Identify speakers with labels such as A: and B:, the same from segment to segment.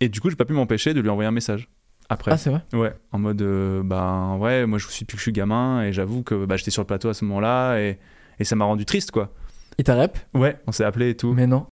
A: Et du coup, j'ai pas pu m'empêcher de lui envoyer un message. Après.
B: Ah, c'est vrai
A: Ouais, en mode, euh, ben ouais, moi je vous suis depuis que je suis gamin et j'avoue que bah, j'étais sur le plateau à ce moment-là et, et ça m'a rendu triste quoi.
B: Il t'a rep
A: Ouais, on s'est appelé et tout.
B: Mais non.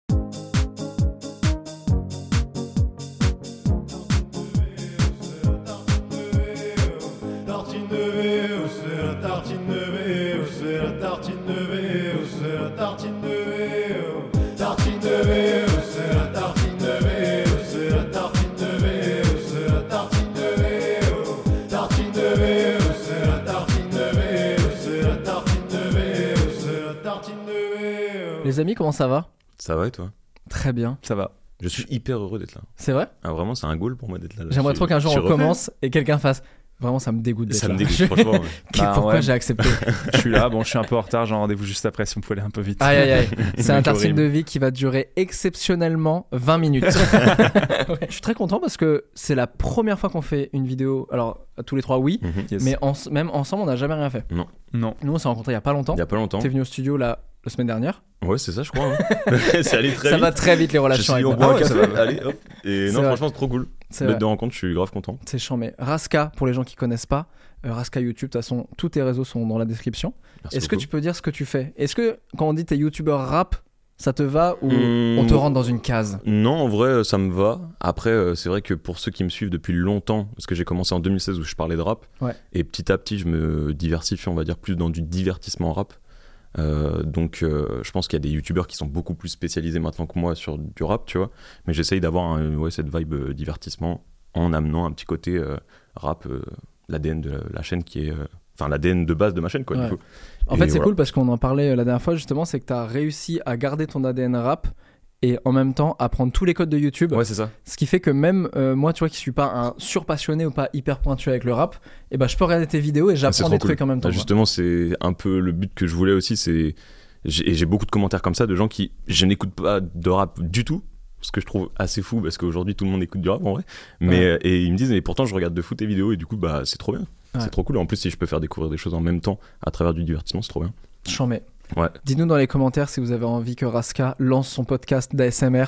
C: Tartine de Véo, c'est la tartine de Véo, c'est la tartine de Véo, c'est la tartine de Véo. Tartine de Véo, c'est la tartine de Véo, c'est la tartine de Véo, c'est la tartine de Véo. Tartine de Véo, c'est la tartine de Véo, c'est la tartine de Véo, c'est la tartine de Véo.
B: Les amis, comment ça va
D: Ça va et toi
B: Très bien.
A: Ça va.
D: Je suis hyper heureux d'être là.
B: C'est vrai
D: Ah, vraiment, c'est un goal pour moi d'être là.
B: J'aimerais
D: Je-
B: trop qu'un jour
D: je
B: on
D: refais.
B: commence et quelqu'un fasse. Vraiment, ça me dégoûte. d'être
D: Ça me
B: là.
D: dégoûte, franchement. ouais.
B: Qui-
A: Bah,
B: Pourquoi
A: ouais.
B: j'ai accepté
A: je suis là, bon, je suis un peu en retard, j'ai un rendez-vous juste après si on pouvait aller un peu vite.
B: Aïe aïe aïe. C'est un
A: Mec
B: tartine
A: horrible.
B: de vie qui va durer exceptionnellement 20 minutes. Ouais. Je suis très content parce que c'est la première fois qu'on fait une vidéo. Alors, tous les trois, oui.
D: Mhm.
A: Yes.
B: Mais en- même ensemble, on n'a jamais rien fait.
A: Non.
B: Nous, on s'est rencontrés il n'y a pas longtemps.
D: Il y a pas longtemps.
B: T'es venu au studio là, la semaine dernière.
D: Ouais, c'est ça, je crois. hein. c'est allé très
B: ça
D: vite.
B: va très vite les
D: Je
B: relations
D: suis dit,
B: avec
D: on
B: moi. Ah
D: boit
B: ouais,
D: un café.
B: c'est vrai.
D: Allez, hop. Et
B: C'est
D: non,
B: vrai.
D: franchement, c'est trop cool.
B: C'est vrai.
D: Bête de rencontre, je suis grave content.
B: C'est chiant, mais Raska, pour les gens qui connaissent pas, euh, Raska YouTube, de toute façon, tous tes réseaux sont dans la description.
D: Merci
B: Est-ce que
D: beaucoup.
B: tu peux dire ce que tu fais Est-ce que quand on dit t'es youtubeur rap, ça te va ou
D: Mmh.
B: on te rentre dans une case
D: Non, en vrai, euh, ça me va. Après, euh, c'est vrai que pour ceux qui me suivent depuis longtemps, parce que j'ai commencé en 2016 où je parlais de rap,
B: Ouais.
D: et petit à petit, je me diversifie, on va dire, plus dans du divertissement rap. Euh, donc, euh, je pense qu'il y a des youtubeurs qui sont beaucoup plus spécialisés maintenant que moi sur du rap, tu vois. Mais j'essaye d'avoir un- ouais, cette vibe euh, divertissement en amenant un petit côté euh, rap, euh, l'ADN de la, la chaîne qui est. euh, Enfin, l'ADN de base de ma chaîne, quoi,
B: Ouais.
D: du coup.
B: En
D: Et
B: fait, c'est
D: voilà.
B: cool parce qu'on en parlait euh, la dernière fois justement, c'est que t'as réussi à garder ton ADN rap et en même temps à prendre tous les codes de YouTube.
D: Ouais, c'est ça.
B: Ce qui fait que même euh, moi, tu vois, qui suis pas un surpassionné ou pas hyper pointu avec le rap, et ben je peux regarder tes vidéos et
D: C'est
B: j'apprends
D: trop
B: des
D: cool.
B: trucs en même
D: Bah,
B: temps. hein. quoi.
D: justement, c'est un peu le but que je voulais aussi. C'est j'ai- et j'ai beaucoup de commentaires comme ça de gens qui je n'écoute pas de rap du tout, ce que je trouve assez fou parce qu'aujourd'hui tout le monde écoute du rap en vrai. Mais
B: Ouais.
D: euh, et ils me disent mais pourtant je regarde de foot tes vidéos et du coup bah c'est trop bien,
B: Ouais.
D: c'est trop cool. En plus si je peux faire découvrir des choses en même temps à travers du divertissement c'est trop bien.
B: J'en mets.
D: Ouais.
B: Dites-nous dans les commentaires si vous avez envie que Raska lance son podcast d'ASMR.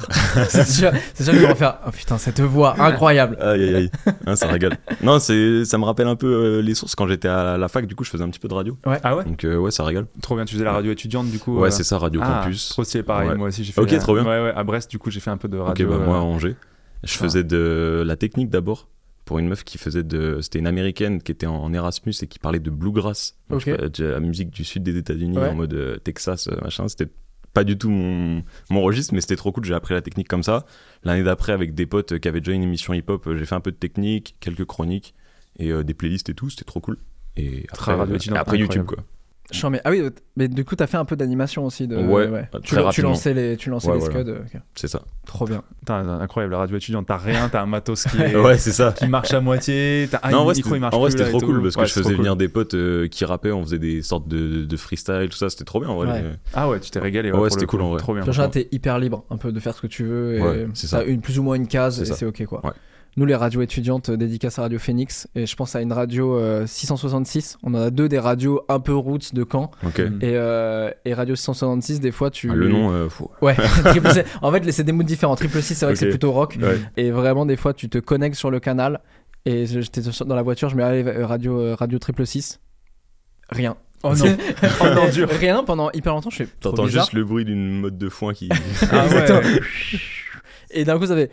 B: c'est sûr, c'est sûr qu'ils vont faire. Oh putain, cette voix incroyable.
D: Aïe aïe aïe, Hein, ça régale. Non c'est ça me rappelle un peu euh, les sources quand j'étais à la fac du coup je faisais un petit peu de radio.
A: Ah ouais
D: Donc euh, ouais ça régale.
A: Trop bien, tu faisais la radio étudiante du coup
D: Ouais
A: euh,
D: c'est ça Radio
A: ah,
D: Campus.
A: Trop stylé, pareil,
D: Ouais.
A: moi aussi j'ai fait.
D: Ok,
A: euh,
D: trop bien.
A: Ouais, ouais, à Brest, du coup, j'ai fait un peu de
D: Ok,
A: radio.
D: bah,
A: euh,
D: moi à Angers, je
A: ça.
D: faisais de la technique d'abord pour une meuf qui faisait de. C'était une américaine qui était en Erasmus et qui parlait de bluegrass, Donc,
B: Ok.
D: je sais pas, de la musique du sud des États-Unis
B: Ouais.
D: en mode euh, Texas, euh, machin. C'était pas du tout mon, mon registre, mais c'était trop cool. J'ai appris la technique comme ça. L'année d'après, avec des potes euh, qui avaient déjà une émission hip-hop, euh, j'ai fait un peu de technique, quelques chroniques et euh, des playlists et tout. C'était trop cool. Et après,
A: radio
D: euh,
A: étudiante,
D: après YouTube, quoi.
B: J'en mets. Ah oui, mais du coup, t'as fait un peu d'animation aussi. De...
D: Ouais, très
B: Tu, tu
D: rapidement.
B: lançais les, tu lançais
D: Ouais,
B: les
D: voilà.
B: scuds. ok.
D: C'est ça.
B: Trop bien.
A: Putain, incroyable, la radio étudiante, t'as rien, t'as un matos qui, est-
D: Ouais, c'est ça.
A: qui marche à moitié, t'as
B: Ah,
A: un
D: Non, en vrai,
A: micro,
D: c'était-
A: il marche
D: en vrai,
A: plus,
D: c'était
A: là,
D: trop
A: et
D: cool
A: tout.
D: parce que
A: Ouais,
D: je
A: c'est trop
D: faisais
A: cool.
D: venir des potes euh, qui rappaient, on faisait des sortes de, de freestyle, tout ça, c'était trop bien en vrai.
B: Ouais.
D: Euh,
A: Ah ouais, tu t'es régalé.
D: Ouais,
A: pour
D: c'était
A: le
D: cool,
A: coup.
D: en vrai.
A: Trop bien.
B: Genre, t'es hyper libre un peu de faire ce que tu veux. Et
D: Ouais, c'est ça.
B: t'as une, plus ou moins une case
D: C'est
B: et
D: ça.
B: c'est ok quoi.
D: Ouais.
B: Nous, les radios étudiantes, euh, dédicace à Radio Phoenix. Et je pense à une radio euh, 666. On en a deux des radios un peu roots de Caen.
D: Ok.
A: Mm.
B: Et, euh, et Radio 666, des fois, tu.
D: Ah, le nom, euh, fou.
B: Ouais, triple C. En fait, les- c'est des moods différents. Triple C, c'est vrai que
D: Ok.
B: c'est plutôt rock.
D: Ouais.
B: Et vraiment, des fois, tu te connectes sur le canal. Et je- j'étais sur- dans la voiture, je mets allez, euh, radio, euh, radio triple six. Rien.
A: Oh non, oh non, dur.
B: Rien pendant hyper longtemps. Je fais. trop
D: T'entends
B: bizarre.
D: juste le bruit d'une mode de foin qui.
A: Ah ouais.
B: Et d'un coup, ça fait.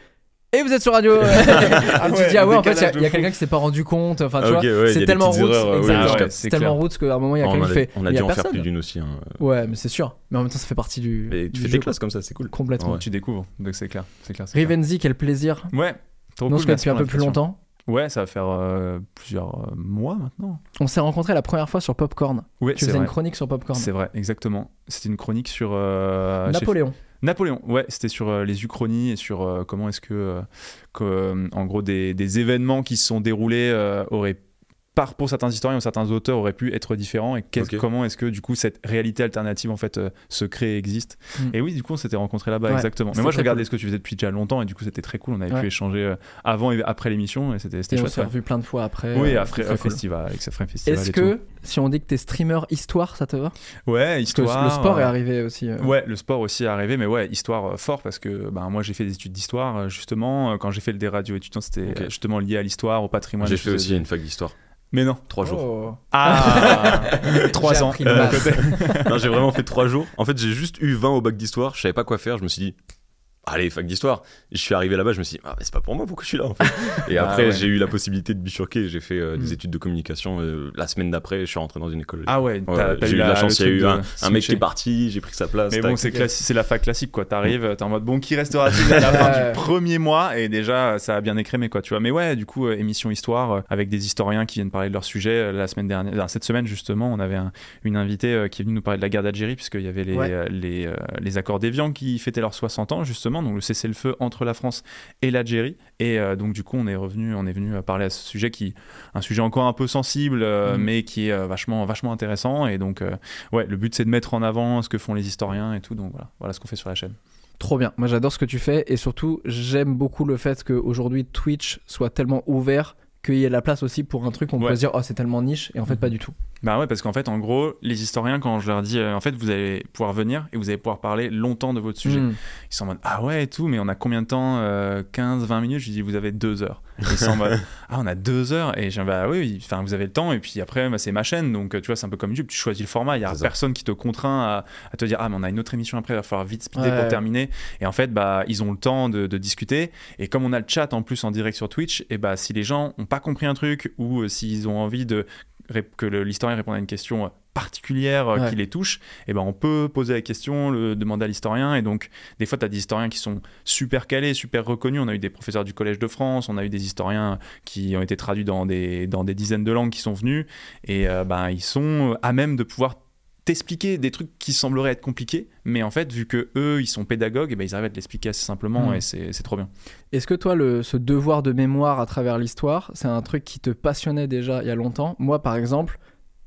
B: Et vous êtes sur radio. et tu
A: ouais,
B: te dis ah ouais, en fait, il y a-
A: décalage
B: il
A: de
B: y a,
A: fou.
B: quelqu'un qui s'est pas rendu compte. Enfin, tu
D: Ah, ok,
B: vois,
D: ouais, il y a
B: c'est
D: des
B: tellement
D: petites
B: route.
D: erreurs, ouais, Ah ouais,
A: je capte.
B: c'est
A: C'est
B: tellement
A: clair.
B: route qu'à un moment, il y a
D: on
B: quelqu'un
D: a,
B: qui fait.
D: on a
B: mais il y
D: dû
B: a
D: en faire
B: personne.
D: plus d'une aussi. hein.
B: Ouais, mais c'est sûr. Mais en même temps, ça fait partie du.
D: Mais
B: du
D: tu fais
B: jeu,
D: des
B: quoi.
D: classes comme ça, c'est cool.
B: Complètement.
D: Ouais.
A: Tu découvres, donc c'est clair. C'est clair. c'est clair.
B: Rivenzi, quel plaisir.
A: Ouais, trop
B: Non,
A: cool.
B: je connais
A: merci
B: depuis un
A: pour
B: peu plus
A: l'invitation.
B: longtemps.
A: Ouais, ça va faire euh, plusieurs euh, mois maintenant.
B: On s'est rencontrés la première fois sur Popcorn.
A: Ouais,
B: Tu
A: c'est
B: faisais
A: vrai.
B: une chronique sur Popcorn.
A: C'est vrai, exactement. C'était une chronique sur. euh, chez-
B: Napoléon.
A: Napoléon, ouais, c'était sur euh, les Uchronies et sur euh, comment est-ce que, euh, que, euh, en gros, des, des événements qui se sont déroulés euh, auraient, par, pour certains historiens ou certains auteurs, auraient pu être différents et qu'est-
D: Ok.
A: comment est-ce que, du coup, cette réalité alternative, en fait, euh, se crée et existe.
B: Mm.
A: Et oui, du coup, on s'était rencontrés là-bas,
B: Ouais,
A: exactement. Mais
B: c'était
A: moi, je
B: très
A: regardais
B: cool.
A: ce que tu faisais depuis déjà longtemps et du coup, c'était très cool. On avait
B: Ouais.
A: pu échanger euh, avant et après l'émission et c'était c'était
B: Et on
A: chouette.
B: s'est
A: ouais.
B: revus plein de fois après.
A: Oui,
B: euh,
A: après
B: c'était
A: euh,
B: très cool.
A: festival, avec sa frère festival.
B: Est-ce
A: et
B: que si on dit que t'es streamer histoire, ça te va
A: tout. ouais,
B: Parce que
A: histoire,
B: le sport est
A: euh,
B: arrivé aussi. euh,
A: Ouais, le sport aussi est arrivé, mais ouais, histoire euh, fort parce que ben, moi j'ai fait des études d'histoire euh, justement. euh, Quand j'ai fait le des radios étudiants, c'était
D: Ok.
A: euh, justement lié à l'histoire, au patrimoine.
D: J'ai
A: je
D: fait
A: faisais-
D: aussi une fac d'histoire.
A: Mais non.
D: Trois jours.
B: Oh.
A: Ah Trois
B: J'ai
A: ans. Euh,
B: appris le bas.
D: non, j'ai vraiment fait trois jours. En fait, j'ai juste eu 20 au bac d'histoire. Je savais pas quoi faire. Je me suis dit, allez, fac d'histoire. Je suis arrivé là-bas. Je me suis dit, ah, mais c'est pas pour moi. Pourquoi je suis là en fait Et
A: Ah,
D: après,
A: ouais. Hmm.
D: j'ai eu la possibilité de bifurquer. J'ai fait euh,
B: Mm.
D: des études de communication. euh, la semaine d'après, je suis rentré dans une école.
A: Ah ouais,
D: Ouais,
A: t'as t'as
D: j'ai eu la,
A: la-
D: chance.
A: le
D: Il y a eu
A: truc
D: un,
A: de
D: un mec qui est
A: switcher.
D: parti. J'ai pris sa place.
A: Mais
D: tac.
A: bon, c'est classi- c'est la fac classique quoi. T'arrives, t'es en mode bon, qui restera-t-il à la fin du
B: Ouais.
A: premier mois Et déjà, ça a bien écrémé quoi, tu vois. Mais ouais, du coup, euh, émission histoire euh, avec des historiens qui viennent parler de leur sujet. Euh, La semaine dernière, enfin, cette semaine justement, on avait un- une invitée euh, qui est venue nous parler de la guerre d'Algérie, puisqu'il y avait les,
B: Ouais.
A: euh, les, euh, les accords d'Évian qui fêtaient leurs 60 ans justement, donc le cessez-le-feu entre la France et l'Algérie. Et euh, donc, du coup, on est revenu, on est venu euh, parler à ce sujet qui, un sujet encore un peu sensible, euh,
B: Mhm.
A: mais qui est euh, vachement, vachement intéressant. Et donc, euh, ouais, le but c'est de mettre en avant ce que font les historiens et tout. Donc voilà, voilà ce qu'on fait sur la chaîne.
B: Trop bien. Moi, j'adore ce que tu fais et surtout, j'aime beaucoup le fait qu'aujourd'hui Twitch soit tellement ouvert qu'il y ait la place aussi pour un truc. On
A: Ouais.
B: pourrait se dire, oh, c'est tellement niche et en fait, pas du tout.
A: Bah ouais, parce qu'en fait, en gros, les historiens, quand je leur dis, euh, en fait, vous allez pouvoir venir et vous allez pouvoir parler longtemps de votre sujet,
B: Mm.
A: ils sont en mode, ah ouais, et tout, mais on a combien de temps euh, 15, 20 minutes Je lui dis, vous avez deux heures. Et Ils sont en mode, ah, on a deux heures. Et j'ai bah oui, oui, enfin, vous avez le temps. Et puis après, bah, c'est ma chaîne. Donc, euh, tu vois, c'est un peu comme YouTube, tu choisis le format. Il y a
D: C'est ça.
A: personne qui te contraint à, à te dire, ah, mais on a une autre émission après, il va falloir vite speeder
B: Ouais.
A: pour terminer. Et en fait, bah, ils ont le temps de, de discuter. Et comme on a le chat en plus en direct sur Twitch, et bah, si les gens n'ont pas compris un truc ou euh, s'ils ont envie de ré- que le- l'historien réponde à une question euh, particulière euh,
B: Ouais.
A: qui les touche, et ben on peut poser la question, le demander à l'historien. Et donc, des fois, tu as des historiens qui sont super calés, super reconnus. On a eu des professeurs du Collège de France, on a eu des historiens qui ont été traduits dans des, dans des dizaines de langues qui sont venus. Et euh, ben, ils sont à même de pouvoir t'expliquer des trucs qui sembleraient être compliqués, mais en fait, vu que eux, ils sont pédagogues, et ben, ils arrivent à te l'expliquer assez simplement,
B: Mm.
A: et c'est c'est trop bien.
B: Est-ce que toi, le, ce devoir de mémoire à travers l'histoire, c'est un truc qui te passionnait déjà il y a longtemps Moi, par exemple,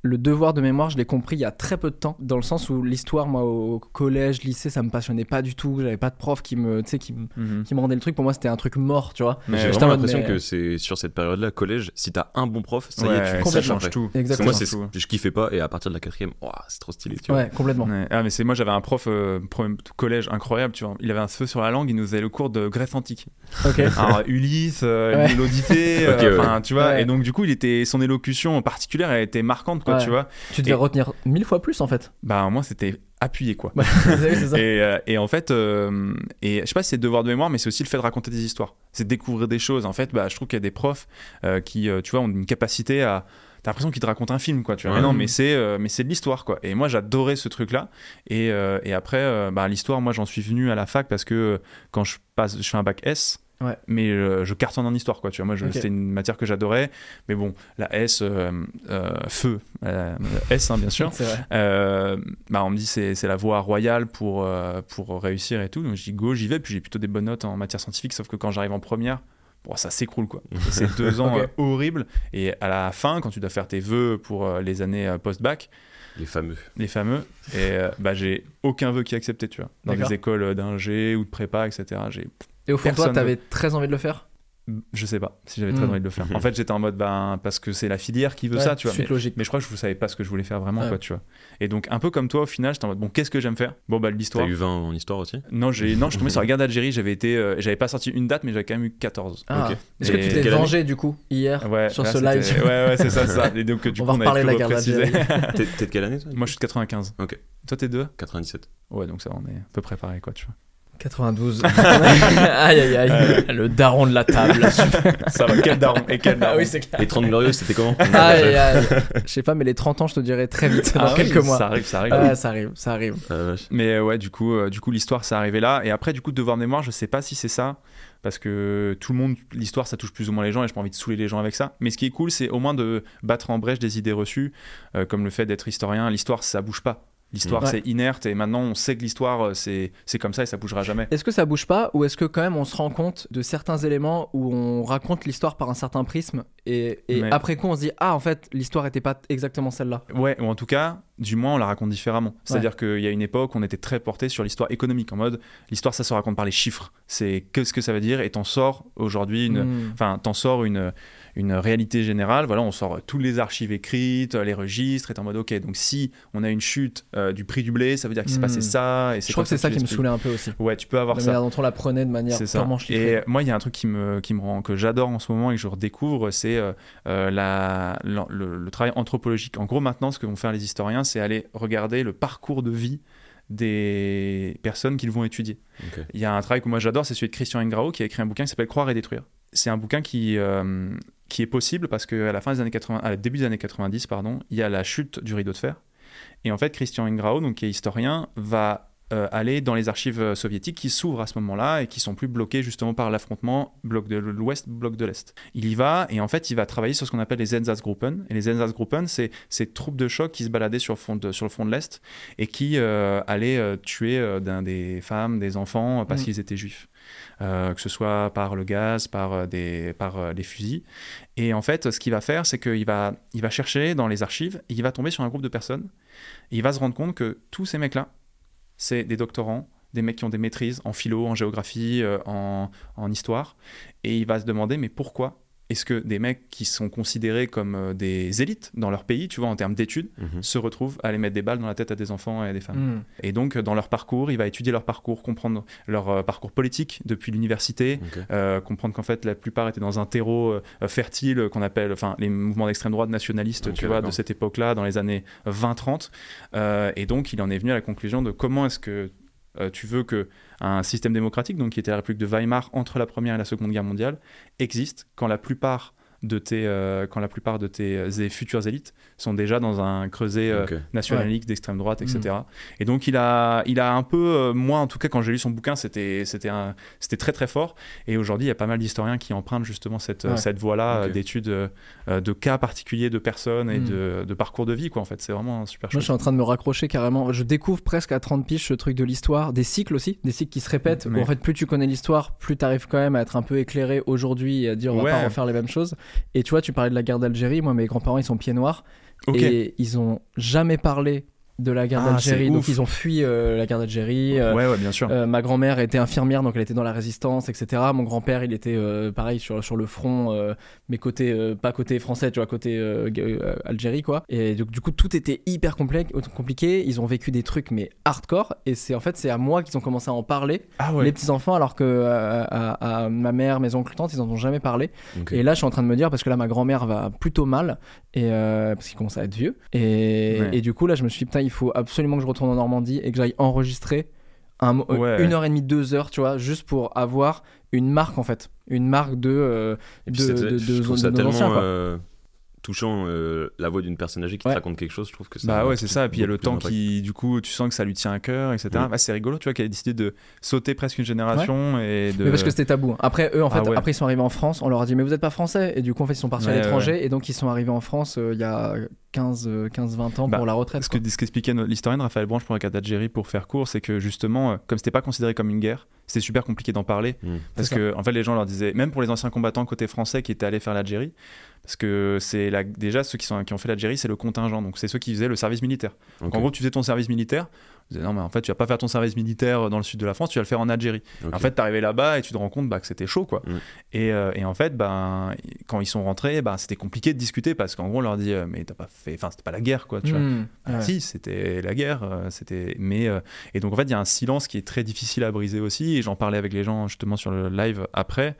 B: le devoir de mémoire, je l'ai compris il y a très peu de temps, dans le sens où l'histoire, moi, au collège, lycée, ça me passionnait pas du tout. J'avais pas de prof qui me, tu sais, qui, me- qui me rendait le truc. Pour moi, c'était un truc mort, tu vois.
A: Mmh. Mais
D: J'ai
B: J'étais
D: vraiment
B: en mode,
D: l'impression
B: mais-
D: que c'est sur cette période-là, collège, si t'as un bon prof, ça y
A: Ouais,
D: est, tu
A: ça
D: complètement
A: change
D: après.
A: tout.
D: Parce que moi,
B: Exactement.
D: c'est
A: Tout.
D: je kiffais pas, et à partir de la quatrième, ouah, c'est trop stylé, tu vois.
B: Ouais, complètement.
A: Ouais. Ah mais c'est moi j'avais un prof euh, pro- collège incroyable tu vois il avait un feu sur la langue il nous faisait le cours de Grèce antique
B: Ok.
A: alors Ulysse euh,
B: Ouais.
A: l'Odyssée euh,
D: Ok, ouais.
A: enfin, tu vois
B: Ouais.
A: et donc du coup il était son élocution particulière elle était marquante quoi
B: Ouais.
A: tu vois
B: Tu devais
A: Et-
B: retenir mille fois plus, en fait.
A: bah moi c'était appuyé quoi
B: Ouais, c'est ça.
A: et, euh, et en fait, euh, et je sais pas si c'est le devoir de mémoire, mais c'est aussi le fait de raconter des histoires. C'est de découvrir des choses. En fait, bah, je trouve qu'il y a des profs euh, qui, euh, tu vois, ont une capacité à. T'as l'impression qu'ils te racontent un film, quoi. Tu vois.
D: Ouais.
A: Mais non, mais c'est, euh, mais c'est de l'histoire, quoi. Et moi, j'adorais ce truc-là. Et, euh, et après, euh, bah, l'histoire, moi, j'en suis venu à la fac parce que euh, quand je passe, je fais un bac S.
B: Ouais.
A: Mais euh, je cartonne en histoire, quoi. Tu vois, moi, je-
B: Ok.
A: c'était une matière que j'adorais. Mais bon, la S, euh, euh, feu, euh, S, hein, bien sûr.
B: C'est vrai.
A: Euh, bah on me dit c'est c'est la voie royale pour, euh, pour réussir et tout. Donc je dis go, j'y vais. Puis j'ai plutôt des bonnes notes en matière scientifique, sauf que quand j'arrive en première, bon, ça s'écroule quoi. Et C'est deux ans
B: Ok.
A: euh, horribles. Et à la fin, quand tu dois faire tes vœux pour euh, les années euh, post-bac,
D: Les fameux.
A: les fameux, et euh, bah j'ai aucun vœu qui est accepté, tu vois. Dans
B: D'accord.
A: des écoles euh, d'ingé ou de prépa, etc. J'ai
B: Et au fond, de toi,
A: Personne
B: t'avais très envie de le faire
A: je sais pas si j'avais très
B: Mm.
A: envie de le faire. En fait, j'étais en mode ben parce que c'est la filière qui veut
B: Ouais,
A: ça, tu vois.
B: Suite
A: mais-
B: logique.
A: mais je crois que je ne savais pas ce que je voulais faire vraiment,
B: Ah Ouais.
A: quoi, tu vois. Et donc, un peu comme toi, au final, j'étais en mode, bon, qu'est-ce que j'aime faire Bon, bah,
D: T'as
A: l'histoire.
D: eu 20 en histoire aussi
A: Non, j'ai non, je suis tombé sur la guerre d'Algérie, j'avais été euh, j'avais pas sorti une date mais j'avais quand même eu 14.
B: Ah.
D: Ok.
B: Est-ce que
A: Et Ah
B: tu t'es
D: quelle année
B: vengé, du coup, hier,
A: Ouais,
B: sur
A: là,
B: ce
A: c'était-
B: live sur-
A: Ouais ouais, c'est ça c'est ça. Et donc du
B: On
A: coup
B: va
A: on
B: reparler
A: avait
B: de la
A: plus
B: guerre
A: reprécisé.
B: d'Algérie.
D: T'es t'es de quelle année, toi
A: Moi je suis de 95.
D: Ok.
A: Toi t'es deux
D: 97.
A: Ouais, donc ça on est à peu près pareil quoi, tu vois.
B: 92. aïe, aïe, aïe. Le daron de la table.
A: Ça va quel daron et quel daron.
B: ah oui, c'est clair.
D: Les 30 Glorieuses, c'était comment Ah,
B: Aïe, aïe. Ah, Je sais pas, mais les 30 ans, je te dirais très vite,
A: Ah oui,
B: dans quelques mois.
A: Ça arrive, ça arrive.
B: Ah, ça arrive, ça arrive.
D: Ah, la vache.
A: Mais euh, ouais, du coup, euh, du coup, l'histoire, c'est arrivé là. Et après, du coup, devoir de mémoire, je sais pas si c'est ça, parce que tout le monde, l'histoire, ça touche plus ou moins les gens, et j'ai pas envie de saouler les gens avec ça. Mais ce qui est cool, c'est au moins de battre en brèche des idées reçues, euh, comme le fait d'être historien. L'histoire, ça bouge pas. L'histoire,
B: Ouais.
A: c'est inerte et maintenant, on sait que l'histoire, euh, c'est c'est comme ça et ça bougera jamais.
B: Est-ce que ça bouge pas ou est-ce que quand même on se rend compte de certains éléments où on raconte l'histoire par un certain prisme et, et
A: Ouais.
B: après coup on se dit ah en fait l'histoire était pas exactement celle-là.
A: Ouais, ou en tout cas, du moins, on la raconte différemment. C'est-à-dire qu'il y a une époque, on était très porté sur l'histoire économique, en mode, l'histoire, ça se raconte par les chiffres. C'est qu'est-ce que ça veut dire et t'en sors aujourd'hui une,
B: Hmm.
A: Enfin, t'en sors une, une réalité générale. Voilà, on sort euh, toutes les archives écrites, euh, les registres, et t'es en mode, ok, donc si on a une chute euh, du prix du blé, ça veut dire qu'il s'est
B: Mm.
A: passé ça. Et
B: Je crois que c'est ça qui me
A: saoule
B: saoulait un peu aussi.
A: Ouais, tu peux avoir
B: La
A: ça.
B: manière dont on la prenait de manière
A: C'est ça.
B: purement chiffrée.
A: Et moi, il y a un truc qui me, qui me rend, que j'adore en ce moment et que je redécouvre, c'est euh, euh, la, l'en- le, le travail anthropologique. En gros, maintenant, ce que vont faire les historiens, c'est aller regarder le parcours de vie des personnes qu'ils vont étudier.
D: Ok.
A: Il y a un travail que moi j'adore, c'est celui de Christian Ingrao qui a écrit un bouquin qui s'appelle Croire et détruire. C'est un bouquin qui, euh, qui est possible parce qu'à la fin des années 80, à la début des années 90, pardon, il y a la chute du rideau de fer. Et en fait, Christian Ingrao, donc, qui est historien, va euh, aller dans les archives euh, soviétiques qui s'ouvrent à ce moment-là et qui sont plus bloquées justement par l'affrontement bloc de l'Ouest, bloc de l'Est. Il y va et en fait, il va travailler sur ce qu'on appelle les Einsatzgruppen. Et les Einsatzgruppen, c'est ces troupes de choc qui se baladaient sur le front de, sur le front de l'Est et qui euh, allaient euh, tuer euh, d'un- des femmes, des enfants euh, parce
B: Mm.
A: qu'ils étaient juifs. Euh, que ce soit par le gaz, par, euh, des, par euh, les fusils. Et en fait, ce qu'il va faire, c'est qu'il va, il va chercher dans les archives, et il va tomber sur un groupe de personnes, et il va se rendre compte que tous ces mecs-là, c'est des doctorants, des mecs qui ont des maîtrises en philo, en géographie, euh, en, en histoire. Et il va se demander, mais pourquoi est-ce que des mecs qui sont considérés comme euh, des élites dans leur pays, tu vois, en termes d'études,
D: Mhm.
A: se retrouvent à aller mettre des balles dans la tête à des enfants et à des femmes
B: Hmm.
A: Et donc, dans leur parcours, il va étudier leur parcours, comprendre leur euh, parcours politique depuis l'université,
D: Ok.
A: euh, comprendre qu'en fait la plupart étaient dans un terreau euh, fertile euh, qu'on appelle enfin les mouvements d'extrême droite nationalistes
D: Ok,
A: tu vois de
D: d'accord.
A: cette époque là dans les années 20 30 et donc il en est venu à la conclusion de comment est-ce que euh, tu veux que un système démocratique donc qui était la République de Weimar entre la première et la seconde guerre mondiale existe quand la plupart de tes euh, quand la plupart de tes euh, futures élites sont déjà dans un creuset euh,
D: Ok.
A: nationaliste, d'extrême droite, etc.
B: Mm.
A: Et donc il a, il a un peu, euh, moi en tout cas quand j'ai lu son bouquin, c'était, c'était, un- c'était très très fort. Et aujourd'hui il y a pas mal d'historiens qui empruntent justement cette, euh,
B: Ouais.
A: cette voie-là
D: Ok.
A: euh, d'études euh, euh, de cas particuliers, de personnes et
B: Mm.
A: de, de parcours de vie quoi. En fait c'est vraiment un super
B: Moi,
A: chose.
B: je suis en train de me raccrocher carrément. Je découvre presque à 30 piges ce truc de l'histoire, des cycles aussi, des cycles qui se répètent.
A: Mais-
B: où en fait, plus tu connais l'histoire, plus tu arrives quand même à être un peu éclairé aujourd'hui et à dire on
A: Ouais.
B: va pas refaire les mêmes choses. Et tu vois, tu parlais de la guerre d'Algérie. Moi, mes grands-parents, ils sont pieds noirs
A: Ok.
B: et ils ont jamais parlé de la guerre
A: Ah,
B: d'Algérie.
A: c'est
B: Donc,
A: ouf.
B: ils ont fui euh, la guerre d'Algérie. euh,
A: ouais ouais bien sûr.
B: euh, ma grand-mère était infirmière, donc elle était dans la résistance, etc. Mon grand-père, il était euh, pareil sur, sur le front, euh, mais côté euh, pas côté français, tu vois, côté euh, g- euh, Algérie, quoi. Et donc, du coup, tout était hyper complexe, compliqué. Ils ont vécu des trucs mais hardcore. Et c'est en fait, c'est à moi qu'ils ont commencé à en parler,
A: ah ouais.
B: les petits enfants, alors que euh, à, à ma mère, mes oncles, tantes, ils en ont jamais parlé.
D: Ok.
B: Et là, je suis en train de me dire, parce que là, ma grand-mère va plutôt mal, et, euh, parce qu'il commence à être vieux. Et,
A: Ouais.
B: et du coup, là, je me suis dit, putain, il faut absolument que je retourne en Normandie et que j'aille enregistrer un, mo- euh,
A: Ouais.
B: une heure et demie, deux heures, tu vois, juste pour avoir une marque, en fait. Une marque de, euh,
D: Et
B: de,
D: puis c'est-
B: de, de,
D: je trouve
B: de-
D: ça
B: de nos
D: tellement
B: anciens, quoi.
D: euh, touchant euh, la voix d'une personne âgée qui
B: Ouais.
D: te raconte quelque chose. Je trouve que ça
A: Bah
D: a
A: ouais, c'est
D: tout-
A: ça. Et puis il y a le
D: beaucoup
A: temps
D: plus d'impact.
A: qui, du coup, tu sens que ça lui tient à cœur, etc.
D: Oui.
A: Bah, c'est rigolo, tu vois, qu'elle a décidé de sauter presque une génération et de.
B: Mais parce que c'était tabou. hein. Après, eux, en fait,
A: Ah ouais.
B: après, ils sont arrivés en France, on leur a dit, mais vous n'êtes pas français. Et du coup, en fait, ils sont partis à
A: Ouais,
B: l'étranger, et donc, ils sont arrivés en France euh, il y a 15, euh, 15 20 ans
A: Bah,
B: pour la retraite.
A: Ce que ce qu'expliquait no- l'historienne Raphaël Branche pour la guerre d'Algérie, pour faire court, c'est que justement, euh, comme c'était pas considéré comme une guerre, c'était super compliqué d'en parler.
D: Mm.
A: Parce
B: C'est
A: que, en fait, les gens leur disaient, même pour les anciens combattants côté français qui étaient allés faire l'Algérie, parce que c'est la- déjà ceux qui, sont, qui ont fait l'Algérie, c'est le contingent, donc c'est ceux qui faisaient le service militaire.
D: Ok.
A: En gros, tu faisais ton service militaire, tu disais, non, mais en fait, tu vas pas faire ton service militaire euh, dans le sud de la France, tu vas le faire en Algérie.
D: Ok.
A: En fait, t'arrivais là-bas et tu te rends compte bah, que c'était chaud, quoi.
D: Mm.
A: Et, euh, et en fait, ben, quand ils sont rentrés, ben, c'était compliqué de discuter parce qu'en gros, on leur dit, euh, mais t'as pas fait, enfin, c'était pas la guerre, quoi. Tu vois.
B: Hmm.
A: Ah,
B: Ouais.
A: Si, c'était la guerre, euh, c'était. Mais euh, et donc en fait, il y a un silence qui est très difficile à briser aussi. Et j'en parlais avec les gens justement sur le live après,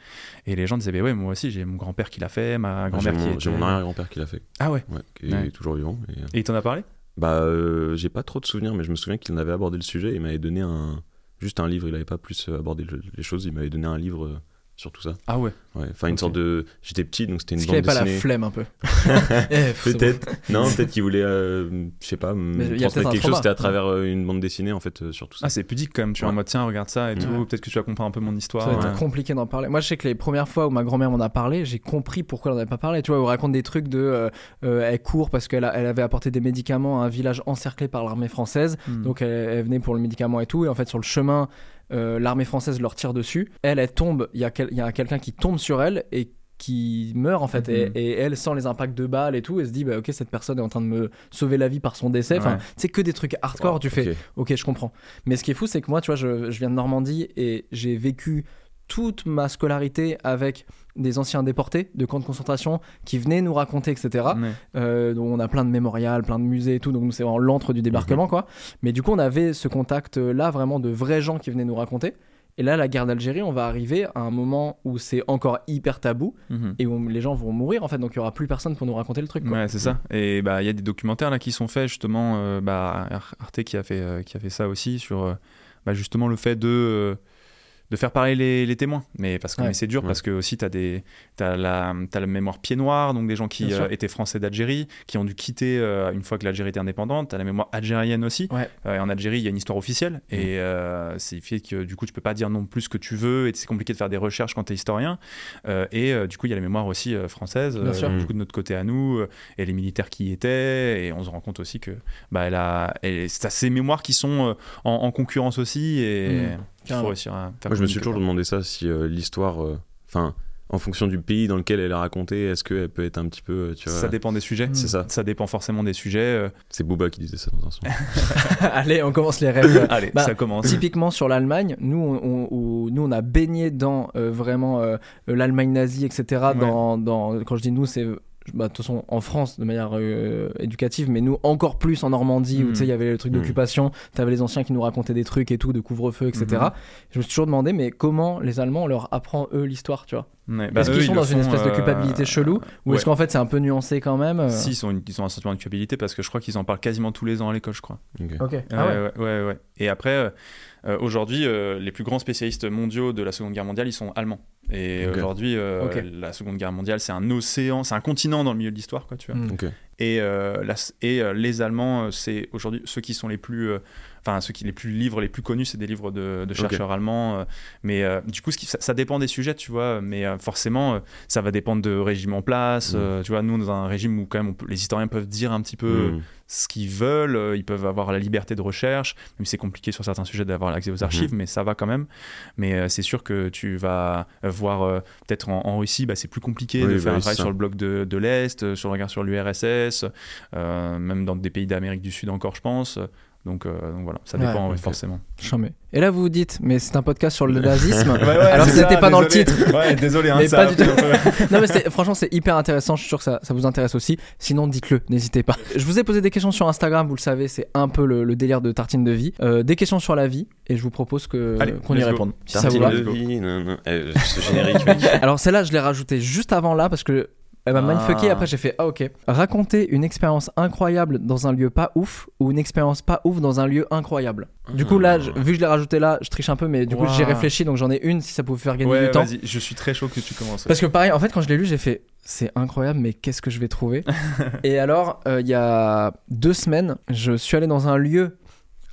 A: et les gens disaient, bah ouais, moi aussi, j'ai mon grand-père qui l'a fait, ma
D: Moi, J'ai
A: grand-mère qui.
D: mon-
A: est-
D: j'ai mon arrière-grand-père qui l'a fait,
A: Ah ouais.
D: ouais, qui
A: Ouais.
D: est toujours vivant. et-
A: Et il t'en a parlé
D: Bah, euh, j'ai pas trop de souvenirs, mais je me souviens qu'il avait abordé le sujet. Il m'avait donné un juste un livre. Il avait pas plus abordé le- les choses. Il m'avait donné un livre euh, sur tout ça.
A: Ah ouais.
D: Ouais. Enfin, une
A: Ok.
D: sorte de. J'étais petit, donc c'était une
B: Est-ce qu'il
D: bande
B: avait pas la
D: dessinée.
B: flemme un peu Eh, pff, c'est bon.
D: Peut-être. non, peut-être qu'il voulait, euh, je sais pas,
B: Mais il y
D: me
B: a peut-être
D: transmettre
B: un
D: quelque
B: trauma.
D: chose. C'était à travers euh, une bande dessinée, en fait, euh, sur tout ça.
A: Ah, c'est pudique quand même. Tu es en
D: Ouais.
A: mode, tiens, regarde ça et
D: Ouais.
A: tout. Peut-être que tu vas comprendre un peu mon histoire.
B: Ça va être
A: Ouais.
B: compliqué d'en parler. Moi, je sais que les premières fois où ma grand-mère m'en a parlé, j'ai compris pourquoi elle n'en avait pas parlé. Tu vois, elle raconte des trucs de. euh, euh, elle court parce qu'elle a- elle avait apporté des médicaments à un village encerclé par l'armée française.
A: Hmm.
B: Donc, elle, elle venait pour le médicament et tout. Et en fait, sur le chemin, euh, l'armée française leur tire dessus. Elle, elle tombe. Il y a, quel- il y a quelqu'un qui tombe sur elle et qui meurt en fait. Et,
A: Mhm.
B: et elle sent les impacts de balles et tout. Et se dit, bah, ok, cette personne est en train de me sauver la vie par son décès. Enfin,
A: Ouais.
B: c'est que des trucs hardcore. tu fais,
D: Ok.
B: Ok, je comprends. Mais ce qui est fou, c'est que moi, tu vois, je, je viens de Normandie et j'ai vécu toute ma scolarité avec des anciens déportés de camps de concentration qui venaient nous raconter, etc.
A: Ouais.
B: Euh, donc on a plein de mémorials, plein de musées et tout, donc nous, c'est vraiment l'antre du débarquement, quoi. Mais du coup, on avait ce contact-là, vraiment de vrais gens qui venaient nous raconter. Et là, la guerre d'Algérie, on va arriver à un moment où c'est encore hyper tabou
A: Mhm.
B: et où les gens vont mourir, en fait, donc il y aura plus personne pour nous raconter le truc, quoi.
A: Ouais, c'est ça. Et bah il y a des documentaires là qui sont faits justement euh, bah Ar- Arte qui a fait euh, qui a fait ça aussi sur euh, bah, justement le fait de euh, de faire parler les, les témoins. Mais parce que
B: Ouais.
A: mais c'est dur
D: Ouais.
A: parce que aussi t'as des t'as la t'as la mémoire pied noir donc des gens qui
B: Bien sûr.
A: euh, étaient français d'Algérie qui ont dû quitter euh, une fois que l'Algérie était indépendante. T'as la mémoire algérienne aussi.
B: Ouais. Mm.
A: Euh, et en Algérie il y a une histoire officielle et euh, c'est fait que du coup tu peux pas dire non plus ce que tu veux et c'est compliqué de faire des recherches quand t'es historien. Euh, et euh, du coup il y a la mémoire aussi euh, française.
B: Bien
D: Mm.
B: sûr.
A: du coup de notre côté à nous euh, et les militaires qui y étaient et on se rend compte aussi que bah elle a elle- c'est à ces mémoires qui sont euh, en, en concurrence aussi et
B: Mmh,
A: il faut
B: carrément.
A: réussir à faire
D: Moi, je me
A: communiquer,
D: suis toujours demandé ça, si euh, l'histoire, euh, enfin, en fonction du pays dans lequel elle est racontée, est-ce qu'elle peut être un petit peu, euh, tu
A: quoi.
D: vois.
A: ça dépend des sujets
B: Mm.
D: C'est ça.
A: ça dépend forcément des sujets euh.
D: C'est Booba qui disait ça dans un son.
B: Allez, on commence les rêves.
A: allez
B: Bah,
A: ça commence
B: Typiquement sur l'Allemagne, nous on, on- on- nous on a baigné dans euh, vraiment euh, l'Allemagne nazie, etc.
A: Ouais.
B: Dans, dans- quand je dis nous, c'est bah, de toute façon en France de manière euh, éducative, mais nous encore plus en Normandie où
A: Mhm.
B: tu sais il y avait le truc
D: Mhm.
B: d'occupation, t'avais les anciens qui nous racontaient des trucs et tout de couvre-feu, etc.
A: Mhm.
B: Je me suis toujours demandé mais comment les Allemands on leur apprend eux l'histoire, tu vois
A: Ouais, bah,
B: Est-ce
A: eux,
B: qu'ils sont
A: ils le
B: dans une
A: font,
B: espèce de
A: euh,
B: culpabilité chelou ou
A: ouais.
B: est-ce qu'en fait c'est un peu nuancé quand même euh
A: si, ils, sont une- ils ont un sentiment de culpabilité parce que je crois qu'ils en parlent quasiment tous les ans à l'école, je crois.
D: Ok.
B: Ok. Ah ouais.
A: Ouais, ouais, ouais, ouais. Et après, euh, euh, aujourd'hui, euh, les plus grands spécialistes mondiaux de la Seconde Guerre mondiale, ils sont allemands. Et
D: Ok.
A: aujourd'hui, euh,
B: Ok.
A: la Seconde Guerre mondiale, c'est un océan, c'est un continent dans le milieu de l'histoire, quoi, tu vois.
B: Mm.
D: Ok.
A: Et, euh, la- et euh, les Allemands, euh, c'est aujourd'hui ceux qui sont les plus, euh, enfin ceux qui les plus livres, les plus connus, c'est des livres de, de chercheurs allemands. euh, mais euh, du coup, ce qui- ça, ça dépend des sujets, tu vois. Mais euh, forcément, euh, ça va dépendre de régime en place.
D: Mm.
A: euh, tu vois, nous, on est dans un régime où quand même, on peut- les historiens peuvent dire un petit peu
D: Mm.
A: ce qu'ils veulent, euh, ils peuvent avoir la liberté de recherche, même si c'est compliqué sur certains sujets d'avoir l'accès aux
D: Mhm.
A: archives, mais ça va quand même. Mais euh, c'est sûr que tu vas euh, voir, euh, peut-être en, en Russie, bah, c'est plus compliqué
D: Oui,
A: de
D: bah
A: faire un
D: oui,
A: travail
D: c'est ça.
A: sur le bloc de, de l'Est, euh, sur le regard sur l'URSS, euh, même dans des pays d'Amérique du Sud encore, je pense. Donc, euh, donc voilà, ça
B: Ouais.
A: dépend ouais,
D: Ok.
A: forcément.
B: Chambé. Et là vous vous dites mais c'est un podcast sur le nazisme.
A: Ouais, ouais,
B: Alors
A: c'est
B: que c'était
A: ça,
B: pas dans le
A: désolé.
B: titre.
A: Ouais, désolé, hein,
B: Mais
A: ça
B: pas
A: a
B: du
A: pris
B: tout.
A: un peu-
B: non mais c'est- franchement c'est hyper intéressant, je suis sûr que ça, ça vous intéresse aussi. Sinon dites-le, n'hésitez pas. Je vous ai posé des questions sur Instagram, vous le savez, c'est un peu le, le délire de tartine de vie. Euh, des questions sur la vie et je vous propose que
A: Allez,
B: qu'on y
A: let's go.
B: réponde. Si ça vous
D: Tartine
B: va.
D: de vie, nan, nan. Eh, ce générique, mec.
B: Alors celle-là je l'ai rajoutée juste avant là parce que elle m'a
A: Ah.
B: mindfucké, après j'ai fait ah ok. Raconter une expérience incroyable dans un lieu pas ouf ou une expérience pas ouf dans un lieu incroyable. Du coup là, je- vu que je l'ai rajouté là, je triche un peu mais du coup
A: Ah. Ouah.
B: j'ai réfléchi donc j'en ai une si ça pouvait faire gagner
A: Ouais,
B: du temps.
A: vas-y, je suis très chaud que tu commences.
B: Parce que pareil, en fait, quand je l'ai lu, j'ai fait c'est incroyable, mais qu'est-ce que je vais trouver Et alors, euh, il y a deux semaines, je suis allé dans un lieu.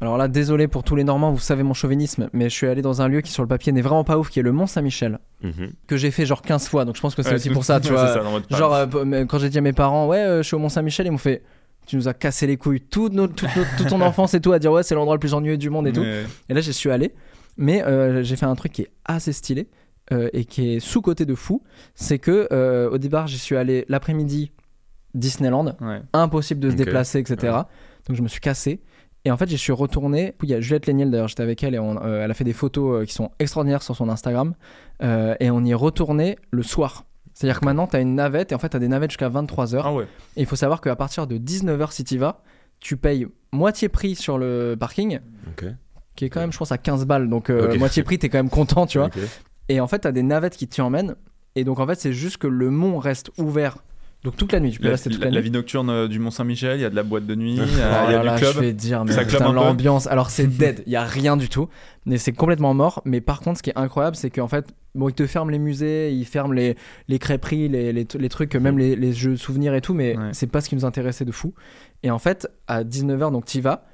B: Alors là, désolé pour tous les Normands, vous savez mon chauvinisme, mais je suis allé dans un lieu qui sur le papier n'est vraiment pas ouf, qui est le Mont Saint-Michel,
D: Mhm.
B: que j'ai fait genre 15 fois, donc je pense que c'est
A: Ouais,
B: aussi
A: tout-
B: pour ça, tu
A: ouais,
B: vois.
A: c'est ça, dans votre
B: Genre,
A: parole.
B: euh, p- mais quand j'ai dit à mes parents, ouais, euh, je suis au Mont Saint-Michel, ils m'ont fait, tu nous as cassé les couilles toute, notre, toute, notre- toute ton enfance et tout, à dire, ouais, c'est l'endroit le plus ennuyeux du monde et tout.
A: Mais-
B: Et là, je suis allé, mais euh, j'ai fait un truc qui est assez stylé euh, et qui est sous-côté de fou. C'est que euh, au départ, j'y suis allé l'après-midi Disneyland,
A: ouais.
B: impossible de se
D: Ok.
B: déplacer, etc.
D: Ouais.
B: Donc je me suis cassé. Et en fait, j'y suis retourné. Il y a Juliette Léniel, d'ailleurs, j'étais avec elle et on- euh, elle a fait des photos euh, qui sont extraordinaires sur son Instagram. Euh, et on y est retourné le soir. C'est-à-dire que maintenant, tu as une navette et en fait, tu as des navettes jusqu'à 23h.
A: Ah ouais.
B: Et il faut savoir qu'à partir de 19h, si tu vas, tu payes moitié prix sur le parking
D: Ok.
B: qui est quand même, je pense, à 15 balles. Donc, euh,
D: Ok.
B: moitié prix, t'es quand même content, tu vois.
D: Ok.
B: Et en fait, t'as des navettes qui t'y emmènent. Et donc, en fait, c'est juste que le mont reste ouvert. Donc, toute la nuit, tu peux
A: La,
B: rester toute
A: la-
B: la,
A: la
B: nuit.
A: vie nocturne euh, du Mont-Saint-Michel, il y a de la boîte de nuit, il y a-
B: Oh
A: Ah, il y a
B: là là,
A: du club.
B: Je vais te dire, mais
A: Ça
B: putain,
A: club un peu.
B: l'ambiance. Alors, c'est dead, il y a rien du tout. Mais c'est complètement mort. Mais par contre, ce qui est incroyable, c'est qu'en fait, Bon, ils te ferment les musées, ils ferment les, les crêperies, les, les, les trucs, même les, les jeux souvenirs et tout, mais
A: Ouais.
B: c'est pas ce qui nous intéressait de fou. Et en fait, à 19h, donc t'y vas,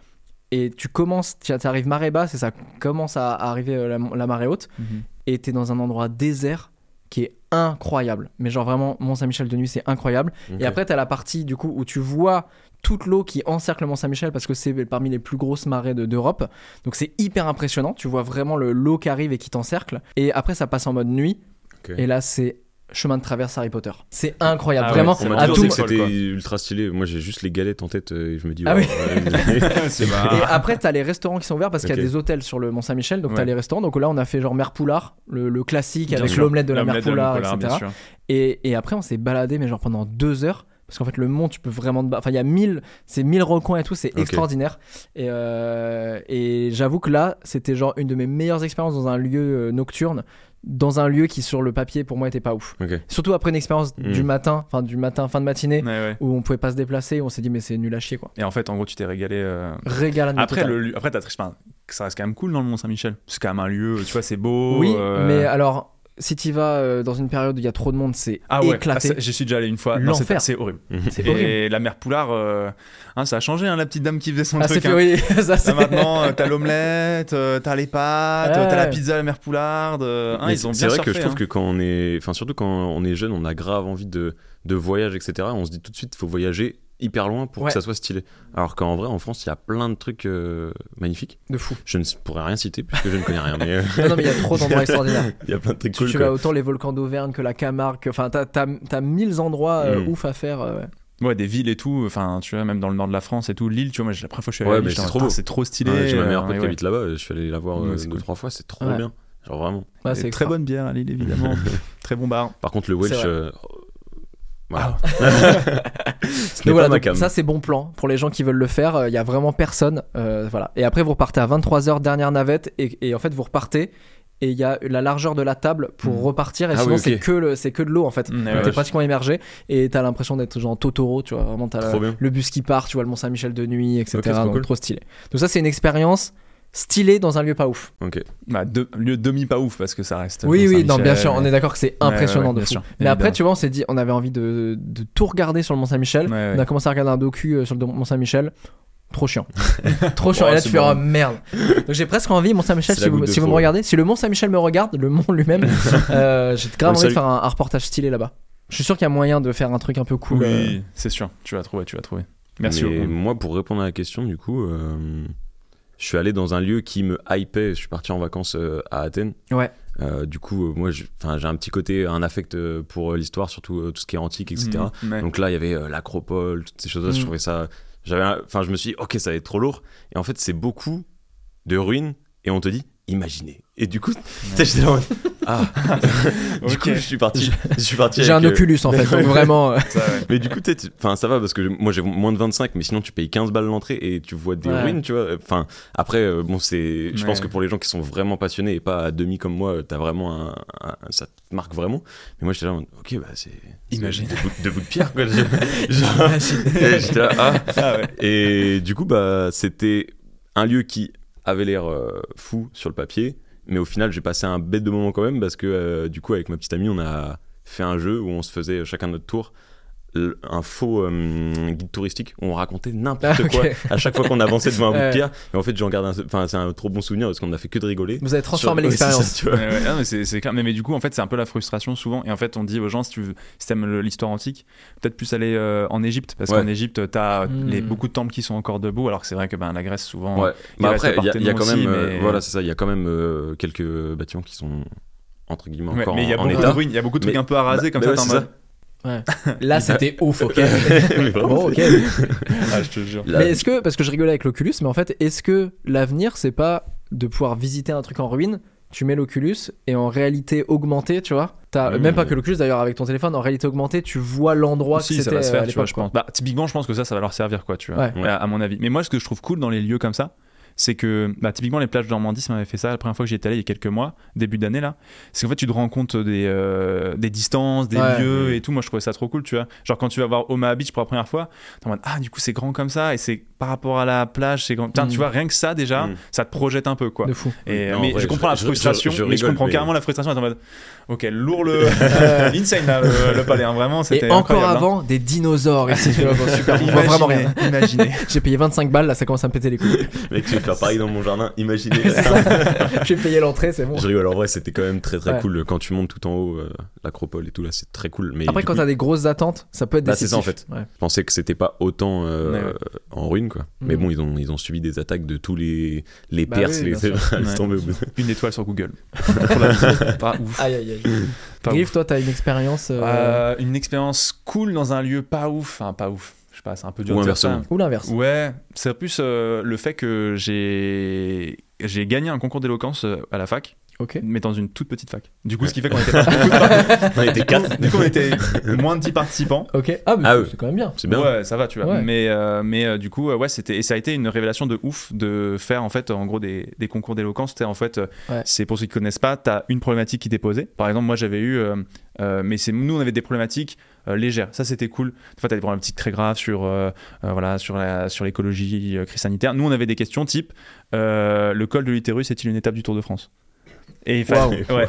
B: et tu commences, tu arrives marée basse, et ça commence à, à arriver euh, la, la marée haute,
A: Mhm.
B: et t'es dans un endroit désert qui est incroyable. Mais genre vraiment, Mont-Saint-Michel de nuit, c'est incroyable.
D: Ok.
B: Et après, t'as la partie du coup où tu vois toute l'eau qui encercle le Mont-Saint-Michel parce que c'est parmi les plus grosses marées de- d'Europe. Donc c'est hyper impressionnant. Tu vois vraiment le- l'eau qui arrive et qui t'encercle. Et après, ça passe en mode nuit.
D: Ok.
B: Et là, c'est chemin de traverse Harry Potter. C'est
A: Ah
B: incroyable.
A: ouais,
B: vraiment,
D: On
A: c'est
D: m'a
B: à
D: toujours
B: tout
D: dit
A: Doom.
D: que c'était
A: Quoi.
D: ultra stylé. Moi, j'ai juste les galettes en tête euh, et je me dis.
B: Ah
D: ouais,
B: oui.
D: ouais,
A: C'est
B: Et
A: pas-
B: après, t'as les restaurants qui sont ouverts parce qu'il y a
D: Ok.
B: des hôtels sur le Mont-Saint-Michel, donc t'as
A: Ouais.
B: les restaurants. Donc là, on a fait genre Mère Poulard, le, le classique
A: Bien
B: avec
A: sûr.
B: l'omelette de la Mère
A: L'omelette de la
B: Poulard,
A: mère polar,
B: etc.
A: bien sûr.
B: Et, et après, on s'est baladé, mais genre pendant deux heures. Parce qu'en fait, le mont, tu peux vraiment te ba- Enfin, il y a mille, c'est mille recoins et tout, c'est
D: Ok.
B: extraordinaire. Et, euh, et j'avoue que là, c'était genre une de mes meilleures expériences dans un lieu euh, nocturne, dans un lieu qui, sur le papier, pour moi, était pas ouf.
D: Ok.
B: Surtout après une expérience
A: Hmm.
D: Mm.
B: du matin, enfin, du matin, fin de matinée,
A: Ouais, ouais.
B: où on pouvait pas se déplacer, on s'est dit, mais c'est nul à chier, quoi.
A: Et en fait, en gros, tu t'es régalé.
B: Ah,
A: euh,
B: Régalade.
A: Après,
B: totale.
A: le, lieu- après t'as- enfin, ça reste quand même cool dans le Mont-Saint-Michel. C'est quand même un lieu, tu vois, c'est beau.
B: Oui,
A: euh,
B: mais alors, si tu vas euh, dans une période où il y a trop de monde, c'est
A: Ah ouais,
B: éclaté.
A: ah, c'est- j'y suis déjà allé une fois. Non, c'est
B: L'enfer.
A: c'est horrible.
B: c'est
A: Et
B: horrible.
A: la mère Poulard, euh, hein, ça a changé, hein, la petite dame qui faisait son
B: Ah, c'est
A: truc.
B: fait,
A: hein.
B: oui, ça c'est.
A: Là, maintenant, euh, t'as l'omelette, euh, t'as les pâtes,
B: Ah, Ouais.
A: euh, t'as la pizza, la mère Poulard. euh, hein,
D: Mais
A: ils ont bien
D: c'est vrai
A: surfé,
D: que je trouve
A: hein.
D: que quand on est, enfin surtout quand on est jeune, on a grave envie de, de voyage, etc. On se dit tout de suite, il faut voyager hyper loin pour
B: Ouais.
D: que ça soit stylé. Alors qu'en vrai, en France, il y a plein de trucs euh, magnifiques.
B: De fou.
D: Je ne s- pourrais rien citer puisque je ne connais rien, mais euh,
B: Non, non, mais il y a trop d'endroits extraordinaires.
D: il y a plein de trucs
B: Tu-
D: cool.
B: tu
D: quoi.
B: as autant les volcans d'Auvergne que la Camargue. que- Enfin, t'as, t'as, t'as mille endroits euh,
D: Mm.
B: ouf à faire. euh, ouais.
A: Ouais, des villes et tout. Enfin, tu vois, même dans le nord de la France et tout. Lille, tu vois, moi, la première fois que je suis allé
D: Ouais,
A: à Lille,
D: mais
A: j'étais en
D: c'est
A: mode,
D: trop
A: "Putain,
D: beau."
A: c'est trop stylé.
D: Ouais, J'ai ma
A: euh,
D: meilleure pote
A: ouais,
D: qui
A: ouais.
D: habite là-bas, je suis allé la voir
A: Ouais,
D: euh,
A: c'est
D: deux,
A: cool.
D: trois fois, c'est trop
B: Ouais.
D: bien. Genre vraiment.
A: Et
B: Ouais, Ah, c'est
A: très
B: extra.
A: bonne bière à Lille, évidemment. très bon bar.
D: Par contre, le
B: C'est
D: Welsh.
B: vrai.
D: euh, Voilà. Ce
B: Donc
D: n'est
B: voilà,
D: pas ma
B: donc
D: cam.
B: ça c'est bon plan pour les gens qui veulent le faire. Il y a vraiment personne, euh, voilà. Et après vous repartez à 23 h dernière navette et, et en fait vous repartez et il y a la largeur de la table pour
A: Mm.
B: repartir et
D: Ah
B: sinon
D: oui, ok.
B: c'est que le- c'est que de l'eau en fait.
A: Mm,
B: Donc,
A: ouais,
B: t'es
A: ouais.
B: pratiquement immergé et t'as l'impression d'être genre en Totoro, tu vois. Vraiment t'as
D: Trop
B: le,
D: bien.
B: le bus qui part, tu vois le Mont Saint-Michel de nuit, etc.
D: Ok, c'est trop
B: donc
D: cool.
B: trop stylé. Donc ça c'est une expérience stylée dans un lieu pas ouf.
D: Ok.
A: Bah, deux- lieu demi pas ouf parce que ça reste.
B: Oui, oui, non,
A: Mont-Saint-Michel,
B: bien sûr, on
A: mais-
B: est d'accord que c'est impressionnant
A: ouais,
B: de
A: bien
B: fou.
A: sûr,
B: Mais après,
A: évidemment.
B: tu vois, on s'est dit, on avait envie de, de tout regarder sur le Mont-Saint-Michel.
A: Ouais, ouais.
B: On a commencé à regarder un docu euh, sur le Mont-Saint-Michel. Trop chiant. Trop chiant.
D: Ouais,
B: Et là,
D: c'est
B: tu fais, oh
D: bon.
B: merde. Donc, j'ai presque envie, Mont-Saint-Michel,
D: C'est
B: si,
D: la
B: vous,
D: goutte de
B: si vous me
D: trop.
B: regardez, si le Mont-Saint-Michel me regarde, le Mont lui-même, euh, j'ai grave
D: On le
B: envie de
D: salue.
B: faire un, un reportage stylé là-bas. Je suis sûr qu'il y a moyen de faire un truc un peu cool. euh,
A: Oui, c'est sûr. Tu vas trouver, tu vas trouver. Merci.
D: Mais
A: beaucoup.
D: moi, pour répondre à la question, du coup, euh, je suis allé dans un lieu qui me hypait. Je suis parti en vacances euh, à Athènes.
B: Ouais.
D: Euh, du coup, euh, moi, je- 'fin, j'ai un petit côté, un affect euh, pour euh, l'histoire, surtout euh, tout ce qui est antique, etc.
A: Mm, ouais. Mhm.
D: Donc là, il y avait euh, l'acropole, toutes ces choses-là.
B: Mm.
D: Je trouvais ça. J'avais, un- enfin, je me suis dit, ok, ça va être trop lourd. Et en fait, c'est beaucoup de ruines. Et on te dit, imaginez. Et du coup, tu sais, j'étais là en mode, ah. du
A: Ok.
D: coup, je suis parti. Je suis parti.
B: J'ai un
D: avec, euh,
B: Oculus en fait, donc vraiment. euh,
A: Ça, ouais.
D: mais du coup, peut-être, enfin, ça va parce que je- moi j'ai moins de 25, mais sinon tu payes 15 balles l'entrée et tu vois des
B: Ouais.
D: ruines, tu vois. Enfin, après, euh, bon, c'est, je pense
A: Ouais.
D: que pour les gens qui sont vraiment passionnés et pas à demi comme moi, euh, t'as vraiment un, un- ça te marque vraiment. Mais moi j'étais là, en mode, ok, bah c'est. c'est
A: Imagine.
D: Deux bouts, deux bouts de pierre, quoi. Genre, j'étais là, ah.
A: Ah ouais.
D: Et du coup, bah, c'était un lieu qui avait l'air euh, fou sur le papier, mais au final, j'ai passé un bête de moment quand même parce que euh, du coup, avec ma petite amie, on a fait un jeu où on se faisait chacun notre tour l- un faux euh, guide touristique où on racontait n'importe
B: Ah, ok.
D: quoi à chaque fois qu'on avançait devant un bout
B: Ouais.
D: de pierre et en fait j'en garde un enfin c'est un trop bon souvenir parce qu'on a fait que de rigoler
B: Vous avez transformé
D: Sur- ouais, c'est ça,
B: l'expérience.
D: tu vois.
A: Ouais, ouais, non, mais c'est c'est clair. Mais, mais du coup, en fait, c'est un peu la frustration souvent. Et en fait, on dit aux gens, si tu veux- si t'aimes le- l'histoire antique, peut-être plus aller euh, en Égypte. Parce
D: Ouais.
A: qu'en Égypte, t'as as
B: Mm.
A: les, beaucoup de temples qui sont encore debout. Alors que c'est vrai que ben, la Grèce, souvent.
D: Ouais. Mais
A: reste
D: après,
A: le
D: il y, a- il y a quand
A: Parthénon
D: même,
A: aussi,
D: euh,
A: mais-
D: voilà, c'est ça. Il y a quand même euh, quelques bâtiments qui sont entre guillemets
A: Ouais,
D: encore
A: mais il y a
D: en, en
A: beaucoup de
D: état.
A: ruines, il y a beaucoup de trucs
D: Mais-
A: un peu à raser
D: bah,
A: comme
D: bah
A: ça.
D: ouais,
A: t'es en
B: Là, c'était ouf, ok.
D: Mais vraiment,
B: Bon, ok.
A: mode- Ah, je te jure.
D: Là,
B: Mais est-ce que, parce que je rigolais avec l'Oculus, mais en fait, est-ce que l'avenir, c'est pas de pouvoir visiter un truc en ruine tu mets l'Oculus et en réalité augmentée, tu vois, t'as
D: Mmh.
B: même pas que l'Oculus d'ailleurs avec ton téléphone, en réalité augmentée, tu vois l'endroit
A: Si,
B: que
A: ça va
B: c'était
A: se
B: euh, à
A: faire, tu vois,
B: l'époque.
A: je pense. Bah, typiquement, je pense que ça, ça va leur servir, quoi, tu vois,
B: Ouais.
A: à, à mon avis. Mais moi, ce que je trouve cool dans les lieux comme ça, c'est que bah, typiquement les plages de Normandie, ça m'avait fait ça la première fois que j'y étais allé il y a quelques mois, début d'année là. C'est qu'en fait, tu te rends compte des, euh, des distances, des
B: Ouais.
A: lieux et tout. Moi, je trouvais ça trop cool, tu vois. Genre, quand tu vas voir Omaha Beach pour la première fois, t'es en mode Ah, du coup, c'est grand comme ça et c'est par rapport à la plage, c'est grand. Putain,
B: Mm.
A: tu vois, rien que ça déjà,
D: Mm.
A: ça te projette un peu quoi.
B: de fou.
A: Et,
D: Non,
A: mais
D: en vrai,
A: je comprends
D: je-
A: la
D: je- je-
A: frustration,
D: je
A: mais je
D: rigole,
A: comprends
D: mais-
A: carrément la frustration. T'es en mode, ok, lourd le. insane là, le, le palais, hein, vraiment, c'était.
B: Et encore
A: incroyable, hein.
B: avant, des dinosaures ici, tu vois, dans Super Bowl. On voit
A: Imaginez,
B: vraiment rien.
A: Imaginez.
B: J'ai payé 25 balles, là ça commence à me péter les couilles.
D: Mec, je vais faire pareil dans mon jardin, imaginez.
B: J'ai payé l'entrée, c'est bon.
D: je rigole, en vrai, c'était quand même très très
B: Ouais.
D: cool. Quand tu montes tout en haut, euh, l'acropole et tout, là, c'est très cool. Mais
B: Après,
D: du
B: quand
D: coup,
B: t'as des grosses attentes, ça peut être
D: Bah, c'est ça, en
B: déceptif. Ouais.
D: je pensais que c'était pas autant euh,
A: Ouais, ouais.
D: en ruine, quoi. Mais
B: Mm.
D: bon, ils ont, ils ont subi des attaques de tous les, les
B: Bah
D: Perses,
B: oui, bien
D: les
B: sûr.
D: Hébreux,
A: Ouais.
D: ils tombent au bout.
A: Une étoile sur Google. Pour la visite. pas ouf.
B: Aïe aïe aïe.
A: Pas
B: Ah, Griff,
A: ouf.
B: toi t'as une expérience. euh,
A: Euh, une expérience cool dans un lieu pas ouf. Enfin, pas ouf. Je sais pas, c'est un peu dur
D: Ou
A: de dire
D: inversement.
A: ça.
B: Ou l'inverse.
A: Ouais, c'est plus euh, le fait que j'ai j'ai gagné un concours d'éloquence euh, à la fac,
B: Ok.
A: mais dans une toute petite fac. Du coup,
D: Ouais.
A: ce qui fait qu'on était pas beaucoup de
D: Non, il était
A: participants.
D: quatre.
A: Du coup, on était moins de 10 participants.
B: Ok. Ah, mais
D: Ah,
B: c'est-
D: ouais.
B: c'est quand même bien.
D: C'est bien.
A: Ouais, ça va, tu vois.
B: Ouais.
A: Mais, euh, mais euh, du coup, euh, ouais, c'était et ça a été une révélation de ouf de faire en fait, en gros, des, des concours d'éloquence. C'était en fait, euh,
B: Ouais.
A: c'est pour ceux qui connaissent pas, t'as une problématique qui t'est posée. Par exemple, moi, j'avais eu, euh, euh, mais c'est nous, on avait des problématiques euh, légères. Ça, c'était cool. Des fois, t'as des problématiques très graves sur, euh, euh, voilà, sur la, sur l'écologie, euh, crise sanitaire. Nous, on avait des questions type, euh, le col de l'utérus est-il une étape du Tour de France Et il fallait-
D: Wow.
A: ouais.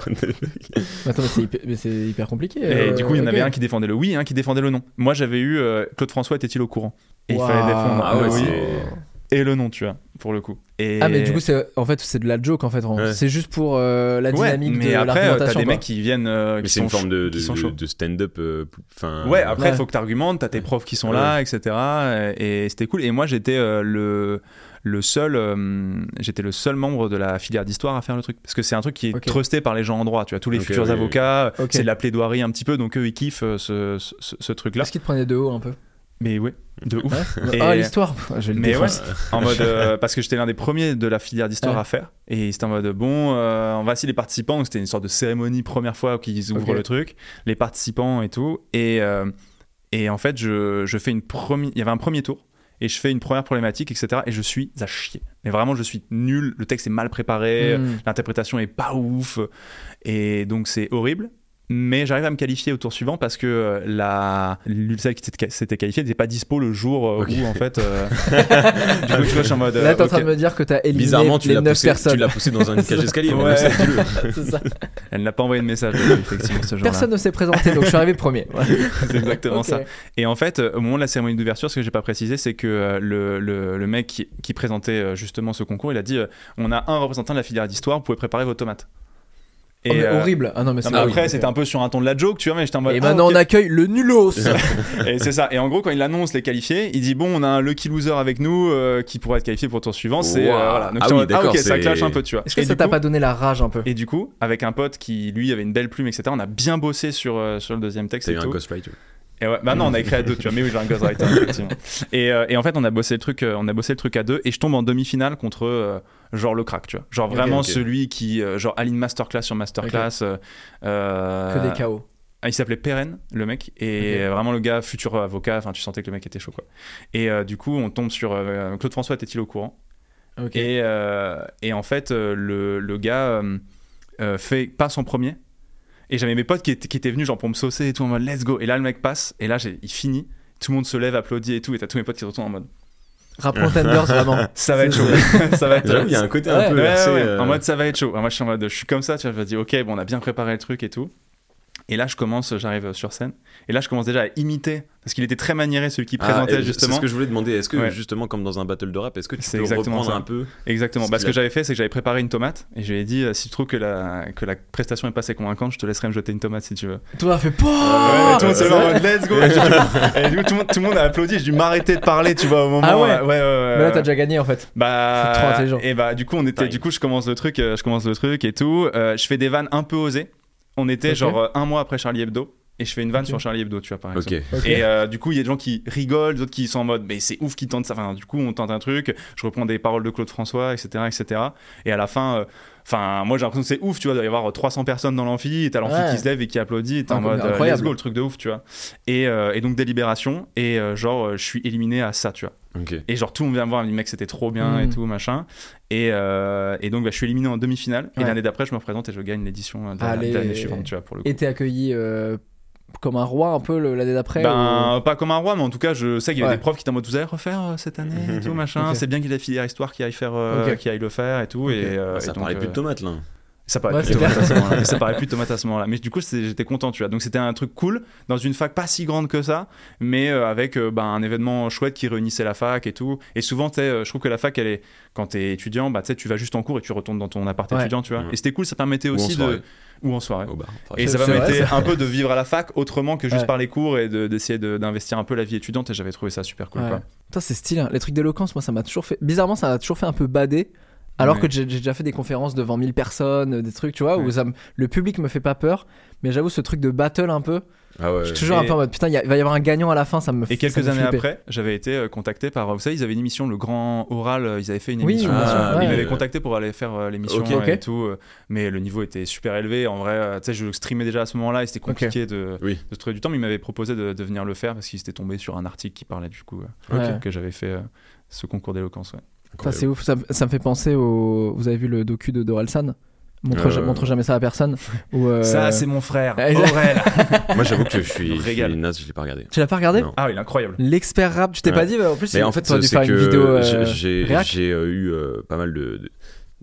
B: Attends, mais c'est hyper, mais c'est hyper compliqué.
A: Et
B: euh,
A: du coup, il y en avait
B: ok.
A: un qui défendait le oui, un qui défendait le non. Moi, j'avais eu euh, Claude François était-il au courant Et il
B: Waouh.
A: fallait défendre
D: Ah ouais,
A: le oui
D: c'est-
A: et le nom, tu vois, pour le coup. Et...
B: Ah, mais du coup, c'est en fait, c'est de la joke en fait. vraiment.
D: Ouais.
B: C'est juste pour euh, la
A: Ouais,
B: dynamique
A: mais
B: de
A: après, euh, t'as
B: l'argumentation.
A: des
B: quoi.
A: mecs qui viennent. euh,
D: Mais
A: qui
D: c'est une
A: sont
D: forme de,
A: chauds- qui
D: de-
A: sont chauds.
D: de stand-up. euh, plus- enfin,
A: Ouais, après,
B: Ouais.
A: faut que t'argumentes, t'as tes profs qui sont
D: Ouais.
A: là, etc. euh, Et c'était cool. Et moi, j'étais euh, le, le seul, euh, j'étais le seul membre de la filière d'histoire à faire le truc. Parce que c'est un truc qui est
B: Ok.
A: trusté par les gens en droit. Tu vois, tous les
D: Ok,
A: futurs
D: oui, oui.
A: avocats,
B: Ok.
A: c'est de la plaidoirie un petit peu. Donc eux, ils kiffent euh, ce, ce- ce- ce truc-là.
B: Est-ce qu'ils te prenaient de haut un peu
A: Mais ouais, de ouf.
B: Ouais.
A: Et-
B: Ah, l'histoire. Je vais le
A: Mais ouais,
B: défoncer.
A: en mode euh, parce que j'étais l'un des premiers de la filière d'histoire
B: Ouais.
A: à faire et c'était en mode bon, euh, on va essayer les participants. Donc, C'était une sorte de cérémonie première fois qu'ils ouvrent
B: Ok.
A: le truc, les participants et tout. Et euh, et en fait, je, je fais une première. Il y avait un premier tour et je fais une première problématique, etc. Et je suis à chier. Mais vraiment, je suis nul. Le texte est mal préparé,
B: Mm.
A: l'interprétation est pas ouf et donc c'est horrible. Mais j'arrive à me qualifier au tour suivant parce que euh, la l'une- celle qui s'était- s'était qualifiée n'était pas dispo le jour euh,
D: Ok.
A: où en fait. euh, du coup, tu vois, je suis en mode. euh,
B: Là, t'es en train
A: ok.
B: de me dire que t'as éliminé
D: Bizarrement, tu
B: les
D: l'as
B: 9
D: poussé, tu
B: personnes.
D: l'as poussé dans un cage d'escalier.
A: Ouais.
D: mais ça, dis-le.
B: C'est ça.
A: Elle n'a pas envoyé de message, euh, effectivement, ce jour-là.
B: Personne ne s'est présenté, donc je suis arrivé premier.
A: C'est exactement
B: Ok. Oh,
A: ça. Et en fait, euh, au moment de la cérémonie d'ouverture, ce que j'ai pas précisé, c'est que euh, le, le- le mec qui, qui présentait euh, justement ce concours, il a dit euh, on a un représentant de la filière d'histoire, vous pouvez préparer vos tomates.
B: Oh, mais
A: euh,
B: horrible. Ah non, mais
A: non,
B: c'est
A: mais après,
B: horrible.
A: c'était un peu sur un ton de la joke, tu vois, mais j'étais en mode.
B: Et
A: ah,
B: maintenant,
A: ok.
B: on accueille le nulos.
A: Et c'est ça. Et en gros, quand il annonce les qualifiés, il dit bon, on a un lucky loser avec nous euh, qui pourrait être qualifié pour le tour suivant. C'est euh,
D: Waouh.
A: voilà. Donc,
D: Ah
A: c'est en
D: oui,
A: mode,
D: d'accord,
A: ok, ça
D: c'est-
A: clash un peu, tu vois.
B: Est-ce que
A: Et
B: ça
A: du
B: t'a
A: coup-
B: pas donné la rage un peu
A: Et du coup, avec un pote qui lui avait une belle plume, etc. On a bien bossé sur euh, sur le deuxième texte.
D: T'as
A: et
D: eu un
A: tout.
D: ghostwriter.
A: Et ouais, bah non, on a écrit à deux, tu vois, mais oui, j'ai un ghostwriter, effectivement. Et, euh, et en fait, on a bossé le truc, euh, on a bossé le truc à deux, et je tombe en demi-finale contre euh, genre le crack, tu vois. Genre
B: Ok,
A: vraiment
D: ok.
A: celui qui, euh, genre, aligne masterclass sur masterclass. euh, euh,
B: Que des chaos.
A: ah, il s'appelait Perren, le mec, et
B: Ok.
A: euh, vraiment le gars, futur avocat, enfin, tu sentais que le mec était chaud, quoi. Et euh, du coup, on tombe sur euh, Claude François, était-il au courant
B: Ok.
A: et, euh, et en fait, euh, le, le gars euh, euh, fait pas son premier. Et j'avais mes potes qui, étaient- qui étaient venus genre pour me saucer et tout en mode let's go. Et là, le mec passe, et là, j'ai- il finit. Tout le monde se lève, applaudit et tout. Et t'as tous mes potes qui se retournent en mode
B: Rap contenders, vraiment.
A: ça va être
B: C'est-
A: chaud. ça va être
D: J'avoue, il y a un côté
B: Ouais.
D: un peu
A: Ouais,
D: versé,
A: ouais, ouais.
D: euh,
A: En mode ça va être chaud. Alors moi je suis en mode je suis comme ça, tu vois, je me dis ok, bon on a bien préparé le truc et tout. Et là je commence, j'arrive sur scène. Et là je commence déjà à imiter parce qu'il était très maniéré celui qui
D: Ah,
A: présentait
D: et
A: justement.
D: C'est ce que je voulais demander. Est-ce que
A: Ouais.
D: justement, comme dans un battle de rap, est-ce que tu
A: C'est
D: peux
A: exactement
D: reprendre
A: ça.
D: un peu
A: Exactement.
D: Ce
A: Bah, ce
D: qu'il
A: que
D: a-
A: j'avais fait, c'est que j'avais préparé une tomate et je lui ai dit euh, si tu trouves que la, que la prestation est pas assez convaincante, je te laisserai me jeter une tomate si tu veux.
B: Tout le monde a fait.
A: Ouais,
B: Pouah
A: tout le monde
D: ouais,
A: se met en
D: ouais.
A: mode, let's go Et du coup- et du coup, tout, le monde- tout le monde a applaudi. J'ai dû m'arrêter de parler, tu vois, au moment.
B: Ah ouais.
A: euh, ouais, ouais,
B: Mais là,
A: ouais.
B: t'as déjà gagné en fait.
A: Bah,
B: C'est trop intelligent.
A: Et bah, du coup, on était,
D: Dingue.
A: du coup, je commence le truc, euh, je commence le truc et tout. Euh, je fais des vannes un peu osées. On était
B: Ok.
A: genre euh, un mois après Charlie Hebdo et je fais une vanne
B: Ok.
A: sur Charlie Hebdo, tu vois, par exemple.
D: Ok.
B: Ok.
A: Et euh, du coup, il y a des gens qui rigolent, d'autres qui sont en mode, mais c'est ouf qu'ils tentent ça. Enfin, du coup, on tente un truc, je reprends des paroles de Claude François, etc. etc. Et à la fin, euh, enfin, moi j'ai l'impression que c'est ouf, tu vois, il doit y avoir 300 personnes dans l'amphi, et t'as l'amphi
B: Ouais.
A: qui se lève et qui applaudit, et t'es en
B: Incroyable.
A: mode, euh,
B: Incroyable.
A: let's go, le truc de ouf, tu vois. Et, euh, et donc, délibération, et euh, genre, euh, je suis éliminé à ça, tu vois.
D: Ok.
A: Et genre tout le monde vient me voir, me dit mec c'était trop bien et
B: Mm.
A: tout machin. Et, euh, et donc bah, je suis éliminé en demi-finale. Et
B: Ouais.
A: l'année d'après je me présente et je gagne l'édition euh, de la-
B: Allez.
A: de l'année suivante, tu vois pour le coup.
B: Et t'es accueilli euh, comme un roi un peu le- l'année d'après ou-
A: Ben, pas comme un roi, mais en tout cas, je sais qu'il y avait
B: Ouais.
A: des profs qui étaient en mode Vous allez refaire euh, cette année et tout, machin.
B: Ok.
A: C'est bien qu'il ait filière histoire qui aille, faire, euh,
B: Ok.
A: qui aille le faire et tout. Et, euh,
D: Ah, ça
A: et donc,
D: parlait plus de
A: euh,
D: tomates là.
A: Ça paraît
B: Ouais,
A: plus de
B: c'est
A: tomates
B: clair.
A: à ce moment-là. Mais ça paraît plus de tomates à ce moment-là. Mais du coup, c'est- j'étais content, tu vois. Donc, c'était un truc cool dans une fac pas si grande que ça, mais euh, avec euh, ben, un événement chouette qui réunissait la fac et tout. Et souvent, tu sais, euh, je trouve que la fac, elle est quand t'es étudiant, bah, tu sais, tu vas juste en cours et tu retournes dans ton appart
B: Ouais.
A: étudiant, tu vois.
D: Ouais.
A: Et c'était cool, ça permettait
D: Ou en
A: aussi
D: soirée. Oh, bah,
A: de. Ou en soirée.
D: Au bar. par
A: Et
D: exemple.
A: ça
B: C'est vrai,
A: permettait
B: ça.
A: un peu de vivre à la fac autrement que juste
B: Ouais.
A: par les cours et de- d'essayer de- d'investir un peu la vie étudiante. Et j'avais trouvé ça super cool.
B: Ouais.
A: quoi.
B: Putain, c'est stylé. hein. Les trucs d'éloquence, moi, ça m'a toujours fait. Bizarrement, ça m'a toujours fait un peu bader. Alors
A: Ouais.
B: que j'ai j'ai déjà fait des conférences devant 1000 personnes, euh, des trucs, tu vois,
A: Ouais.
B: où ça me- le public me fait pas peur. Mais j'avoue, ce truc de battle un peu,
D: Ah ouais.
B: je suis toujours un
A: Et-
B: peu en mode putain, il y a- il va y avoir un gagnant à la fin, ça me
A: Euh, Et
B: ça
A: quelques
B: me
A: années
B: flippait.
A: après, j'avais été euh, contacté par. Vous savez, ils avaient une émission, le Grand Oral. euh, Ils avaient fait une
B: Oui,
A: émission.
B: bien sûr,
A: euh,
B: ouais.
A: Ils m'avaient contacté pour aller faire euh, l'émission
D: Ok,
A: euh,
B: ok.
A: et tout. euh, Mais le niveau était super élevé. En vrai, euh, tu sais, je streamais déjà à ce moment-là et c'était compliqué de,
D: Oui.
A: de se trouver du temps. Mais ils m'avaient proposé de, de venir le faire parce qu'ils étaient tombés sur un article qui parlait du coup euh,
B: Ouais.
A: que j'avais fait euh, ce concours d'éloquence. ouais.
B: Putain, c'est ouf, ça, me- ça me fait penser au. Vous avez vu le docu de Doralsan montre,
D: Euh,
B: ja- montre jamais ça à personne. Ou, euh,
A: Ça, c'est mon frère,
B: Ouais.
A: Aurel.
D: Moi j'avoue que je suis, je suis
A: Régale.
D: naze, je l'ai pas regardé.
B: Tu l'as pas regardé
D: Non.
A: Ah, il est incroyable.
B: L'expert rap, tu t'es
D: Ouais.
B: pas dit, bah, en plus,
D: Mais
B: il-
D: en fait,
B: t'aurais dû
D: c'est
B: faire
D: que
B: une vidéo. euh,
D: j'ai- j'ai
B: réac.
D: j'ai, euh, eu euh, pas mal de, de-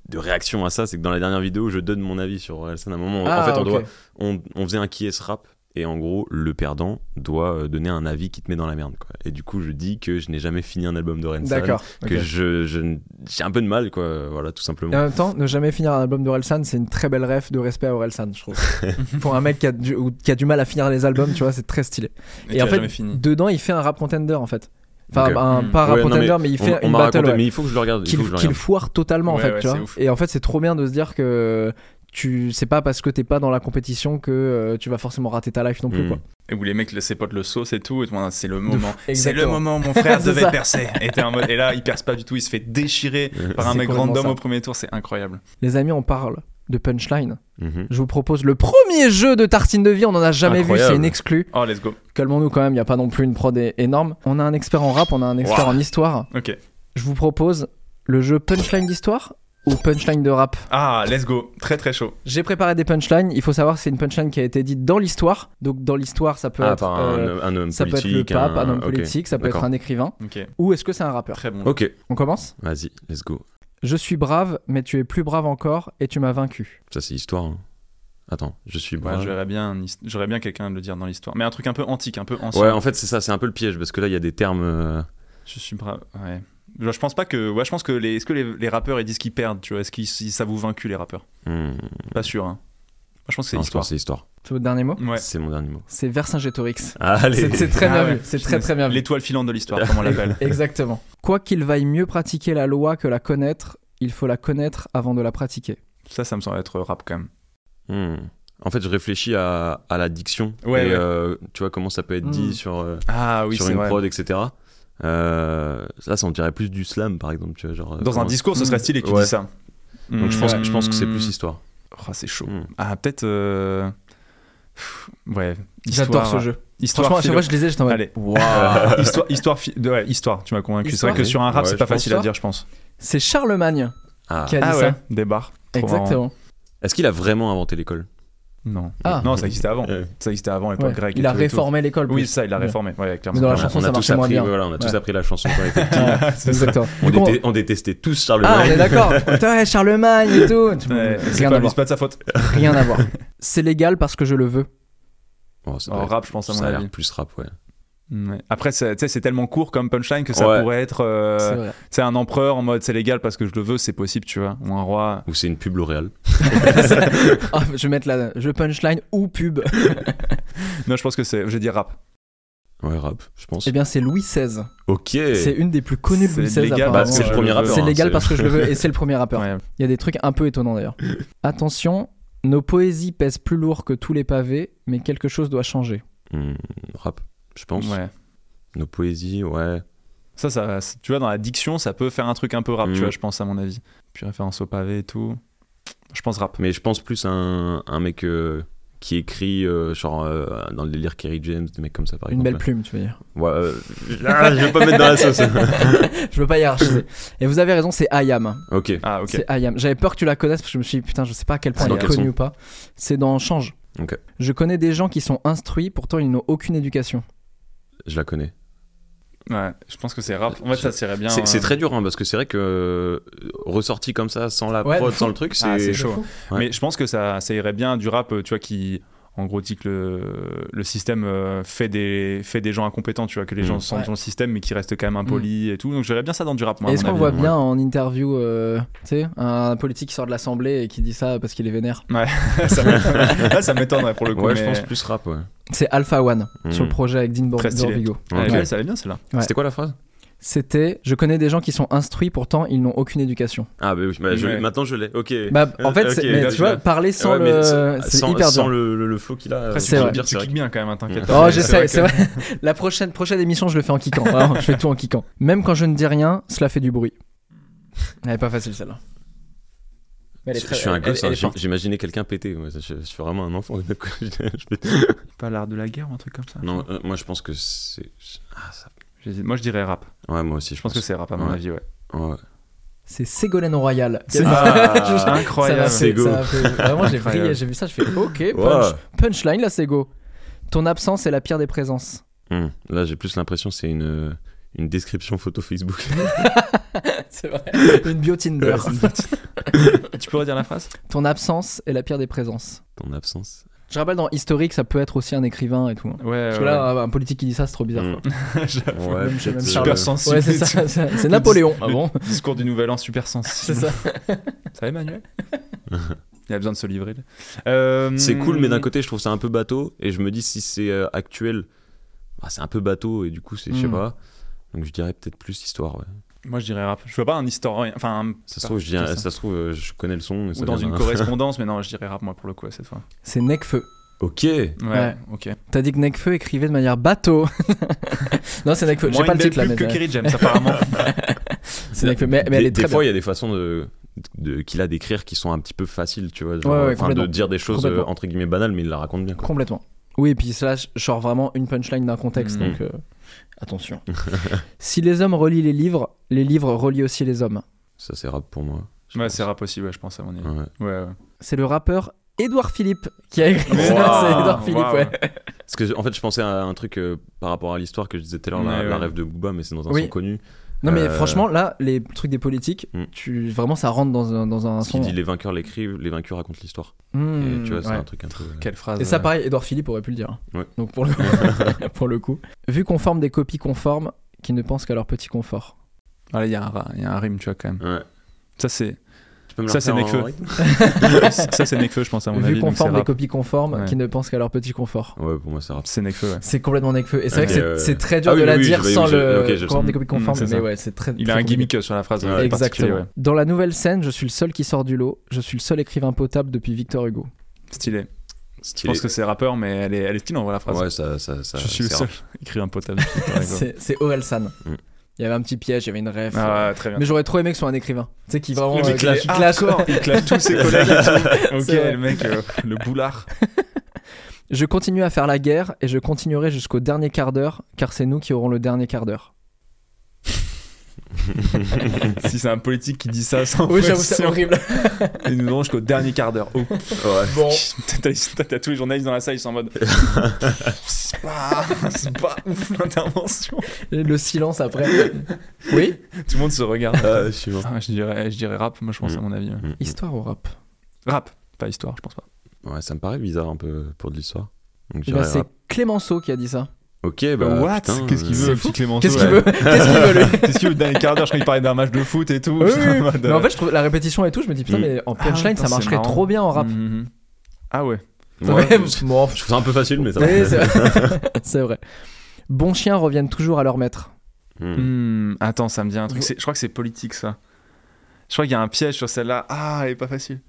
D: de réactions à ça. C'est que dans la dernière vidéo, je donne mon avis sur Orelsan. À un moment,
B: Ah,
D: en fait, on,
B: ok.
D: doit, on, on faisait un qui est ce rap. Et en gros, le perdant doit euh, donner un avis qui te met dans la merde. Quoi. Et du coup, je dis que je n'ai jamais fini un album d'Orelsan.
B: D'accord.
D: Que
B: ok.
D: je, je n- j'ai un peu de mal, quoi. Voilà, tout simplement.
B: Et en même temps, ne jamais finir un album d'Orelsan, c'est une très belle ref de respect à Orelsan, je trouve. Pour un mec qui a, du, ou qui a du mal à finir les albums, tu vois, c'est très stylé.
A: Et, en fait,
B: dedans, il fait un rap contender, en fait. Enfin,
D: Ok.
B: un,
A: Mm.
B: pas un rap
D: Ouais, non,
B: contender, mais, il
D: On-
B: fait
D: on
B: une
D: m'a
B: battle
D: raconté,
B: ouais,
D: mais il faut que je le regarde. il
B: qu'il
D: faut que je le
B: qu'il
D: regarde.
B: foire totalement, en
A: Ouais,
B: fait,
A: ouais,
B: tu
A: c'est
B: vois.
A: ouf.
B: Et en fait, c'est trop bien de se dire que tu c'est pas parce que t'es pas dans la compétition que euh, tu vas forcément rater ta life non plus,
D: Mm.
B: quoi.
A: Et où les mecs, ses potes le sauce et tout. Et tout, c'est le moment. C'est le
B: Exactement.
A: moment, mon frère
B: C'est
A: devait
B: ça.
A: percer. Et, t'es en mode- et là, il perce pas du tout. Il se fait déchirer par un
B: C'est
A: mec
B: complètement
A: random
B: ça.
A: au premier tour. C'est incroyable.
B: Les amis, on parle de punchline.
D: Mhm.
B: Je vous propose le premier jeu de tartine de vie, on en a jamais vu,
D: Incroyable.
B: c'est une exclue.
A: Oh, let's go.
B: Calmons-nous quand même, il n'y a pas non plus une prod é- énorme. On a un expert en rap, on a un expert en histoire.
A: Ok.
B: Je vous propose le jeu punchline d'histoire ou punchline de rap.
A: Ah, let's go. Très très chaud.
B: J'ai préparé des punchlines, il faut savoir que c'est une punchline qui a été dite dans l'histoire. Donc dans l'histoire, ça peut
D: Ah,
B: être
D: par un,
B: euh,
D: homme- un homme
B: ça peut être
D: politique.
B: le pape, un homme
D: ok.
B: politique, ça peut être
D: D'accord.
B: un écrivain
A: Ok.
B: ou est-ce que c'est un rappeur
A: Très bon.
D: Ok,
B: On commence
D: vas-y, let's go.
B: Je suis brave, mais tu es plus brave encore et tu m'as vaincu.
D: Ça, c'est histoire. hein. Attends, je suis
A: Ouais,
D: brave.
A: Bah, J'aurais bien, une his- j'aurais bien quelqu'un de le dire dans l'histoire. Mais un truc un peu antique, un peu
B: Ah,
A: ancien.
D: Ouais, en fait, c'est ça, c'est un peu le piège parce que là, il y a des termes. euh,
A: Je suis brave. Ouais. Genre, Je pense pas que. Ouais, je pense que les. Est-ce que les, les rappeurs ils disent qu'ils perdent Tu vois, est-ce qu'ils ils- ça vous vaincu les rappeurs
D: hmm,
A: Pas sûr. hein. Moi, je pense que c'est
D: non, je pense que
A: l'histoire.
D: c'est histoire.
B: C'est votre dernier mot
A: Ouais.
D: C'est mon dernier mot.
B: C'est Vercingétorix.
D: Allez.
B: C'est c'est très
A: Ah
B: bien
A: ouais,
B: vu, c'est
A: je
B: très
A: me-
B: très bien vu.
A: L'étoile filante de l'histoire, comme on l'appelle.
B: Exactement. Quoi qu'il vaille mieux pratiquer la loi que la connaître, il faut la connaître avant de la pratiquer.
A: ça, ça me semble être rap quand même.
D: Hmm. En fait, je réfléchis à, à la diction
A: Ouais,
D: et
A: ouais.
D: euh, tu vois comment ça peut être dit
B: Hmm.
D: sur, euh,
A: Ah oui,
D: sur
A: c'est
D: une
A: vrai.
D: prod, etc. Euh, là, ça on dirait plus du slam, par exemple. Tu vois, genre, euh,
A: Dans un
D: comment-
A: discours, ce serait
B: Mm.
A: stylé qu'il
D: Ouais.
A: dise ça.
D: Donc je pense,
A: Ouais.
D: je pense que c'est
B: Hmm.
D: plus histoire.
A: Oh, c'est chaud.
D: Hmm.
A: Ah, peut-être. euh, pff, Ouais.
B: J'adore ce jeu.
A: Histoire.
B: Franchement, à chaque
A: philo.
B: fois je les ai, j'étais en mode.
A: Allez. histoire, histoire, fi- de- ouais, histoire, tu m'as convaincu. C'est vrai
B: Histoire.
A: que sur un rap,
D: Ouais,
A: c'est
D: je
A: pas
D: pense.
A: facile à dire, je pense.
B: C'est Charlemagne
D: Ah.
B: qui a dit
A: Ah ouais,
B: ça.
A: des barres. Trop marrant.
B: Exactement.
D: Est-ce qu'il a vraiment inventé l'école
A: Non.
B: Ah.
A: Non, ça existait avant.
D: Euh,
A: Ça existait avant,
B: Ouais.
A: l'époque grecque. et
B: Il a
A: tout et
B: réformé l'école.
A: tout. Oui,
B: plus.
A: ça, il l'a
B: Ouais.
A: réformé. Ouais, clairement.
B: Mais dans la
D: on a-
B: chanson,
D: on a
B: ça
D: tous
B: marchait moins
D: appris,
B: bien.
D: voilà, on a tous
B: Ouais.
D: appris la chanson quand on était petits.
A: C'est ça.
B: Exactement.
D: on,
B: Du coup,
D: détestait- on détestait tous
B: Ah,
D: Charlemagne.
B: on est d'accord. Putain, ouais, Charlemagne et tout.
A: Ouais, C'est
B: Rien
A: pas,
B: à
A: lui,
B: voir.
A: c'est pas de sa faute.
B: Rien à voir. C'est légal parce que je le veux.
D: Oh, ça
A: En
D: doit être-
A: rap, je pense, à mon
D: ça a
A: avis.
D: l'air plus rap, ouais.
A: Ouais. Après, c'est tu sais, c'est tellement court comme punchline que ça
D: Ouais.
A: pourrait être. euh,
B: C'est vrai.
A: tu sais, un empereur en mode c'est légal parce que je le veux, c'est possible, tu vois. Ou un roi.
D: Ou c'est une pub L'Oréal.
B: Ah, je vais mettre la je punchline ou pub.
A: Non, je pense que c'est. Je vais dire rap.
D: Ouais, rap, je pense.
B: Eh bien, c'est Louis XVI.
D: ok.
B: C'est une des plus connues de
A: C'est
B: Louis XVI.
A: légal
D: Bah,
B: apparemment.
D: c'est le
A: je
D: premier
A: le veux.
D: rappeur.
B: C'est
D: hein,
B: légal parce que je le veux et c'est le premier rappeur.
A: Ouais.
B: Il y a des trucs un peu étonnants d'ailleurs. Attention, nos poésies pèsent plus lourd que tous les pavés, mais quelque chose doit changer.
D: Hmm, rap, je pense.
A: Ouais.
D: Nos poésies, ouais.
A: Ça, ça, c'est- tu vois, dans la diction, ça peut faire un truc un peu rap,
D: Mm.
A: tu vois, je pense, à mon avis. Puis référence au pavé et tout. Je pense rap.
D: Mais je pense plus à un, un mec euh, qui écrit euh, genre euh, dans le délire Kerry James, des mecs comme ça par
B: Une belle
D: exemple.
B: plume, tu veux dire.
D: Ouais, euh, ah, je vais pas me mettre dans la sauce.
B: Je veux pas hiérarchiser. Et vous avez raison, c'est Ayam.
D: ok,
A: Ah, ok.
B: C'est Ayam. J'avais peur que tu la connaisses parce que je me suis dit, putain, je sais pas à quel point
D: C'est
B: elle
D: dans
B: est
D: quel
B: connue
D: son
B: ou pas. C'est dans Change.
D: Ok.
B: Je connais des gens qui sont instruits, pourtant ils n'ont aucune éducation.
D: je la connais.
A: Ouais, je pense que c'est rap. En fait, ça serait bien.
D: C'est c'est
A: euh,
D: très dur hein, parce que c'est vrai que euh, ressorti comme ça, sans la
B: Ouais,
D: prod,
B: de
D: sans le truc, c'est hein.
A: Ah, c'est
B: de
A: chaud.
B: fou.
D: Ouais.
A: Mais je pense que ça, ça irait bien du rap, euh, tu vois, qui en gros dit que le, le système euh, fait des, fait des gens incompétents, tu vois, que les
D: Mm.
A: gens sont
B: Ouais. Mm.
A: dans le système mais qui restent quand même impolis et tout. Donc j'aimerais bien ça dans du rap, moi. à
B: Est-ce
A: mon
B: qu'on
A: avis.
B: voit
D: ouais.
B: bien en interview, euh, tu sais, un politique qui sort de l'Assemblée et qui dit ça parce qu'il est vénère
A: Ah, ça m'étonne- Là, ça m'étonnerait pour le coup.
D: Ouais, je
A: mais-
D: pense plus rap. ouais.
B: C'est Alpha One
D: Mm.
B: sur le projet avec Dean Bor-
A: Très stylé.
B: Dorbigo.
A: Ouais,
D: Ok.
A: ouais, ça va bien celle-là.
B: Ouais.
D: C'était quoi la phrase
B: C'était Je connais des gens qui sont instruits, pourtant ils n'ont aucune éducation.
D: Ah, bah oui, bah, je-
A: Ouais.
D: maintenant je l'ai. Ok.
B: Bah, en fait,
D: Ok,
B: c'est- mais
D: là,
B: tu
D: je
B: vois,
D: l'ai.
B: parler sans
D: Ouais, mais
B: le.
D: sans-
B: C'est
D: sans-
B: hyper
D: sans
B: dur.
D: le, le, le flow qu'il a.
A: Après,
D: je
B: c'est
D: peux
B: vrai.
D: te dire,
A: Tu
D: vrai
A: kicks bien quand même, hein, t'inquiète.
B: Oh,
A: pas.
B: j'essaie, c'est
A: que-
B: vrai. La prochaine, prochaine émission, je le fais en kickant. Vraiment, je fais tout en kickant. Même quand je ne dis rien, cela fait du bruit. Elle est pas facile celle-là. Mais elle est
D: Je,
B: très-
D: je suis un
B: elle-
D: gosse,
B: elle
D: hein,
B: est
D: j'im-
B: forte.
D: j'imaginais quelqu'un péter. moi, je, je suis vraiment un enfant. d'un coup, je- je pète.
A: Pas l'art de la guerre ou un truc comme ça.
D: non, euh, moi je pense que c'est. ah, ça-
A: J'hésite. Moi, je dirais rap.
D: Ouais, moi aussi,
A: Je pense que c'est rap, à mon
D: Ouais.
A: avis, ouais.
D: Ouais.
B: C'est Ségolène Royal.
A: C'est-
B: Je- ça m'a
A: Ah, Incroyable.
B: fait-
D: Ségo.
B: ça m'a fait- Vraiment, j'ai
A: Incroyable.
B: brillé, j'ai vu ça, je fais OK, punch.
D: Ouah.
B: Punchline, là, c'est go. Ton absence est la pire des présences.
D: Hum, Là, j'ai plus l'impression que c'est une, euh, une description photo Facebook.
B: C'est vrai. Une bio Tinder.
A: tu peux redire la phrase
B: Ton absence est la pire des présences.
D: Ton absence.
B: Je rappelle dans historique, ça peut être aussi un écrivain et tout. hein.
A: Ouais,
B: Parce
A: Euh, ouais,
B: que là, un politique qui dit ça, c'est trop bizarre.
D: Hum.
B: quoi.
A: j'avoue.
D: Ouais,
B: Même-
D: peut-être,
B: même
D: euh,
A: Super sensible.
B: Ouais, c'est ça. C'est c'est Napoléon. Ah bon
A: Discours du Nouvel An, super sensible.
B: C'est ça.
A: Ça, Emmanuel Il a besoin de se livrer. là. Euh,
D: C'est cool,
B: Hmm.
D: mais d'un côté, je trouve ça un peu bateau. Et je me dis, si c'est euh, actuel, bah, c'est un peu bateau. Et du coup, c'est, je sais
B: Mm.
D: pas. Donc, je dirais peut-être plus histoire. ouais.
A: Moi, je dirais rap. Je vois pas un historien. Enfin, un-
D: Ça se trouve, je,
A: Putain,
D: dirais-
A: ça.
D: ça se trouve, euh, je connais le son. et
A: ou
D: ça
A: dans
D: vient
A: une
D: d'un-
A: correspondance, mais non, je dirais rap, moi, pour le coup, à cette fois.
B: C'est Necfeu.
D: Ok.
A: Ouais,
B: Ouais.
A: ok.
B: T'as dit que Necfeu écrivait de manière bateau. non, c'est Necfeu. J'ai
A: Moins
B: pas
A: une
B: le
A: belle
B: titre là,
A: pub
B: mais
A: que Kerry James, apparemment.
B: c'est Necfeu. Mais, mais elle
D: Des-
B: est
D: des
B: très
D: fois,
B: bien.
D: il y a des façons de, de- qu'il a d'écrire qui sont un petit peu faciles, tu vois. genre,
B: Ouais, ouais,
D: enfin,
B: complètement.
D: de dire des choses euh,
B: Complètement.
D: entre guillemets banales, mais il la raconte bien. quoi.
B: Complètement. Oui, et puis cela sort vraiment une punchline d'un contexte,
A: Mhm.
B: donc euh, attention. si les hommes relient les livres, les livres relient aussi les hommes.
D: Ça, c'est rap pour moi. je
A: ouais,
D: pense.
A: c'est rap aussi, ouais, je pense, à mon avis.
D: Ouais.
A: Ouais, ouais.
B: C'est le rappeur Édouard Philippe qui a écrit
D: Mais
B: ça.
D: non,
B: C'est Édouard Philippe,
A: waouh.
B: ouais.
D: Parce que, en fait, je pensais à un truc euh, par rapport à l'histoire que je disais tout à l'heure,
A: Ouais,
D: la, la
A: ouais.
D: rêve de Booba, mais c'est dans un
B: Oui.
D: son connu.
B: Non, mais
D: Euh,
B: franchement, là, les trucs des politiques,
D: Mhm.
B: tu, vraiment, ça rentre dans un, dans un
D: Ce qui
B: son.
D: dit les vainqueurs l'écrivent, les vaincus racontent l'histoire.
B: Mhm,
D: et tu vois, c'est
B: ouais.
D: un truc un peu. euh,
A: Quelle phrase. euh,
B: Et ça,
A: ouais.
B: pareil, Édouard Philippe aurait pu le dire. hein.
D: Ouais.
B: Donc pour le, pour le coup. Vu qu'on forme des copies conformes qui ne pensent qu'à leur petit confort.
A: Voilà, il y, a un ra- il y a un rime, tu vois, quand même.
D: Ouais.
A: Ça, c'est
D: Tu peux me le
A: Ça, c'est
D: refaire en
A: Nekfeu.
D: rythme
A: ça, c'est Nekfeu, je pense, à mon
B: Vu
A: avis.
B: qu'on
A: donc c'est
B: forme des
A: rap.
B: copies conformes
A: Ouais.
B: qui ne pensent qu'à leur petit confort.
D: Ouais, pour moi, c'est rap.
A: C'est Nekfeu, ouais.
B: C'est complètement Necfeu. Et c'est vrai
D: Ok,
B: que c'est-
D: ouais.
B: c'est très dur
D: Ah
B: de
D: oui,
B: la
D: oui, oui,
B: dire
D: je vais-
B: sans
D: je vais-
B: le
D: ok, je-
B: qu'on forme des
A: Mm,
B: copies conformes.
A: c'est
B: mais
A: ça.
B: ouais, c'est très.
A: Il
B: très
A: a un
B: compliqué.
A: gimmick euh, sur la phrase.
D: Ouais.
A: particulier,
B: Exactement.
A: ouais.
B: Dans la nouvelle scène, je suis le seul qui sort du lot. Je suis le seul écrivain potable depuis Victor Hugo.
A: Stylé. Je
D: Stylé.
A: pense que c'est rappeur, mais elle est, elle est stylée, on voit la phrase.
D: Ouais, ça, ça, ça.
A: je suis le
D: c'est
A: seul.
D: rap.
A: Écrire un potable. par exemple.
B: C'est c'est Orelsan.
D: Mm.
B: Il y avait un petit piège, il y avait une rêve.
A: Ah, ouais, très bien.
B: mais j'aurais trop aimé que ce soit un écrivain. Tu sais, qui vraiment.
A: Le mec,
B: euh,
A: il est
B: qui clash.
A: hardcore, il clash tous ses collègues et tout. Ok,
B: C'est vrai.
A: le mec, euh, le boulard.
B: Je continue à faire la guerre et je continuerai jusqu'au dernier quart d'heure, car c'est nous qui aurons le dernier quart d'heure.
A: si c'est un politique qui dit ça sans
B: Oui, j'avoue, c'est
A: pression,
B: horrible.
A: ils nous auront jusqu'au dernier quart d'heure. Oh.
D: Ouais.
A: Bon. T'as t'as tous les journalistes dans la salle, ils sont en mode. c'est pas, c'est pas ouf l'intervention.
B: Le silence après. Oui
A: Tout le monde se regarde.
D: Ah, je suis mort.
A: Ah, je, dirais, je dirais rap, moi je pense,
D: Mm.
A: à mon avis. ouais.
D: Mm.
B: Histoire au rap. Eh
A: Rap, pas histoire, je pense pas.
D: Ouais, ça me paraît bizarre un peu pour de l'histoire. Donc, je
B: Eh ben,
D: dirais
B: c'est
D: rap.
B: Clémenceau qui a dit ça.
D: Ok, bah.
A: Bah, What
D: putain,
A: Qu'est-ce qu'il
D: euh,
A: veut, le
B: fou.
A: petit Clémenceau
B: Qu'est-ce qu'il
A: ouais.
B: veut Qu'est-ce qu'il veut lui
A: Qu'est-ce qu'il veut, le dernier quart d'heure Je crois qu'il parlait d'un match de foot et tout.
B: Oui, oui,
A: J'étais en
B: oui.
A: mode,
B: Mais
A: euh,
B: en fait, je trouve la répétition et tout, je me dis putain,
D: Mm.
B: mais en punchline,
A: putain,
B: ça
A: c'est
B: marcherait
A: marrant.
B: trop bien en rap.
A: mhm. Ah ouais.
D: ouais,
B: Ouais,
D: je
B: bon,
D: je trouve ça un peu facile, mais ça va.
B: c'est vrai. C'est vrai. Bons chiens reviennent toujours à leur maître.
D: Mm.
A: Hmm, attends, ça me dit un truc. C'est- Je crois que c'est politique, ça. Je crois qu'il y a un piège sur celle-là. Ah, elle est pas facile.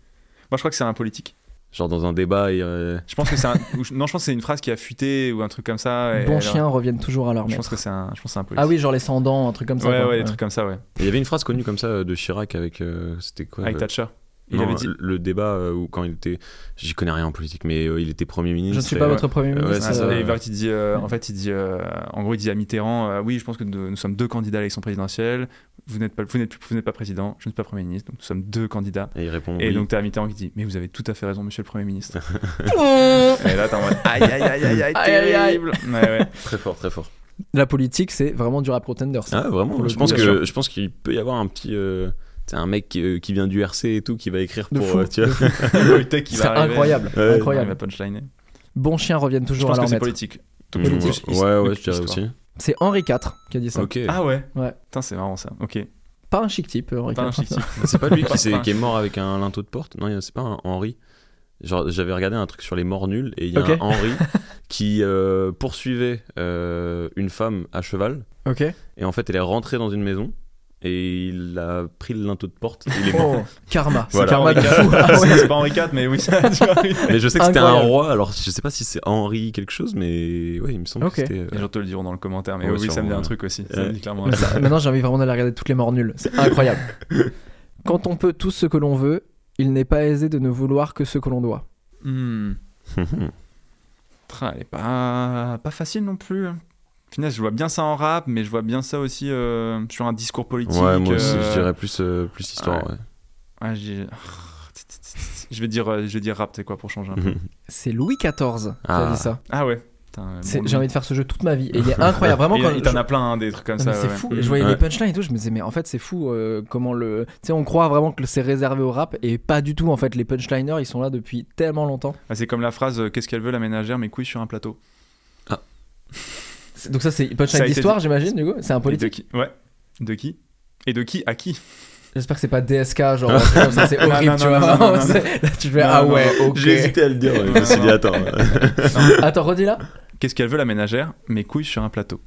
A: Moi, je crois que c'est un politique.
D: Genre dans un débat, il, euh,
A: Je pense que c'est un... ou je- Non, je pense que c'est une phrase qui a fuité ou un truc comme ça. et
B: Bons
A: alors-
B: chiens reviennent toujours à leur
A: Je pense
B: maître.
A: que c'est un... je pense que c'est un politique.
B: Ah oui, genre les sans dents, un truc comme ça.
A: ouais,
B: quoi.
A: ouais, des trucs comme ça, ouais.
D: il y avait une phrase connue comme ça euh, de Chirac avec. euh, C'était quoi
A: Avec
D: euh,
A: Thatcher. Ah, Il
D: Non,
A: avait dit.
D: le débat euh, où quand il était, j'y connais rien en politique, mais euh, il était premier
B: Je
D: ministre.
B: ne suis
D: et,
B: pas
D: euh,
B: votre premier
D: ouais,
B: ministre.
D: c'est
A: Ah,
D: ça.
A: et
B: euh,
A: Verratti dit, euh,
B: ouais.
A: en fait, il dit, euh, en gros, il dit à Mitterrand, euh, oui, je pense que nous, nous sommes deux candidats à l'élection présidentielle. Vous n'êtes pas, vous n'êtes, vous n'êtes pas président, je ne suis pas premier ministre, donc nous sommes deux candidats.
D: Et il répond.
A: Et
D: oui.
A: donc t'as Mitterrand qui dit, mais vous avez tout à fait raison, Monsieur le Premier ministre.
B: Euh,
A: et là t'es en mode, aïe aïe aïe aïe aïe,
B: Aïe, aïe, aïe.
A: terrible. Ouais, ouais.
D: Très fort, très fort.
B: La politique, c'est vraiment du rap contender. ça.
D: Ah, vraiment
B: Pour le
D: Je
B: coup,
D: pense
B: bien
D: que
B: sûr.
D: je pense qu'il peut y avoir un petit. euh, C'est un mec qui, euh, qui vient du RC et tout qui va écrire
B: De
D: pour.
B: fou,
D: euh, tu vois.
A: Le tech qui
B: C'est
A: va arriver.
B: incroyable.
D: Ouais.
A: Ouais, il va
B: incroyable.
A: punchliner.
B: Bon chien reviennent
A: Je
B: toujours à
A: pense que
B: leur
A: c'est
B: maître.
A: politique.
D: Donc,
B: Politique.
D: ouais,
A: Juste
D: ouais,
A: histoire.
D: ouais, je dirais aussi.
B: C'est Henri IV qui a dit ça.
D: Ok.
A: Ah ouais.
B: Ouais.
A: Putain, c'est marrant ça. Ok.
B: Pas un chic type, euh, Henri
A: Pas un
B: IV.
A: chic type.
D: C'est pas lui qui,
A: Pas-
D: s'est-
A: pas un
D: qui est mort avec un linteau de porte Non, il y a- c'est pas un Henri. Genre, j'avais regardé un truc sur les morts nuls et il y a
B: Ok.
D: un Henri qui euh, poursuivait euh, une femme à cheval
B: Ok.
D: et en fait elle est rentrée dans une maison et il a pris le linteau de porte et il est mort.
B: Oh, karma. C'est
D: Voilà.
B: karma de fou. Ah ouais.
A: C'est c'est pas Henri IV, mais oui, ça. tu vois, oui.
D: Mais je sais que c'était un
B: Incroyable.
D: roi, alors je sais pas si c'est Henri quelque chose, mais ouais, il me semble
B: Ok.
D: que c'était. euh,
A: Les gens te le diront dans le commentaire, mais
D: Ouais,
A: Ah oui, ça me dit
D: sûrement,
A: un
D: ouais.
A: truc aussi. Ça
D: Ouais.
A: me dit clairement. un
B: Mais
A: truc.
B: ça- maintenant, j'ai envie vraiment d'aller regarder toutes les morts nulles. C'est incroyable. Quand on peut tout ce que l'on veut, il n'est pas aisé de ne vouloir que ce que l'on doit.
A: Hmm. Tra, Elle est pas, pas facile non plus. Finesse, je vois bien ça en rap, mais je vois bien ça aussi euh, sur un discours politique.
D: ouais, moi aussi,
A: euh,
D: je dirais plus, euh, plus histoire. ouais.
A: ouais, je dis- je vais dire, euh, je vais dire rap, c'est quoi pour changer un peu.
B: C'est Louis XIV qui a
D: Ah.
B: dit ça.
A: Ah ouais. Putain,
B: C'est-
A: bon,
B: J'ai envie de faire ce jeu toute ma vie. Et il est incroyable. Vraiment,
A: il,
B: quand
A: il t'en a plein hein, des trucs comme
B: Non,
A: ça.
B: mais c'est
A: ouais.
B: fou.
A: Mm.
B: Je voyais
D: Ouais.
B: les punchlines et tout, je me disais, mais en fait, c'est fou euh, comment le. Tu sais, on croit vraiment que c'est réservé au rap et pas du tout. En fait, les punchliners, ils sont là depuis tellement longtemps.
A: Ah, c'est comme la phrase euh, Qu'est-ce qu'elle veut la ménagère, mes couilles sur un plateau.
B: C'est- Donc, ça, c'est
A: Ça a
B: punchline
A: été
B: d'histoire,
A: dit.
B: j'imagine, du coup. C'est un
A: Et de
B: politique.
A: qui Ouais. De qui Et de qui à qui Ah,
B: J'espère que c'est pas DSK, genre, un truc comme ça, c'est
A: Non,
B: horrible,
A: non,
B: tu
A: non,
B: vois.
A: non, non, non,
B: C'est- Là, tu fais,
A: Non,
B: ah
A: non.
B: ouais,
D: J'ai
B: ok.
D: hésité à le dire, ouais, je me suis dit, attends.
B: Attends, redis là.
A: Qu'est-ce qu'elle veut la ménagère, mes couilles sur un plateau.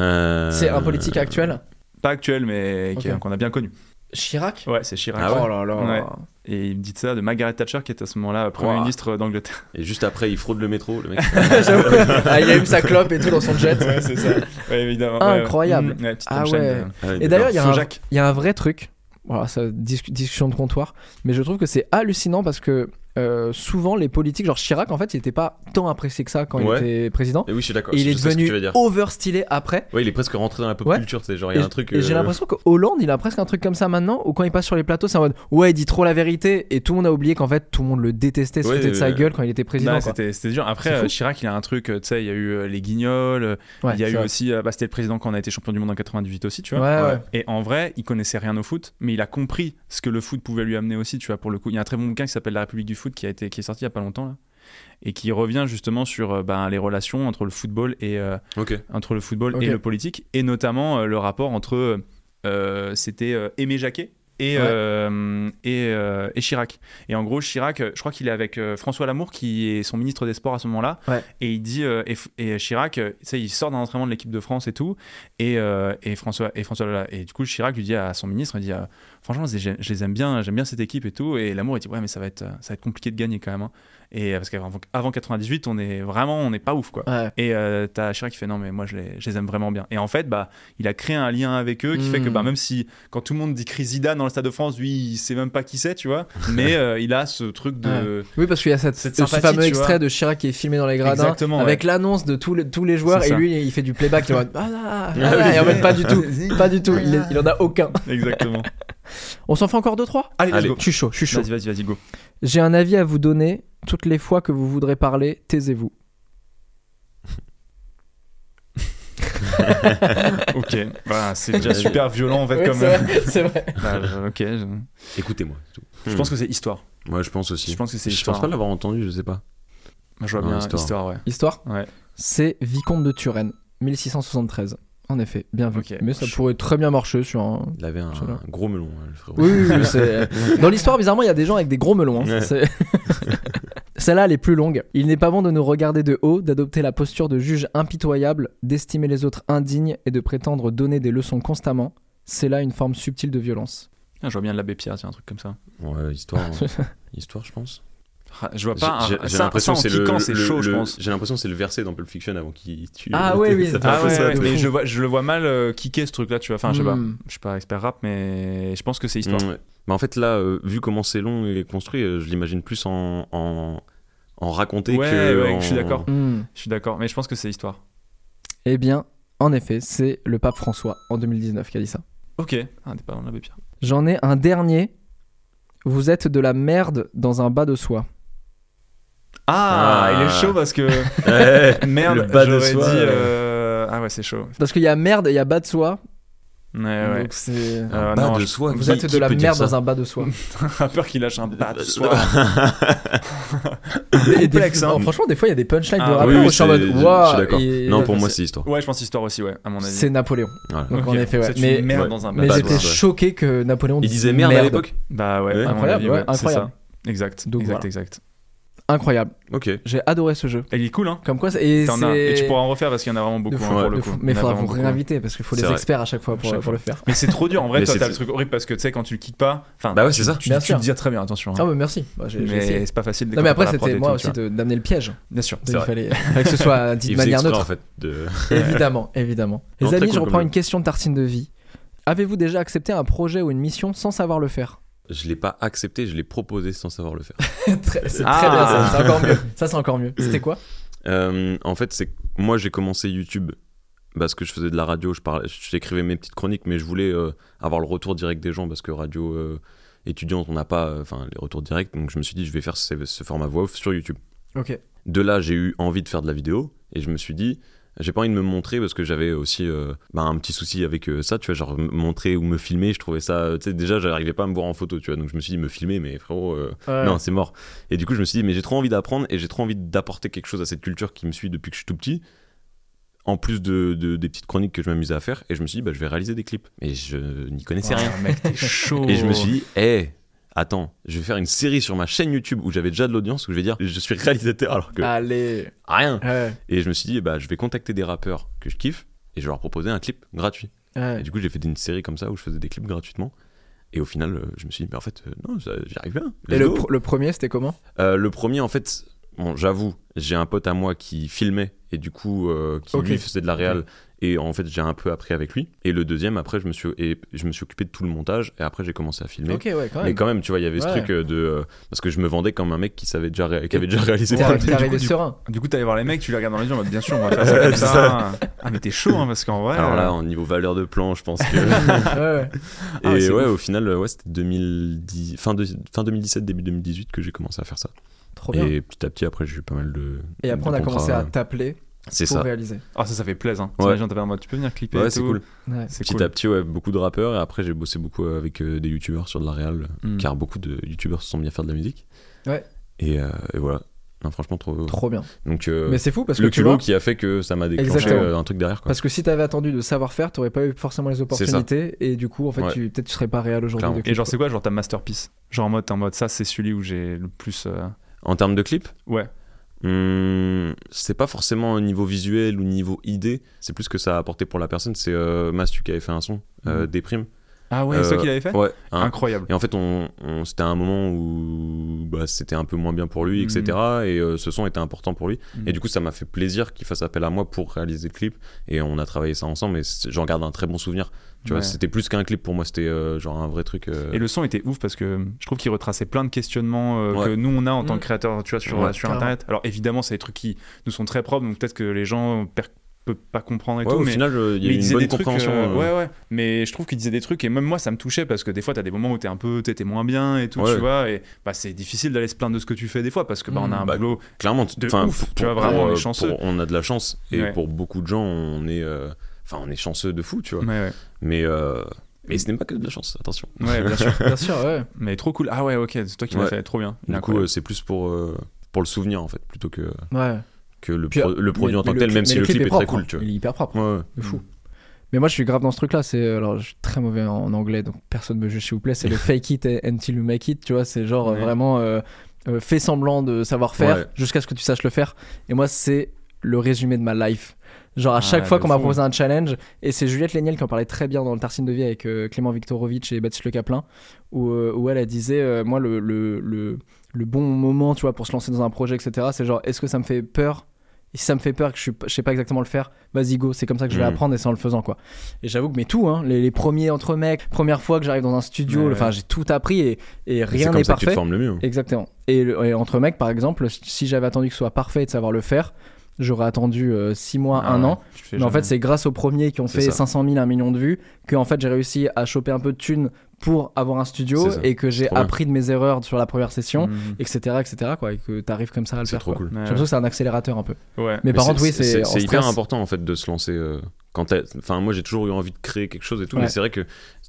D: Euh,
B: C'est un politique actuel
A: Pas actuel, mais qui-
B: Ok.
A: qu'on a bien connu.
B: Chirac
A: Ouais, c'est Chirac.
D: Ah ouais
B: Oh là là.
A: Ouais. Et il me dit ça de Margaret Thatcher, qui était à ce moment-là Premier
D: Ouah.
A: ministre d'Angleterre.
D: Et juste après, il fraude le métro, le mec.
B: J'avoue. Ah, il allume sa clope et tout dans son jet.
A: ouais, c'est ça. Ouais, évidemment.
B: Ah,
A: Ouais, ouais.
B: incroyable.
A: Mm, ouais, petite
B: Ah
A: punchline,
B: ouais.
A: euh.
D: Ah ouais,
B: Et d'ailleurs, il y, a
A: Faux
B: un-
A: Jacques.
B: il y a un vrai truc. Voilà, ça, dis- discussion de comptoir. Mais je trouve que c'est hallucinant parce que euh, souvent les politiques, genre Chirac, en fait, il n'était pas tant apprécié que ça quand
D: Ouais.
B: il était président.
D: Et oui, je suis d'accord.
B: Et il
D: je
B: est
D: sais ce que
B: devenu
D: tu veux dire.
B: overstylé après.
D: Ouais, il est presque rentré dans la pop
B: Ouais.
D: culture, tu sais, genre il
B: Et
D: y a
B: j-
D: un truc.
B: et j'ai
D: euh,
B: l'impression que Hollande, il a presque un truc comme ça maintenant, où quand il passe sur les plateaux, c'est en mode ouais, il dit trop la vérité, et tout le monde a oublié qu'en fait tout le monde le détestait, se
D: Ouais,
B: foutait de sa
D: ouais.
B: gueule quand il était président.
A: Non,
B: quoi.
A: c'était c'était dur. Après,
B: C'est fou.
A: euh, Chirac, il a un truc, euh, tu sais, il y a eu euh, les guignols, euh,
B: Ouais,
A: il y a
B: c'est
A: eu
B: vrai.
A: aussi, euh, bah, c'était le président quand on a été champion du monde en 98 aussi, tu vois.
B: Ouais, ouais.
A: Et en vrai, il connaissait rien au foot, mais il a compris ce que le foot pouvait lui amener aussi, tu vois, pour le coup. Il y a un très bon bouquin qui s'appelle La République du foot qui, a été, qui est sorti il y a pas longtemps, là, et qui revient justement sur euh, bah, les relations entre le football et, euh,
D: Ok.
A: entre le football
B: Ok.
A: et le politique, et notamment euh, le rapport entre euh, c'était euh, Aimé Jacquet et,
B: Ouais.
A: euh, et, euh, et Chirac. Et en gros, Chirac, euh, je crois qu'il est avec euh, François Lamour, qui est son ministre des Sports à ce moment-là,
B: Ouais.
A: et il dit euh, et, F- et Chirac, euh, tu sais, il sort d'un entraînement de l'équipe de France et tout, et, euh, et François et François Lamour- et du coup Chirac lui dit à son ministre, il dit euh, franchement, je les- je les aime bien, j'aime bien cette équipe et tout, et Lamour il dit ouais mais ça va être euh, ça va être compliqué de gagner quand même, hein. et euh, parce qu'avant avant 98 on est vraiment on n'est pas ouf quoi.
B: Ouais.
A: Et euh, t'as Chirac qui fait non, mais moi je les, je les aime vraiment bien. Et en fait, bah, il a créé un lien avec eux qui fait que
B: Mm.
A: bah, même si quand tout le monde décrit Zidane dans le Stade de France, lui il sait même pas qui c'est, tu vois, mais euh, il a ce truc de.
B: Oui, parce qu'il y a cette,
A: Cette
B: ce
A: sympathie,
B: fameux
A: tu
B: extrait
A: vois.
B: de Chirac qui est filmé dans les gradins
A: Exactement, ouais.
B: avec l'annonce de tous les, tous les joueurs
A: C'est
B: et
A: ça.
B: lui il fait du playback. Il est en mode, ah là, ah là, et en fait, pas du tout, pas du tout, il, est- il en a aucun.
A: Exactement.
B: On s'en fait encore deux trois
A: Allez, let's
D: Allez.
A: go.
B: Je suis chaud, je suis chaud.
A: Vas-y, vas-y, vas-y, go.
B: J'ai un avis à vous donner. Toutes les fois que vous voudrez parler, taisez-vous.
A: ok, bah, c'est déjà
D: Vas-y.
A: super violent en fait,
B: Ouais,
A: comme. euh,
B: c'est vrai, c'est vrai.
A: Bah, je- ok, je,
D: Écoutez-moi. c'est tout.
A: je pense que c'est histoire.
D: Ouais, je pense aussi.
A: Hmm. Je pense que c'est
D: Je
A: histoire.
D: pense
B: hein.
D: pas l'avoir entendu, je sais pas.
A: Moi, je vois
D: Ouais,
A: bien
D: histoire.
A: histoire, ouais.
B: Histoire
A: Ouais.
B: C'est Vicomte de Turenne, 1673. En effet, bien vu.
A: Ok.
B: Mais ça pourrait très bien marcher sur un.
D: Il avait un,
B: Je sais pas.
D: un gros melon, hein, le frérot.
B: Oui, oui, oui, c'est- euh, Dans l'histoire, bizarrement, il y a des gens avec des gros melons. hein.
D: Ouais.
B: C'est- Celle-là, elle est plus longue. Il n'est pas bon de nous regarder de haut, d'adopter la posture de juge impitoyable, d'estimer les autres indignes et de prétendre donner des leçons constamment. C'est là une forme subtile de violence.
A: Ah, je vois bien l'abbé Pierre, c'est un truc comme ça.
D: Ouais, histoire. hein. histoire, je pense.
A: Ah, Je vois pas.
D: J'ai-
A: un-
D: j'ai- J'ai
A: ça-
D: l'impression
A: ça,
D: que
A: en
D: c'est le.
A: piquant, c'est
D: le-
A: chaud, je
D: le-
A: pense.
D: J'ai l'impression que c'est le verset dans Pulp Fiction avant qu'il tue.
B: Ah ouais, oui.
D: Ça fait un
A: Ah
D: peu
A: ouais,
D: ça,
A: ouais,
D: tu vois.
A: mais je le vois, je le vois mal euh, kicker ce truc-là, tu vois. Enfin, je sais pas.
B: Hmm.
A: Je suis pas expert rap, mais je pense que c'est histoire.
D: Mm, ouais. Mais en fait, là, euh, vu comment c'est long et construit, euh, je l'imagine plus en, en, en raconter
A: Ouais,
D: que.
A: ouais,
D: en-
A: je suis d'accord.
B: Hmm.
A: Je suis d'accord, mais je pense que c'est l'histoire.
B: Eh bien, en effet, c'est le pape François en 2019 qui a dit ça.
A: Ok, ah, t'es pas dans l'abbé Pierre.
B: J'en ai un dernier. Vous êtes de la merde dans un bas de soie.
A: Ah,
D: Ah.
A: il est chaud parce que
D: Eh,
A: merde,
D: le bas de
A: j'aurais
D: soi,
A: dit.
D: euh.
A: euh, Ah ouais, c'est chaud.
B: Parce qu'il y a merde et il y a bas de soie.
A: Ouais, ouais.
B: Donc c'est.
A: Euh,
D: Pas
A: non,
D: de
A: je-
D: soi.
B: Vous
D: Ah qui-
B: êtes
D: qui
B: de la
D: peut dire
B: merde
D: ça
B: dans un bas de soie.
A: T'as peur qu'il lâche un bas de soi.
B: Et des-
A: Complexe, hein.
B: alors, franchement, des fois, il y a des punchlines
A: Ah,
B: de
A: oui,
B: rapport
D: oui,
B: où je suis en
D: c'est-
B: mode
D: je- je suis
B: Waouh,
D: d'accord.
B: et-
D: Non, pour moi,
A: c'est-
D: c'est histoire.
A: Ouais, je pense histoire aussi, ouais, à mon avis.
B: c'est Napoléon.
D: Voilà.
B: Donc
A: Ok,
B: en effet, ouais.
A: C'est
B: Mais,
A: une merde
D: Ouais.
A: dans un
B: mais
A: bas de
D: Bah,
B: j'étais
D: ouais.
A: soie.
B: choqué que Napoléon
D: Il disait merde, à l'époque
A: Bah ouais,
D: Ouais.
A: à mon
B: Incroyable,
A: avis,
B: ouais,
A: ouais, c'est
B: incroyable.
A: ça. Exact,
B: Donc
A: exact,
B: voilà.
A: exact.
B: Incroyable.
D: Ok.
B: J'ai adoré ce jeu.
A: Et il est cool, hein
B: Comme quoi, c'est- et
A: T'en as.
B: c'est-
A: Et tu pourras en refaire parce qu'il y en a vraiment beaucoup
B: de fou,
A: hein, pour
B: de
A: le
B: fou.
A: coup.
B: Mais
A: Il y en a
B: faudra
A: vraiment
B: vous
A: beaucoup. hein.
B: réinviter parce qu'il faut les
D: C'est vrai.
B: experts à chaque fois pour,
A: Chaque
B: pour le faire.
A: Mais c'est trop dur en vrai,
D: Mais
A: toi
D: c'est-
A: t'as le truc horrible parce que tu sais, quand tu le quittes pas, enfin,
D: Bah ouais, c'est ça.
A: tu,
B: Bien
A: tu
B: sûr.
A: le dis à très bien, attention. hein.
B: Ah ouais, merci. Bah, j'ai- j'ai essayé.
A: mais c'est pas facile de
B: Non mais après
A: quand t'as pas la prod
B: c'était
A: et
B: moi
A: tout,
B: aussi
A: tu vois.
B: de- d'amener le piège.
A: Bien sûr.
B: Donc, il fallait, fallait que ce soit dit de
D: Il faisait
B: manière
D: exprès,
B: neutre.
D: en fait. de-
B: Évidemment, évidemment. Les
D: Non, très
B: amis,
D: cool
B: je
D: comme
B: reprends
D: jeu.
B: une question de tartine de vie. Avez-vous déjà accepté un projet ou une mission sans savoir le faire
D: Je l'ai pas accepté, je l'ai proposé sans savoir le faire.
B: Très- C'est
A: Ah.
B: très bien ça, c'est encore mieux. Ça c'est encore mieux. C'était quoi
D: Euh, en fait, c'est que moi j'ai commencé YouTube parce que je faisais de la radio, je parlais, j'écrivais mes petites chroniques, mais je voulais euh, avoir le retour direct des gens parce que radio euh, étudiante, on n'a pas, euh, enfin les retours directs. Donc je me suis dit, je vais faire ce, ce format voix off sur YouTube.
B: Ok.
D: De là, j'ai eu envie de faire de la vidéo et je me suis dit, j'ai pas envie de me montrer parce que j'avais aussi euh, bah, un petit souci avec euh, ça, tu vois, genre me montrer ou me filmer, je trouvais ça, euh, tu sais, déjà j'arrivais pas à me voir en photo, tu vois, donc je me suis dit me filmer, mais frérot. euh, non, c'est mort. Et du coup, je me suis dit, mais j'ai trop envie d'apprendre et j'ai trop envie d'apporter quelque chose à cette culture qui me suit depuis que je suis tout petit. En plus de, de- des petites chroniques que je m'amusais à faire, et je me suis dit, bah, je vais réaliser des clips. Et je n'y connaissais rien.
A: Wow, mec, Ah, t'es chaud.
D: Et je
B: Oh.
D: me suis dit, hé, attends, je vais faire une série sur ma chaîne YouTube où j'avais déjà de l'audience, où je vais dire, je suis réalisateur alors
B: Ah.
D: que
B: Allez.
D: rien.
B: Ouais,
D: Et je me suis dit, bah, je vais contacter des rappeurs que je kiffe et je vais leur proposer un clip gratuit. Et
B: ouais.
D: du coup, j'ai fait une série comme ça où je faisais des clips gratuitement. Et au final, euh, je me suis dit, mais en fait, euh, non, ça- j'y arrive bien.
B: Et
D: Let's
B: le,
D: go.
B: pr- le premier c'était comment
D: Euh, le premier, en fait, bon, j'avoue, j'ai un pote à moi qui filmait et du coup, euh, qui
B: Ok.
D: lui faisait de la réal. Et en fait, j'ai un peu appris avec lui. Et le deuxième, après, je me suis, et je me suis occupé de tout le montage et après, j'ai commencé à filmer.
B: Ok ouais quand
D: Mais
B: même.
D: quand même, tu vois, il y avait ce
B: Ouais.
D: truc euh, de. euh, parce que je me vendais comme un mec qui, savait déjà ré- qui avait déjà réalisé.
B: T'es
D: plein de
B: arrivé,
D: trucs.
B: t'es arrivé
A: coup, du-
B: serein.
A: Du coup, t'allais voir les mecs, tu les regardes dans les yeux en mode bien sûr, on va faire ça comme ça. Ah, mais t'es chaud, hein, parce qu'en vrai.
D: Alors là,
A: euh,
D: en niveau valeur de plan, je pense que.
B: Ouais, ouais.
D: et
A: Ah ouais,
D: ouais,
A: c'est ouf.
D: au final, euh, ouais, c'était 2010, fin, de- fin 2017, début 2018 que j'ai commencé à faire ça.
B: Trop bien. Et,
D: Et petit à petit, après, j'ai eu pas mal de.
B: après
D: de
B: on a
D: contrats,
B: commencé à
D: euh,
B: t'appeler
D: C'est
B: pour
D: ça.
B: réaliser.
A: Ah, ça, ça fait plaisir. Hein.
D: Ouais.
A: T'imagines, t'avais en mode, tu peux venir clipper.
D: Ouais,
A: et
D: c'est
A: tout.
D: cool.
B: Ouais.
A: C'est
D: Petit
A: cool.
D: à petit, ouais, beaucoup de rappeurs. Et après, j'ai bossé beaucoup avec euh, des youtubeurs sur de la réal,
A: Mm.
D: car beaucoup de youtubeurs se sont mis à faire de la musique.
B: Hmm. Ouais.
D: Et, euh, et voilà. Non, franchement, trop.
B: Trop bien.
D: Donc, euh,
B: Mais c'est fou parce que
D: le
B: tu
D: culot
B: vois,
D: qui a fait que ça m'a déclenché
B: Exactement.
D: euh, un truc derrière, quoi.
B: parce que si t'avais attendu de savoir faire, t'aurais pas eu forcément les
D: ça.
B: opportunités et du coup en fait
D: Ouais.
B: tu peut-être tu serais pas réel aujourd'hui.
D: Clairement.
B: de
A: Et
B: clip,
A: genre,
B: quoi.
A: c'est quoi, genre ta masterpiece Genre en mode, t'es en mode, ça, c'est celui où j'ai le plus. euh,
D: En termes de clip,
A: Ouais.
D: hum, c'est pas forcément au niveau visuel ou niveau idée. C'est plus ce que ça a apporté pour la personne. C'est euh, Mastu qui avait fait un son, euh,
B: Hmm.
A: Mm.
D: Déprime.
A: Ah ouais, c'est
D: Euh,
A: toi qui l'avais fait
D: Ouais. hein.
A: Incroyable.
D: Et en fait, on, on- c'était un moment où bah, c'était un peu moins bien pour lui, etc.
A: Mhm.
D: Et euh, ce son était important pour lui.
A: Mhm.
D: Et du coup, ça m'a fait plaisir qu'il fasse appel à moi pour réaliser le clip. Et on a travaillé ça ensemble. Et c'est- j'en garde un très bon souvenir. Tu
A: Ouais.
D: vois, c'était plus qu'un clip pour moi. C'était euh, genre un vrai truc. euh,
A: Et le son était ouf parce que hum, je trouve qu'il retraçait plein de questionnements euh,
D: Ouais.
A: que nous on a en tant
B: Mm.
A: que créateurs tu vois, sur,
D: Ouais,
A: sur
B: carrément.
A: internet. Alors évidemment, c'est des trucs qui nous sont très propres, donc peut-être que les gens per- peuvent pas comprendre et
D: ouais,
A: tout.
D: au
A: mais...
D: final, euh, il y a
A: mais
D: eu une
A: disait
D: bonne
A: des trucs,
D: compréhension.
A: euh,
D: euh,
A: ouais, ouais. Mais je trouve qu'il disait des trucs et même moi ça me touchait parce que des fois t'as des moments où t'es un peu t'es t'es moins bien et tout,
D: Ouais.
A: tu vois. Et bah c'est difficile d'aller se plaindre de ce que tu fais des fois parce que bah on a un
D: Bah,
A: boulot.
D: Clairement, t-
A: de
D: enfin,
A: ouf,
D: pour-
A: tu vois,
D: pour,
A: vraiment, on
D: euh,
A: est chanceux.
D: pour- on a de la chance. Et
A: Ouais.
D: pour beaucoup de gens, on est, euh, enfin, on est chanceux de fou, tu vois.
A: Ouais, ouais.
D: Mais, euh, mais ce n'est pas que de la chance, attention.
A: Ouais, bien sûr.
B: Bien sûr, ouais.
A: Mais trop cool. Ah ouais, ok, c'est toi qui l'as
D: Ouais.
A: fait, trop bien.
D: Du coup,
A: Incroyable.
D: euh, c'est plus pour, euh, pour le souvenir, en fait, plutôt que.
B: Ouais.
D: que le,
B: Puis,
D: pro- euh, le produit
B: Mais-
D: en tant
B: mais
D: que tel, même
B: mais
D: si le clip est,
B: propre,
D: très cool,
B: hein.
D: tu vois.
B: Il est hyper propre,
D: Ouais, ouais.
B: de fou. Mm. Mais moi, je suis grave dans ce truc-là. C'est euh, alors, je suis très mauvais en anglais, donc personne me juge, s'il vous plaît. C'est le fake it until you make it. Tu vois, c'est genre euh,
A: Ouais.
B: vraiment euh, euh, fais semblant de savoir faire
D: Ouais.
B: jusqu'à ce que tu saches le faire. Et moi, c'est le résumé de ma life. Genre à
A: Ah,
B: chaque fois
A: de
B: qu'on m'a
A: fou.
B: proposé un challenge, et c'est Juliette Léniel qui en parlait très bien dans le Tartine de vie avec euh, Clément Viktorovitch et Baptiste Le Caplin, où, euh, où elle, elle disait, euh, moi, le, le, le, le bon moment, tu vois, pour se lancer dans un projet, etc., c'est genre, est-ce que ça me fait peur Et si ça me fait peur, que je, suis pas- je sais pas exactement le faire, vas-y go, c'est comme ça que je vais
D: Mhm.
B: apprendre et c'est en le faisant quoi. Et j'avoue que mais tout, hein, les, les premiers entre mecs, première fois que j'arrive dans un studio,
A: Ouais.
B: enfin j'ai tout appris et, et
D: C'est
B: rien
D: comme
B: n'est
D: ça que tu te
B: parfait.
D: formes le mieux.
B: Exactement. Et, le- et entre mecs, par exemple, si j'avais attendu que ce soit parfait et de savoir le faire, j'aurais attendu 6 mois,
A: Ah
D: Ah
B: 1 an. Mais en fait, c'est grâce aux premiers qui ont
D: C'est
B: fait
D: ça.
B: 500 000, 1 million de vues que en fait j'ai réussi à choper un peu de thunes pour avoir un studio
D: C'est ça.
B: et que j'ai
D: trop bien.
B: appris de mes erreurs sur la première session,
A: Mm.
B: etc., etc. Quoi, et que t'arrives comme ça à le
D: C'est
B: faire.
D: trop
B: quoi.
D: cool.
B: J'ai l'impression que c'est un accélérateur un peu.
A: Ouais.
B: Mais, par
D: c'est-
B: contre, oui, c'est en
D: c'est hyper
B: stress.
D: important en fait de se lancer. euh, quand t'as- enfin, moi j'ai toujours eu envie de créer quelque chose et tout,
B: Ouais.
D: mais c'est vrai que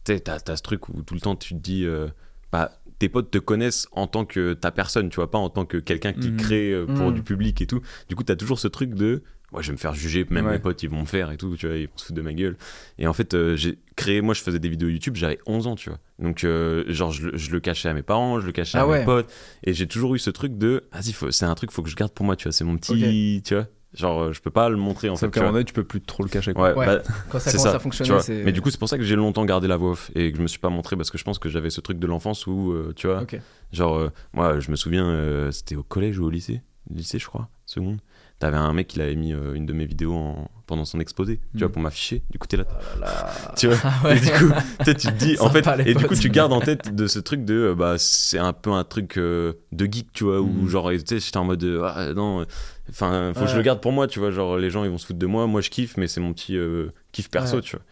D: t'es- t'as as ce truc où tout le temps tu te dis, euh, bah, tes potes te connaissent en tant que ta personne, tu vois, pas en tant que quelqu'un qui
A: Mhm.
D: crée euh, pour
B: Mhm.
D: du public et tout. Du coup, t'as toujours ce truc de, ouais, je vais me faire juger, même
A: Ouais.
D: mes potes ils vont me faire et tout, tu vois, ils vont se foutre de ma gueule. Et en fait, euh, j'ai créé, moi je faisais des vidéos YouTube, j'avais 11 ans, tu vois. Donc, euh, genre, je, le- je le cachais à mes parents, je le cachais
B: Ah
D: à
B: ouais.
D: mes potes. Et j'ai toujours eu ce truc de, vas-y, faut- c'est un truc, faut que je garde pour moi, tu vois, c'est mon petit, tu vois. Genre, euh, je peux pas le montrer en
A: Sauf
D: fait.
A: qu'à un
D: tu
A: moment
D: vois.
A: donné, tu peux plus trop le cacher. quoi.
D: Ouais,
B: Ouais,
D: bah,
B: Quand ça
D: c'est
B: commence
D: ça.
B: à
D: tu
B: fonctionner,
D: vois.
B: c'est.
D: Mais du coup, c'est pour ça que j'ai longtemps gardé la voix off et que je me suis pas montré parce que je pense que j'avais ce truc de l'enfance où, euh, tu vois,
B: Ok.
D: genre, euh, moi, je me souviens, euh, c'était au collège ou au lycée, lycée, je crois, seconde. T'avais un mec qui l'avait mis euh, une de mes vidéos en- pendant son exposé,
B: Hmm.
D: tu vois,
A: Mhm.
D: pour m'afficher. Du coup, t'es là,
B: Voilà.
D: tu vois.
B: Ah ouais.
D: Et du coup, tu sais, tu te dis, en fait,
B: Sympa, les
D: et du coup,
B: potes.
D: tu gardes en tête de ce truc de, euh, bah, c'est un peu un truc euh, de geek, tu vois, où
A: Mhm.
D: genre, tu sais, j'étais en mode, euh, ah, non, enfin, faut que je
B: Mm. Ouais.
D: le garde pour moi, tu vois, genre, les gens, ils vont se foutre de moi, moi, je kiffe, mais c'est mon petit euh, kiff perso,
B: Ouais.
D: tu vois.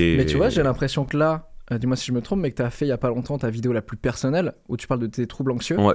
D: Et-
B: Mais tu vois, j'ai l'impression que là, euh, dis-moi si je me trompe, mais que t'as fait il y a pas longtemps ta vidéo la plus personnelle où tu parles de tes troubles anxieux.
D: Ouais.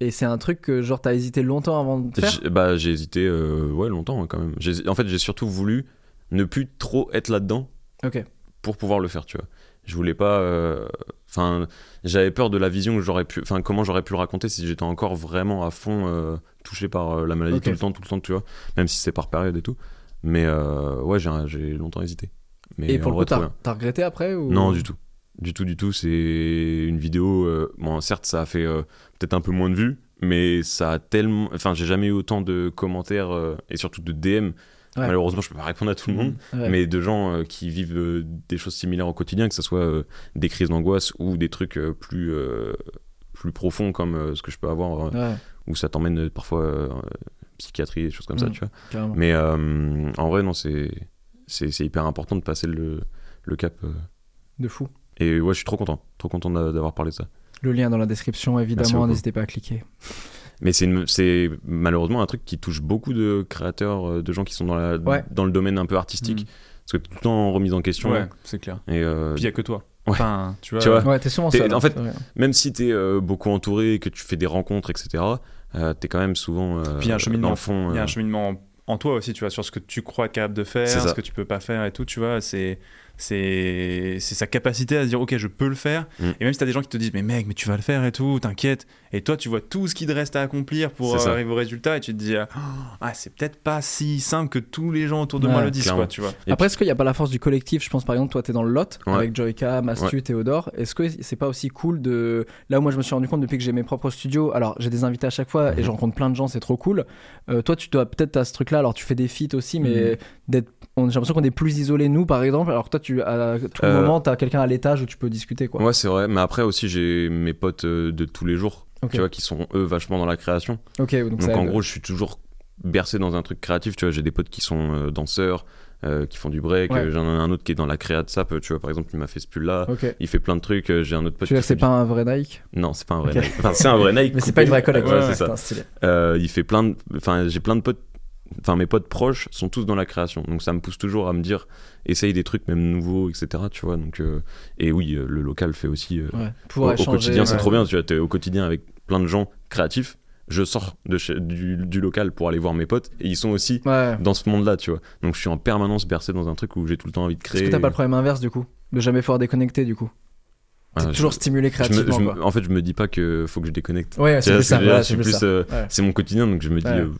B: Et c'est un truc que genre t'as hésité longtemps avant de faire.
D: J'ai- Bah, j'ai hésité, euh, ouais, longtemps, hein, quand même. J'ai- En fait, j'ai surtout voulu ne plus trop être là-dedans
B: Ok.
D: pour pouvoir le faire, tu vois. Je voulais pas. euh, Enfin, j'avais peur de la vision que j'aurais pu. Enfin, comment j'aurais pu le raconter si j'étais encore vraiment à fond euh, touché par euh, la maladie
B: Ok.
D: tout le temps, tout le temps, tu vois. Même si c'est par période et tout. Mais euh, ouais, j'ai j'ai longtemps hésité. Mais
B: Et,
D: en
B: pour le
D: vrai,
B: coup,
D: trop
B: t'as
D: bien.
B: t'as regretté après ou...
D: Non, du tout. Du tout, du tout. C'est une vidéo. euh, bon, certes, ça a fait euh, peut-être un peu moins de vues, mais ça a tellement. Enfin, j'ai jamais eu autant de commentaires euh, et surtout de DM.
B: Ouais.
D: Malheureusement, je peux pas répondre à tout le monde,
B: Ouais.
D: mais de gens euh, qui vivent euh, des choses similaires au quotidien, que ce soit euh, des crises d'angoisse ou des trucs euh, plus. euh, plus profonds comme euh, ce que je peux avoir euh,
B: Ouais,
D: où ça t'emmène euh, parfois euh, en psychiatrie et choses comme ça
B: Mm.
D: tu vois
B: carrément.
D: mais euh, en vrai non c'est c'est c'est hyper important de passer le, le cap euh,
B: De fou.
D: et ouais, je suis trop content, trop content d'a- d'avoir parlé de ça.
B: Le lien dans la description, évidemment,
D: beaucoup.
B: n'hésitez pas à cliquer.
D: Mais c'est une- c'est malheureusement un truc qui touche beaucoup de créateurs, euh, de gens qui sont dans, la,
B: Ouais.
D: dans le domaine un peu artistique, parce que t'es tout le temps en remise en question.
A: Mm. Ouais, c'est clair.
D: Et euh,
A: Puis il n'y a que toi.
D: Ouais.
A: Enfin, tu vois.
D: Tu vois.
B: Ouais, t'es souvent
D: T'es-
B: seul.
D: en
B: hein,
D: fait,
B: c'est vrai.
D: même si t'es euh, beaucoup entouré, que tu fais des rencontres, etc., euh, t'es quand même souvent euh,
A: Puis il y a un cheminement.
D: dans le fond.
A: Il y a
D: euh,
A: un cheminement en, en toi aussi, tu vois, sur ce que tu crois être capable de faire,
D: C'est ça.
A: ce que tu peux pas faire et tout, tu vois, c'est c'est c'est sa capacité à se dire ok je peux le faire
D: Mm.
A: et même si t'as des gens qui te disent mais mec mais tu vas le faire et tout t'inquiète et toi tu vois tout ce qu'il te reste à accomplir pour
D: C'est
A: euh,
D: ça.
A: arriver au résultat et tu te dis ah, ah, c'est peut-être pas si simple que tous les gens autour de moi
B: Ouais,
A: le disent
D: clairement.
A: quoi tu vois
D: Et
B: Après, est-ce qu'il n'y a pas la force du collectif Je pense par exemple, toi, t'es dans le lot
D: Ouais.
B: avec Joyka, Mastu, Théodore. Est-ce que c'est pas aussi cool de. Là où moi, je me suis rendu compte depuis que j'ai mes propres studios, alors j'ai des invités à chaque fois et
D: Mhm.
B: je rencontre plein de gens, c'est trop cool. Euh, toi, tu dois peut-être à ce truc-là, alors tu fais des feats aussi,
D: Mhm.
B: mais d'être. on- J'ai l'impression qu'on est plus isolés, nous, par exemple, alors que toi, tu, à tout
D: Euh.
B: moment, t'as quelqu'un à l'étage où tu peux discuter, quoi.
D: Ouais, c'est vrai. Mais après aussi, j'ai mes potes euh, de tous les jours,
B: Ok.
D: tu vois, qui sont eux vachement dans la création.
B: Ok, donc,
D: Donc
B: ça
D: en
B: aide.
D: gros, je suis toujours bercé dans un truc créatif. Tu vois, j'ai des potes qui sont euh, danseurs, euh, qui font du break.
B: Ouais.
D: euh, J'en ai un autre qui est dans la créa de sap. euh, Tu vois, par exemple, il m'a fait ce pull-là.
B: Ok.
D: Il fait plein de trucs. euh, J'ai un autre pote.
B: Tu veux dire
D: qui
B: que c'est
D: fait
B: pas un vrai Nike
D: du- Non, c'est pas un vrai
B: Ok.
D: Nike. Enfin, c'est un vrai Nike.
B: Mais c'est pas une vraie collecte,
D: Ouais,
A: ouais,
D: c'est ça.
B: Putain, stylé.
D: Euh, il fait plein de. Enfin, j'ai plein de potes. Enfin, mes potes proches sont tous dans la création. Donc ça me pousse toujours à me dire, essaye des trucs même nouveaux, etc. Tu vois. Donc euh, et oui, euh, le local fait aussi. euh,
B: Ouais.
D: au,
B: Pouvoir
D: au
B: échanger,
D: quotidien, c'est
B: ouais.
D: trop bien. Tu vois, t'es au quotidien avec plein de gens créatifs. Je sors de chez- du, du local pour aller voir mes potes et ils sont aussi
B: Ouais.
D: dans ce monde-là, tu vois. Donc je suis en permanence bercé dans un truc où j'ai tout le temps envie de créer.
B: Est-ce que t'as pas le problème inverse du coup De jamais pouvoir déconnecter du coup T'es
D: Ouais, je-
B: toujours stimulé
D: je me-
B: créativement
D: je me-
B: quoi.
D: En fait, je me dis pas que faut que je déconnecte.
B: Ouais,
D: Tu
B: c'est
D: vois,
B: plus
D: ce que
B: ça.
D: je veux
B: voilà,
D: dire,
B: c'est
D: c'est
B: plus
D: plus,
B: ça.
D: euh,
B: Ouais.
D: c'est mon quotidien, donc je me dis
B: Ouais.
D: euh,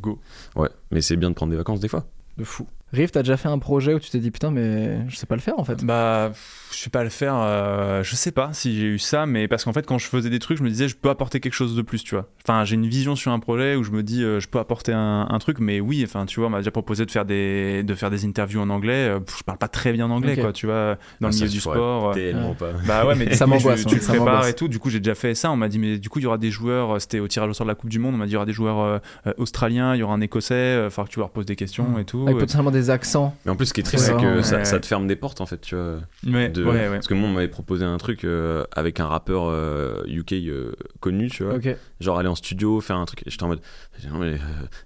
A: go
D: ouais. Mais c'est bien de prendre des vacances des fois.
B: De fou. Riff, t'as déjà fait un projet où tu t'es dit putain, mais je sais pas le faire en fait.
A: Bah, pff, je sais pas le faire. euh, je sais pas si j'ai eu ça, mais parce qu'en fait, quand je faisais des trucs, je me disais, je peux apporter quelque chose de plus, tu vois. Enfin, j'ai une vision sur un projet où je me dis, euh, je peux apporter un, un truc, mais oui, enfin, tu vois, on m'a déjà proposé de faire des, de faire des interviews en anglais. Euh, pff, je parle pas très bien anglais,
B: Ok.
A: quoi, tu vois, dans
D: Ah,
A: le
D: ça,
A: milieu
D: je
A: du
D: pourrais
A: sport. euh,
D: Tellement pas.
A: Bah ouais, mais du
B: Ça
A: coup,
B: m'angoisse,
A: Tu, tu
B: hein,
A: le
B: ça
A: prépares
B: m'angoisse.
A: et tout. Du coup, j'ai déjà fait ça. On m'a dit, mais du coup, il y aura des joueurs. euh, C'était au tirage au sort de la Coupe du Monde. On m'a dit, il y aura des joueurs euh, euh, australiens, il y aura un écossais. euh, Faudra que tu leur poses des questions et tout.
B: Mmh. Avec potentiellement des accents.
D: Mais en plus, ce qui est triste,
B: Ouais,
D: c'est que
B: ouais,
D: ça,
A: ouais.
D: ça te ferme des portes en fait, tu vois.
A: Mais
D: de-
A: ouais, ouais.
D: Parce que moi, on m'avait proposé un truc euh, avec un rappeur euh, UK euh, connu, tu vois.
B: Ok.
D: Genre aller en studio, faire un truc. Et J'étais en mode, non, mais euh,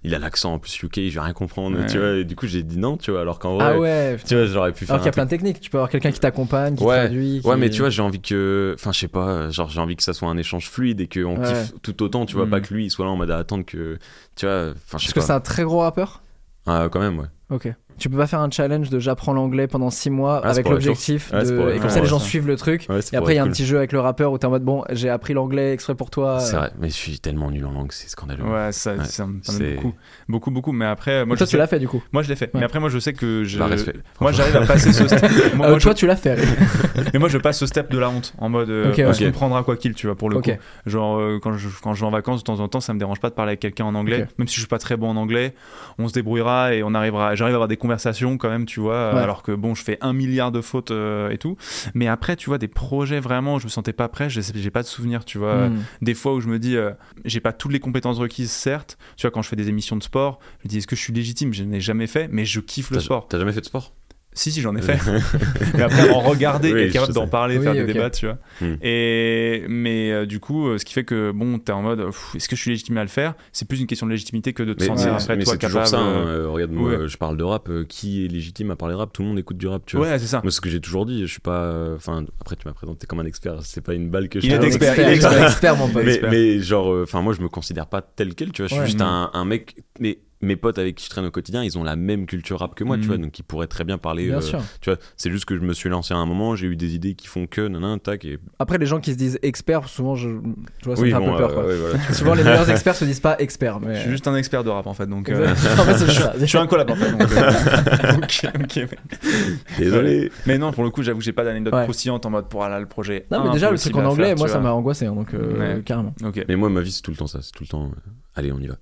D: il a l'accent en plus UK, je vais rien comprendre,
A: Ouais.
D: tu vois. Et du coup, j'ai dit non, tu vois. Alors qu'en vrai,
B: Ah ouais.
D: tu vois, j'aurais pu faire.
B: Alors qu'il y a
D: un
B: plein de techniques. Tu peux avoir quelqu'un qui t'accompagne, qui
D: Ouais.
B: traduit.
D: Ouais,
B: qui-
D: mais tu vois, j'ai envie que. Enfin, je sais pas, euh, genre, j'ai envie que ça soit un échange fluide et qu'on
B: Ouais.
D: kiffe tout autant, tu vois,
A: Mm.
D: pas que lui, il soit là en mode à attendre que. Tu vois, enfin, je
B: Parce
D: sais
B: que c'est
D: pas.
B: un très gros rappeur.
D: Ah, quand même, ouais.
B: Ok. Tu peux pas faire un challenge de j'apprends l'anglais pendant 6 mois
D: Ah, c'est
B: avec
D: pour la
B: l'objectif
D: chauffe. Ouais, c'est
B: de...
D: pour la
B: et comme
A: chauffe,
B: ça les
A: ouais,
B: gens
A: ça.
B: suivent le truc.
D: Ouais, c'est
B: Et
D: pour
B: après il y a un
D: être cool.
B: petit euh, jeu avec le rappeur où t'es en mode bon j'ai appris l'anglais exprès pour toi.
D: C'est vrai, mais je suis tellement nul en langue, c'est scandaleux.
A: Ouais, ça,
D: Ouais,
A: ça me ça me
D: c'est-
A: donne beaucoup. Beaucoup, beaucoup. Mais après, moi,
B: toi
A: je
B: tu
A: sais-
B: l'as fait du coup.
A: moi, je l'ai fait.
B: Ouais.
A: Mais après, moi, je sais que je.
D: Bah, respect.
A: Moi, j'arrive à passer ce step. moi,
B: Euh,
A: moi, je...
B: toi tu l'as fait.
A: Mais moi, je passe ce step de la honte. En mode, euh,
B: Ok,
A: on
B: ouais.
A: se
D: Ok.
A: comprendra quoi qu'il, tu vois, pour le
B: ok.
A: coup. Genre, euh, quand, je, quand je vais en vacances, de temps en temps, ça me dérange pas de parler avec quelqu'un en anglais.
B: Ok.
A: Même si je suis pas très bon en anglais, on se débrouillera et on arrivera. J'arrive à avoir des conversations quand même, tu vois.
B: Ouais.
A: Alors que bon, je fais un milliard de fautes euh, et tout. Mais après, tu vois, des projets vraiment, où je me sentais pas prêt. J'ai j'ai pas de souvenirs, tu vois
B: Hmm.
A: des fois où je me dis euh, j'ai pas toutes les compétences requises certes tu vois quand je fais des émissions de sport je me dis est-ce que je suis légitime je n'ai jamais fait mais je kiffe le
D: T'as-
A: sport
D: T'as jamais fait de sport
A: si si j'en ai fait mais après en regarder
D: Oui,
A: être capable
D: je sais.
A: d'en parler
B: Oui,
A: faire
B: ok.
A: des débats tu vois
D: Hmm.
A: et mais euh, du coup euh, ce qui fait que bon t'es en mode pff, est-ce que je suis légitime à le faire c'est plus une question de légitimité que de te
D: Mais,
A: sentir
D: mais-
A: après
D: mais
A: toi
D: c'est toujours
A: capable
D: ça. hein,
A: euh,
D: euh, regarde, moi,
A: ouais.
D: euh, je parle de rap. euh, qui est légitime à parler rap Tout le monde écoute du rap, tu vois.
A: ouais c'est ça
B: Ah.
D: Moi, ce que j'ai toujours dit, je suis pas. euh, Enfin, après, tu m'as présenté comme un expert. C'est pas une balle que je
A: Il est
D: tire.
A: expert,
B: il est Euh, expert, mon
A: Il est
B: pote.
D: mais,
A: expert.
D: mais genre, euh, enfin, moi, je me considère pas tel quel, tu vois. Je suis
B: Ouais.
D: juste
A: Mm.
D: un, un mec. Mais mes potes avec qui je traîne au quotidien, ils ont la même culture rap que moi, tu
A: Mm.
D: vois. Donc, ils pourraient très bien parler.
B: Bien
D: euh,
B: sûr.
D: Tu vois, c'est juste que je me suis lancé à un moment, j'ai eu des idées qui font que, nanan, tac. Et...
B: Après les gens qui se disent experts souvent je, tu vois Bah, ça me fait un peu
D: bon,
B: peur.
D: euh,
B: quoi.
D: ouais, voilà.
B: Souvent les meilleurs experts se disent pas experts mais.
A: je suis juste un expert de rap en fait donc euh,
B: Exact. En fait, c'est ça.
A: je suis un collab en fait donc, euh, ok, ok, mais-
D: Désolé.
A: mais non pour le coup j'avoue que j'ai pas d'anecdote
B: Ouais.
A: croustillante en mode pour aller le projet
B: Non mais déjà le truc
A: impossible
B: en
A: à
B: anglais
A: faire,
B: moi
A: tu
B: ça
A: vois.
B: m'a angoissé hein, donc euh,
A: Ouais.
B: carrément.
A: ok
D: Mais moi, ma vie, c'est tout le temps ça. C'est tout le temps. euh, Allez, on y va.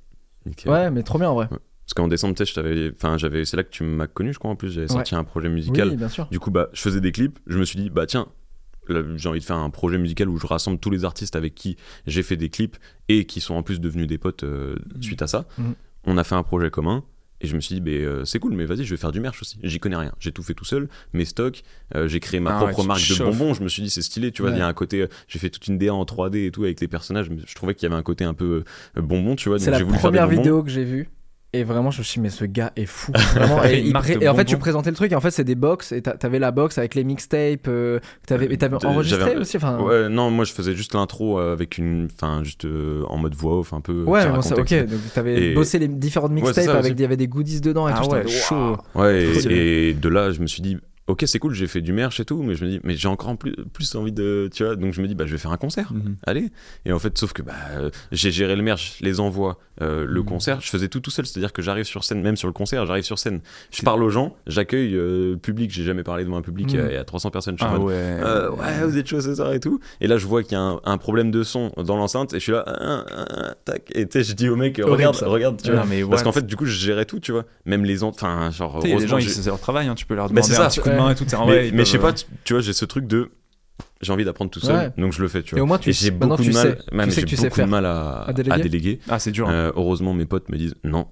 D: Nickel.
B: Ouais mais trop bien en vrai.
D: Parce qu'en décembre, tu sais, je t'avais- enfin, j'avais, c'est là que tu m'as connu, je crois, en plus. J'avais
B: Ouais.
D: sorti un projet musical.
B: Oui bien sûr.
D: Du coup, bah, je faisais des clips. Je me suis dit, bah, tiens, là, j'ai envie de faire un projet musical où je rassemble tous les artistes avec qui j'ai fait des clips et qui sont en plus devenus des potes euh, suite à ça.
B: Mhm.
D: On a fait un projet commun. Et je me suis dit, bah, euh, c'est cool, mais vas-y, je vais faire du merch aussi. J'y connais rien. J'ai tout fait tout seul, mes stocks. euh, j'ai créé ma
A: Ah ouais,
D: propre
A: tu te
D: marque de
A: chauffes.
D: bonbons. Je me suis dit, c'est stylé, tu vois. Il y a un côté. euh, J'ai fait toute une DA en 3D et tout avec les personnages. mais Je trouvais qu'il y avait un côté un peu euh, bonbon, tu vois.
B: C'est
D: donc
B: la
D: j'ai voulu faire des
B: première
D: bonbons.
B: vidéo hein. que j'ai vue. Et vraiment, je me suis dit, mais ce gars est fou. Vraiment,
A: Fait
B: et,
A: une
B: il
A: marque
B: pré-
A: de
B: et en fait, tu
A: bonbons.
B: présentais le truc, et en fait, c'est des box, et t'a- t'avais la box avec les mixtapes, euh, que t'avais, et t'avais
D: J'avais
B: enregistré
D: un-
B: aussi. Enfin,
D: Ouais, non, moi je faisais juste l'intro euh, avec une. Enfin, juste euh, en mode voix off un peu.
B: ouais,
D: qui
B: bon, ça,
D: racontait,
B: ok. Donc, t'avais
D: Et-
B: bossé les différentes
D: c'est
B: mixtapes
D: ça
B: avec
D: aussi.
B: il y avait des goodies dedans et
A: Ah
B: tout. j'étais en
A: ouais,
B: mode,
A: chaud.
B: waouh.
D: Ouais,
A: Trop bien.
D: et, et de là, je me suis dit, ok, c'est cool, j'ai fait du merch et tout, mais je me dis, mais j'ai encore en plus, plus envie de. Tu vois, donc je me dis, bah, je vais faire un concert.
A: Mhm.
D: Allez. Et en fait, sauf que bah, euh, j'ai géré le merch, les envois, euh, le
A: Mhm.
D: concert, je faisais tout tout seul. C'est-à-dire que j'arrive sur scène, même sur le concert, j'arrive sur scène, je parle aux gens, j'accueille euh, le public. J'ai jamais parlé devant un public,
B: Mhm.
D: euh, il y a 300 personnes. Je suis en
A: Ah
D: mode,
A: ouais.
D: Euh, ouais, vous êtes chaud ce soir et tout. Et là, je vois qu'il y a un, un problème de son dans l'enceinte et je suis là, ah, ah, ah, tac. Et tu sais, je dis au mec,
B: Horrible,
D: regarde,
B: ça.
D: regarde, tu vois.
A: Non, mais
D: Parce
A: what
D: qu'en fait, du coup, je gérais tout, tu vois. Même les. en- Enfin, genre,
A: Tu sais, il y a des
D: heureusement,
A: gens,
D: j'ai-
A: ils- c'est leur travail, hein, tu peux leur
D: Mais
A: demander
D: c'est ça,
A: un petit coup de main et tout. t'es en
D: mais,
A: vrai, ils
D: mais je sais
A: peuvent,
D: pas, tu, tu vois, j'ai ce truc de. J'ai envie d'apprendre tout seul,
B: Ouais.
D: donc je le fais, tu
B: Et
D: vois.
B: au moins, tu sais-
D: j'ai
B: maintenant,
D: beaucoup
B: tu
D: de mal,
B: sais-
D: même,
B: tu sais
D: j'ai
B: que tu sais
D: beaucoup
B: faire.
D: de mal à,
B: À déléguer.
D: à déléguer.
A: euh, Ah, c'est dur. hein.
D: Euh, heureusement, mes potes me disent non,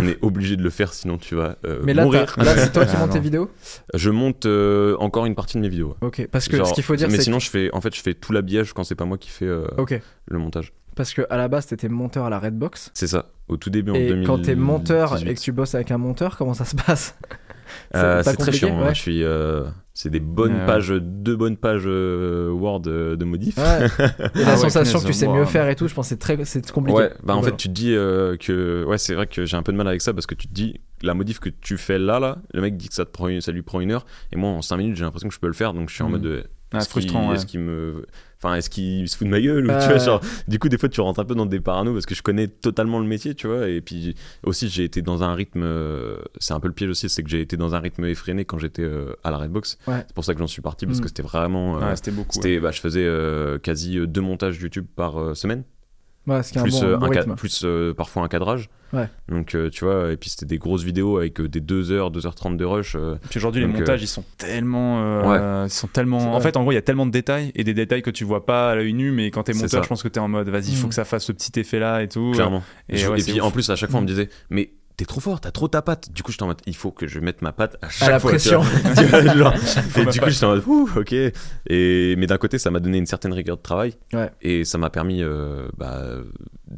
D: on est obligé de le faire, sinon tu vas euh,
B: Mais là,
D: mourir.
B: t'as- là, c'est toi qui
A: Ah,
B: montes tes
A: non.
B: vidéos
D: Je monte euh, encore une partie de mes vidéos. ouais.
B: Ok. Parce que Ah
D: Genre,
B: ce qu'il faut dire,
D: mais
B: c'est.
D: sinon, je fais, en fait, je fais tout l'habillage quand c'est pas moi qui fais euh,
B: que- Ok.
D: le montage.
B: Parce que à la base, t'étais monteur à la Redbox.
D: C'est ça. Au tout début, en
B: Et
D: 2018.
B: quand t'es monteur et que tu bosses avec un monteur, comment ça se passe c'est
D: Euh,
B: pas
D: c'est très
B: compliqué,
D: chiant. moi,
B: ouais.
D: Je suis. euh, c'est des bonnes
A: Ouais.
D: pages, deux bonnes pages euh, Word euh, de modif.
B: Ouais. Et
A: Ah
B: la
A: ouais,
B: sensation
A: punaise,
B: que tu sais
A: moi,
B: mieux
A: euh,
B: faire et tout, je pense que c'est très c'est compliqué.
D: hein. Ouais, bah en fait, tu te dis euh, que. Ouais, c'est vrai que j'ai un peu de mal avec ça parce que tu te dis, la modif que tu fais là, là, le mec dit que ça, te
B: Mm.
D: prend une- ça lui prend une heure et moi en 5 minutes j'ai l'impression que je peux le faire donc je suis en
A: Mhm.
D: mode. euh,
A: Ah,
D: est-ce qu'il-
A: frustrant. ouais.
D: Est-ce qu'il me. Enfin, est-ce qu'il se fout de ma gueule ou,
B: Ouais,
D: tu vois,
B: ouais.
D: genre, Du coup, des fois, tu rentres un peu dans des parano parce que je connais totalement le métier, tu vois. Et puis aussi, j'ai été dans un rythme. euh, C'est un peu le piège aussi, c'est que j'ai été dans un rythme effréné quand j'étais euh, à la Redbox.
B: Ouais.
D: C'est pour ça que j'en suis parti parce
B: Mm.
D: que c'était vraiment. euh,
A: Ouais, c'était beaucoup. ouais.
D: c'était, bah, je faisais euh, quasi euh, deux montages YouTube par euh, semaine
B: Ouais, ce qui est un
D: plus,
B: bon,
D: euh,
B: bon
D: un ca-
B: rythme.
D: plus euh, parfois un cadrage.
B: Ouais.
D: Donc euh, tu vois, et puis c'était des grosses vidéos avec euh, des 2h, 2h30 de rush. euh,
A: Puis aujourd'hui, les
D: Donc, euh,
A: montages, ils sont tellement. euh, Ils sont tellement.
B: C'est
A: En
B: vrai.
A: fait, en gros, il y a tellement de détails et des détails que tu vois pas à l'œil nu, mais quand t'es
D: C'est
A: monteur,
D: ça.
A: je pense que t'es en mode, vas-y, il faut
B: Mm.
A: que ça fasse ce petit effet-là et tout.
D: clairement.
A: Et
D: Je- Et,
A: ouais, c'est
D: puis
A: ouf. Mm.
D: en plus, à chaque fois, on me disait, mais t'es trop fort, t'as trop ta patte. Du coup, j'étais en mode, il faut que je mette ma patte à chaque
B: À la
D: fois. tu
B: pression.
D: vois. Tu vois, genre,
A: Faut
D: et
A: ma
D: du coup,
A: patte.
D: j'étais en mode, ouh, ok. Et, mais d'un côté, ça m'a donné une certaine rigueur de travail.
B: Ouais.
D: Et ça m'a permis euh, bah,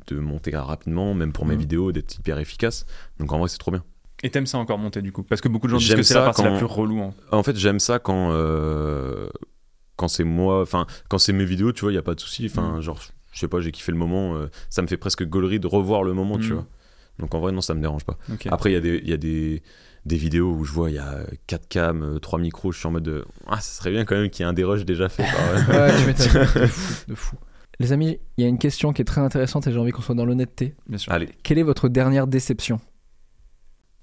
D: de monter rapidement, même pour mes
A: Mm.
B: Mhm.
D: vidéos, d'être hyper efficace. Donc en vrai, c'est trop bien.
A: Et t'aimes ça encore monter du coup Parce que beaucoup de gens disent
D: J'aime
A: que c'est la
D: ça
A: partie la
D: quand-
A: plus relou. hein.
D: En fait, j'aime ça quand euh, quand c'est moi, enfin quand c'est mes vidéos, tu vois, il y a pas de souci. Enfin,
A: Mm.
D: genre, je sais pas, j'ai kiffé le moment. euh, ça me fait presque gaulerie de revoir le moment, tu
A: Mm.
D: vois. Donc en vrai, non, ça me dérange pas.
A: Ok.
D: Après, il y a des il y a des des vidéos où je vois il y a 4 cams, euh, 3 micros, je suis en mode de, ah ça serait bien quand même qu'il y ait un des rushs déjà fait. par-
B: Ouais, tu m'étonnes. de, fou, de fou. Les amis, il y a une question qui est très intéressante et j'ai envie qu'on soit dans l'honnêteté.
A: Bien sûr.
D: Allez.
B: Quelle est votre dernière déception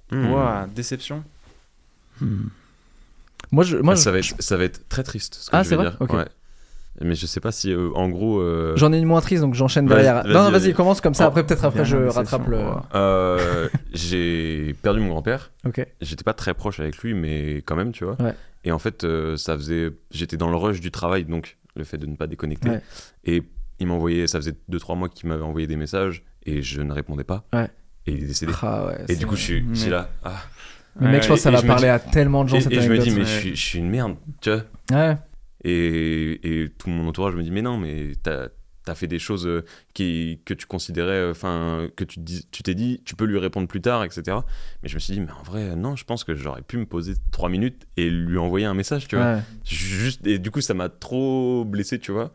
D: Hmm.
A: Ouah, déception.
B: Moi, je, moi,
D: Ah, ça
B: je-
D: va être ça va être très triste. Ce que
B: Ah,
D: je
B: c'est
D: vais
B: vrai
D: dire.
B: Ok.
D: Ouais. Mais je sais pas si euh, en gros. euh,
B: j'en ai une moins triste, donc j'enchaîne
D: Vas-y,
B: derrière.
D: vas-y,
B: non, non,
D: vas-y.
B: vas-y, commence comme ça.
D: Oh,
B: Après, peut-être après, je
A: dernière déception,
B: rattrape le.
A: ouah.
D: euh, j'ai perdu mon grand-père.
B: Ok.
D: j'étais pas très proche avec lui, mais quand même, tu vois.
B: Ouais.
D: Et en fait, euh, ça faisait. J'étais dans le rush du travail, donc le fait de ne pas déconnecter.
B: Ouais.
D: Et il m'envoyait. Ça faisait 2-3 mois qu'il m'avait envoyé des messages et je ne répondais pas.
B: Ouais.
D: Et il est décédé.
B: Ah ouais,
D: Et
B: c'est-
D: du coup, je suis, je suis
A: Mais-
D: là. ah.
B: Mais mec, je
A: Ouais,
B: pense que ça
D: et
B: va
D: je me
B: parler
D: dis-
B: à tellement de gens
D: Et,
B: cette
D: et je me
B: anecdote.
D: dis, mais
A: ouais.
D: je, suis, je suis une merde, tu vois.
B: Ouais.
D: Et, et tout mon entourage me dit, mais non, mais t'as as fait des choses euh, qui, que tu considérais, euh, enfin, que tu dis- tu t'es dit, tu peux lui répondre plus tard, etc. Mais je me suis dit, mais en vrai, non, je pense que j'aurais pu me poser 3 minutes et lui envoyer un message, tu vois.
B: Ouais.
D: juste et du coup ça m'a trop blessé tu vois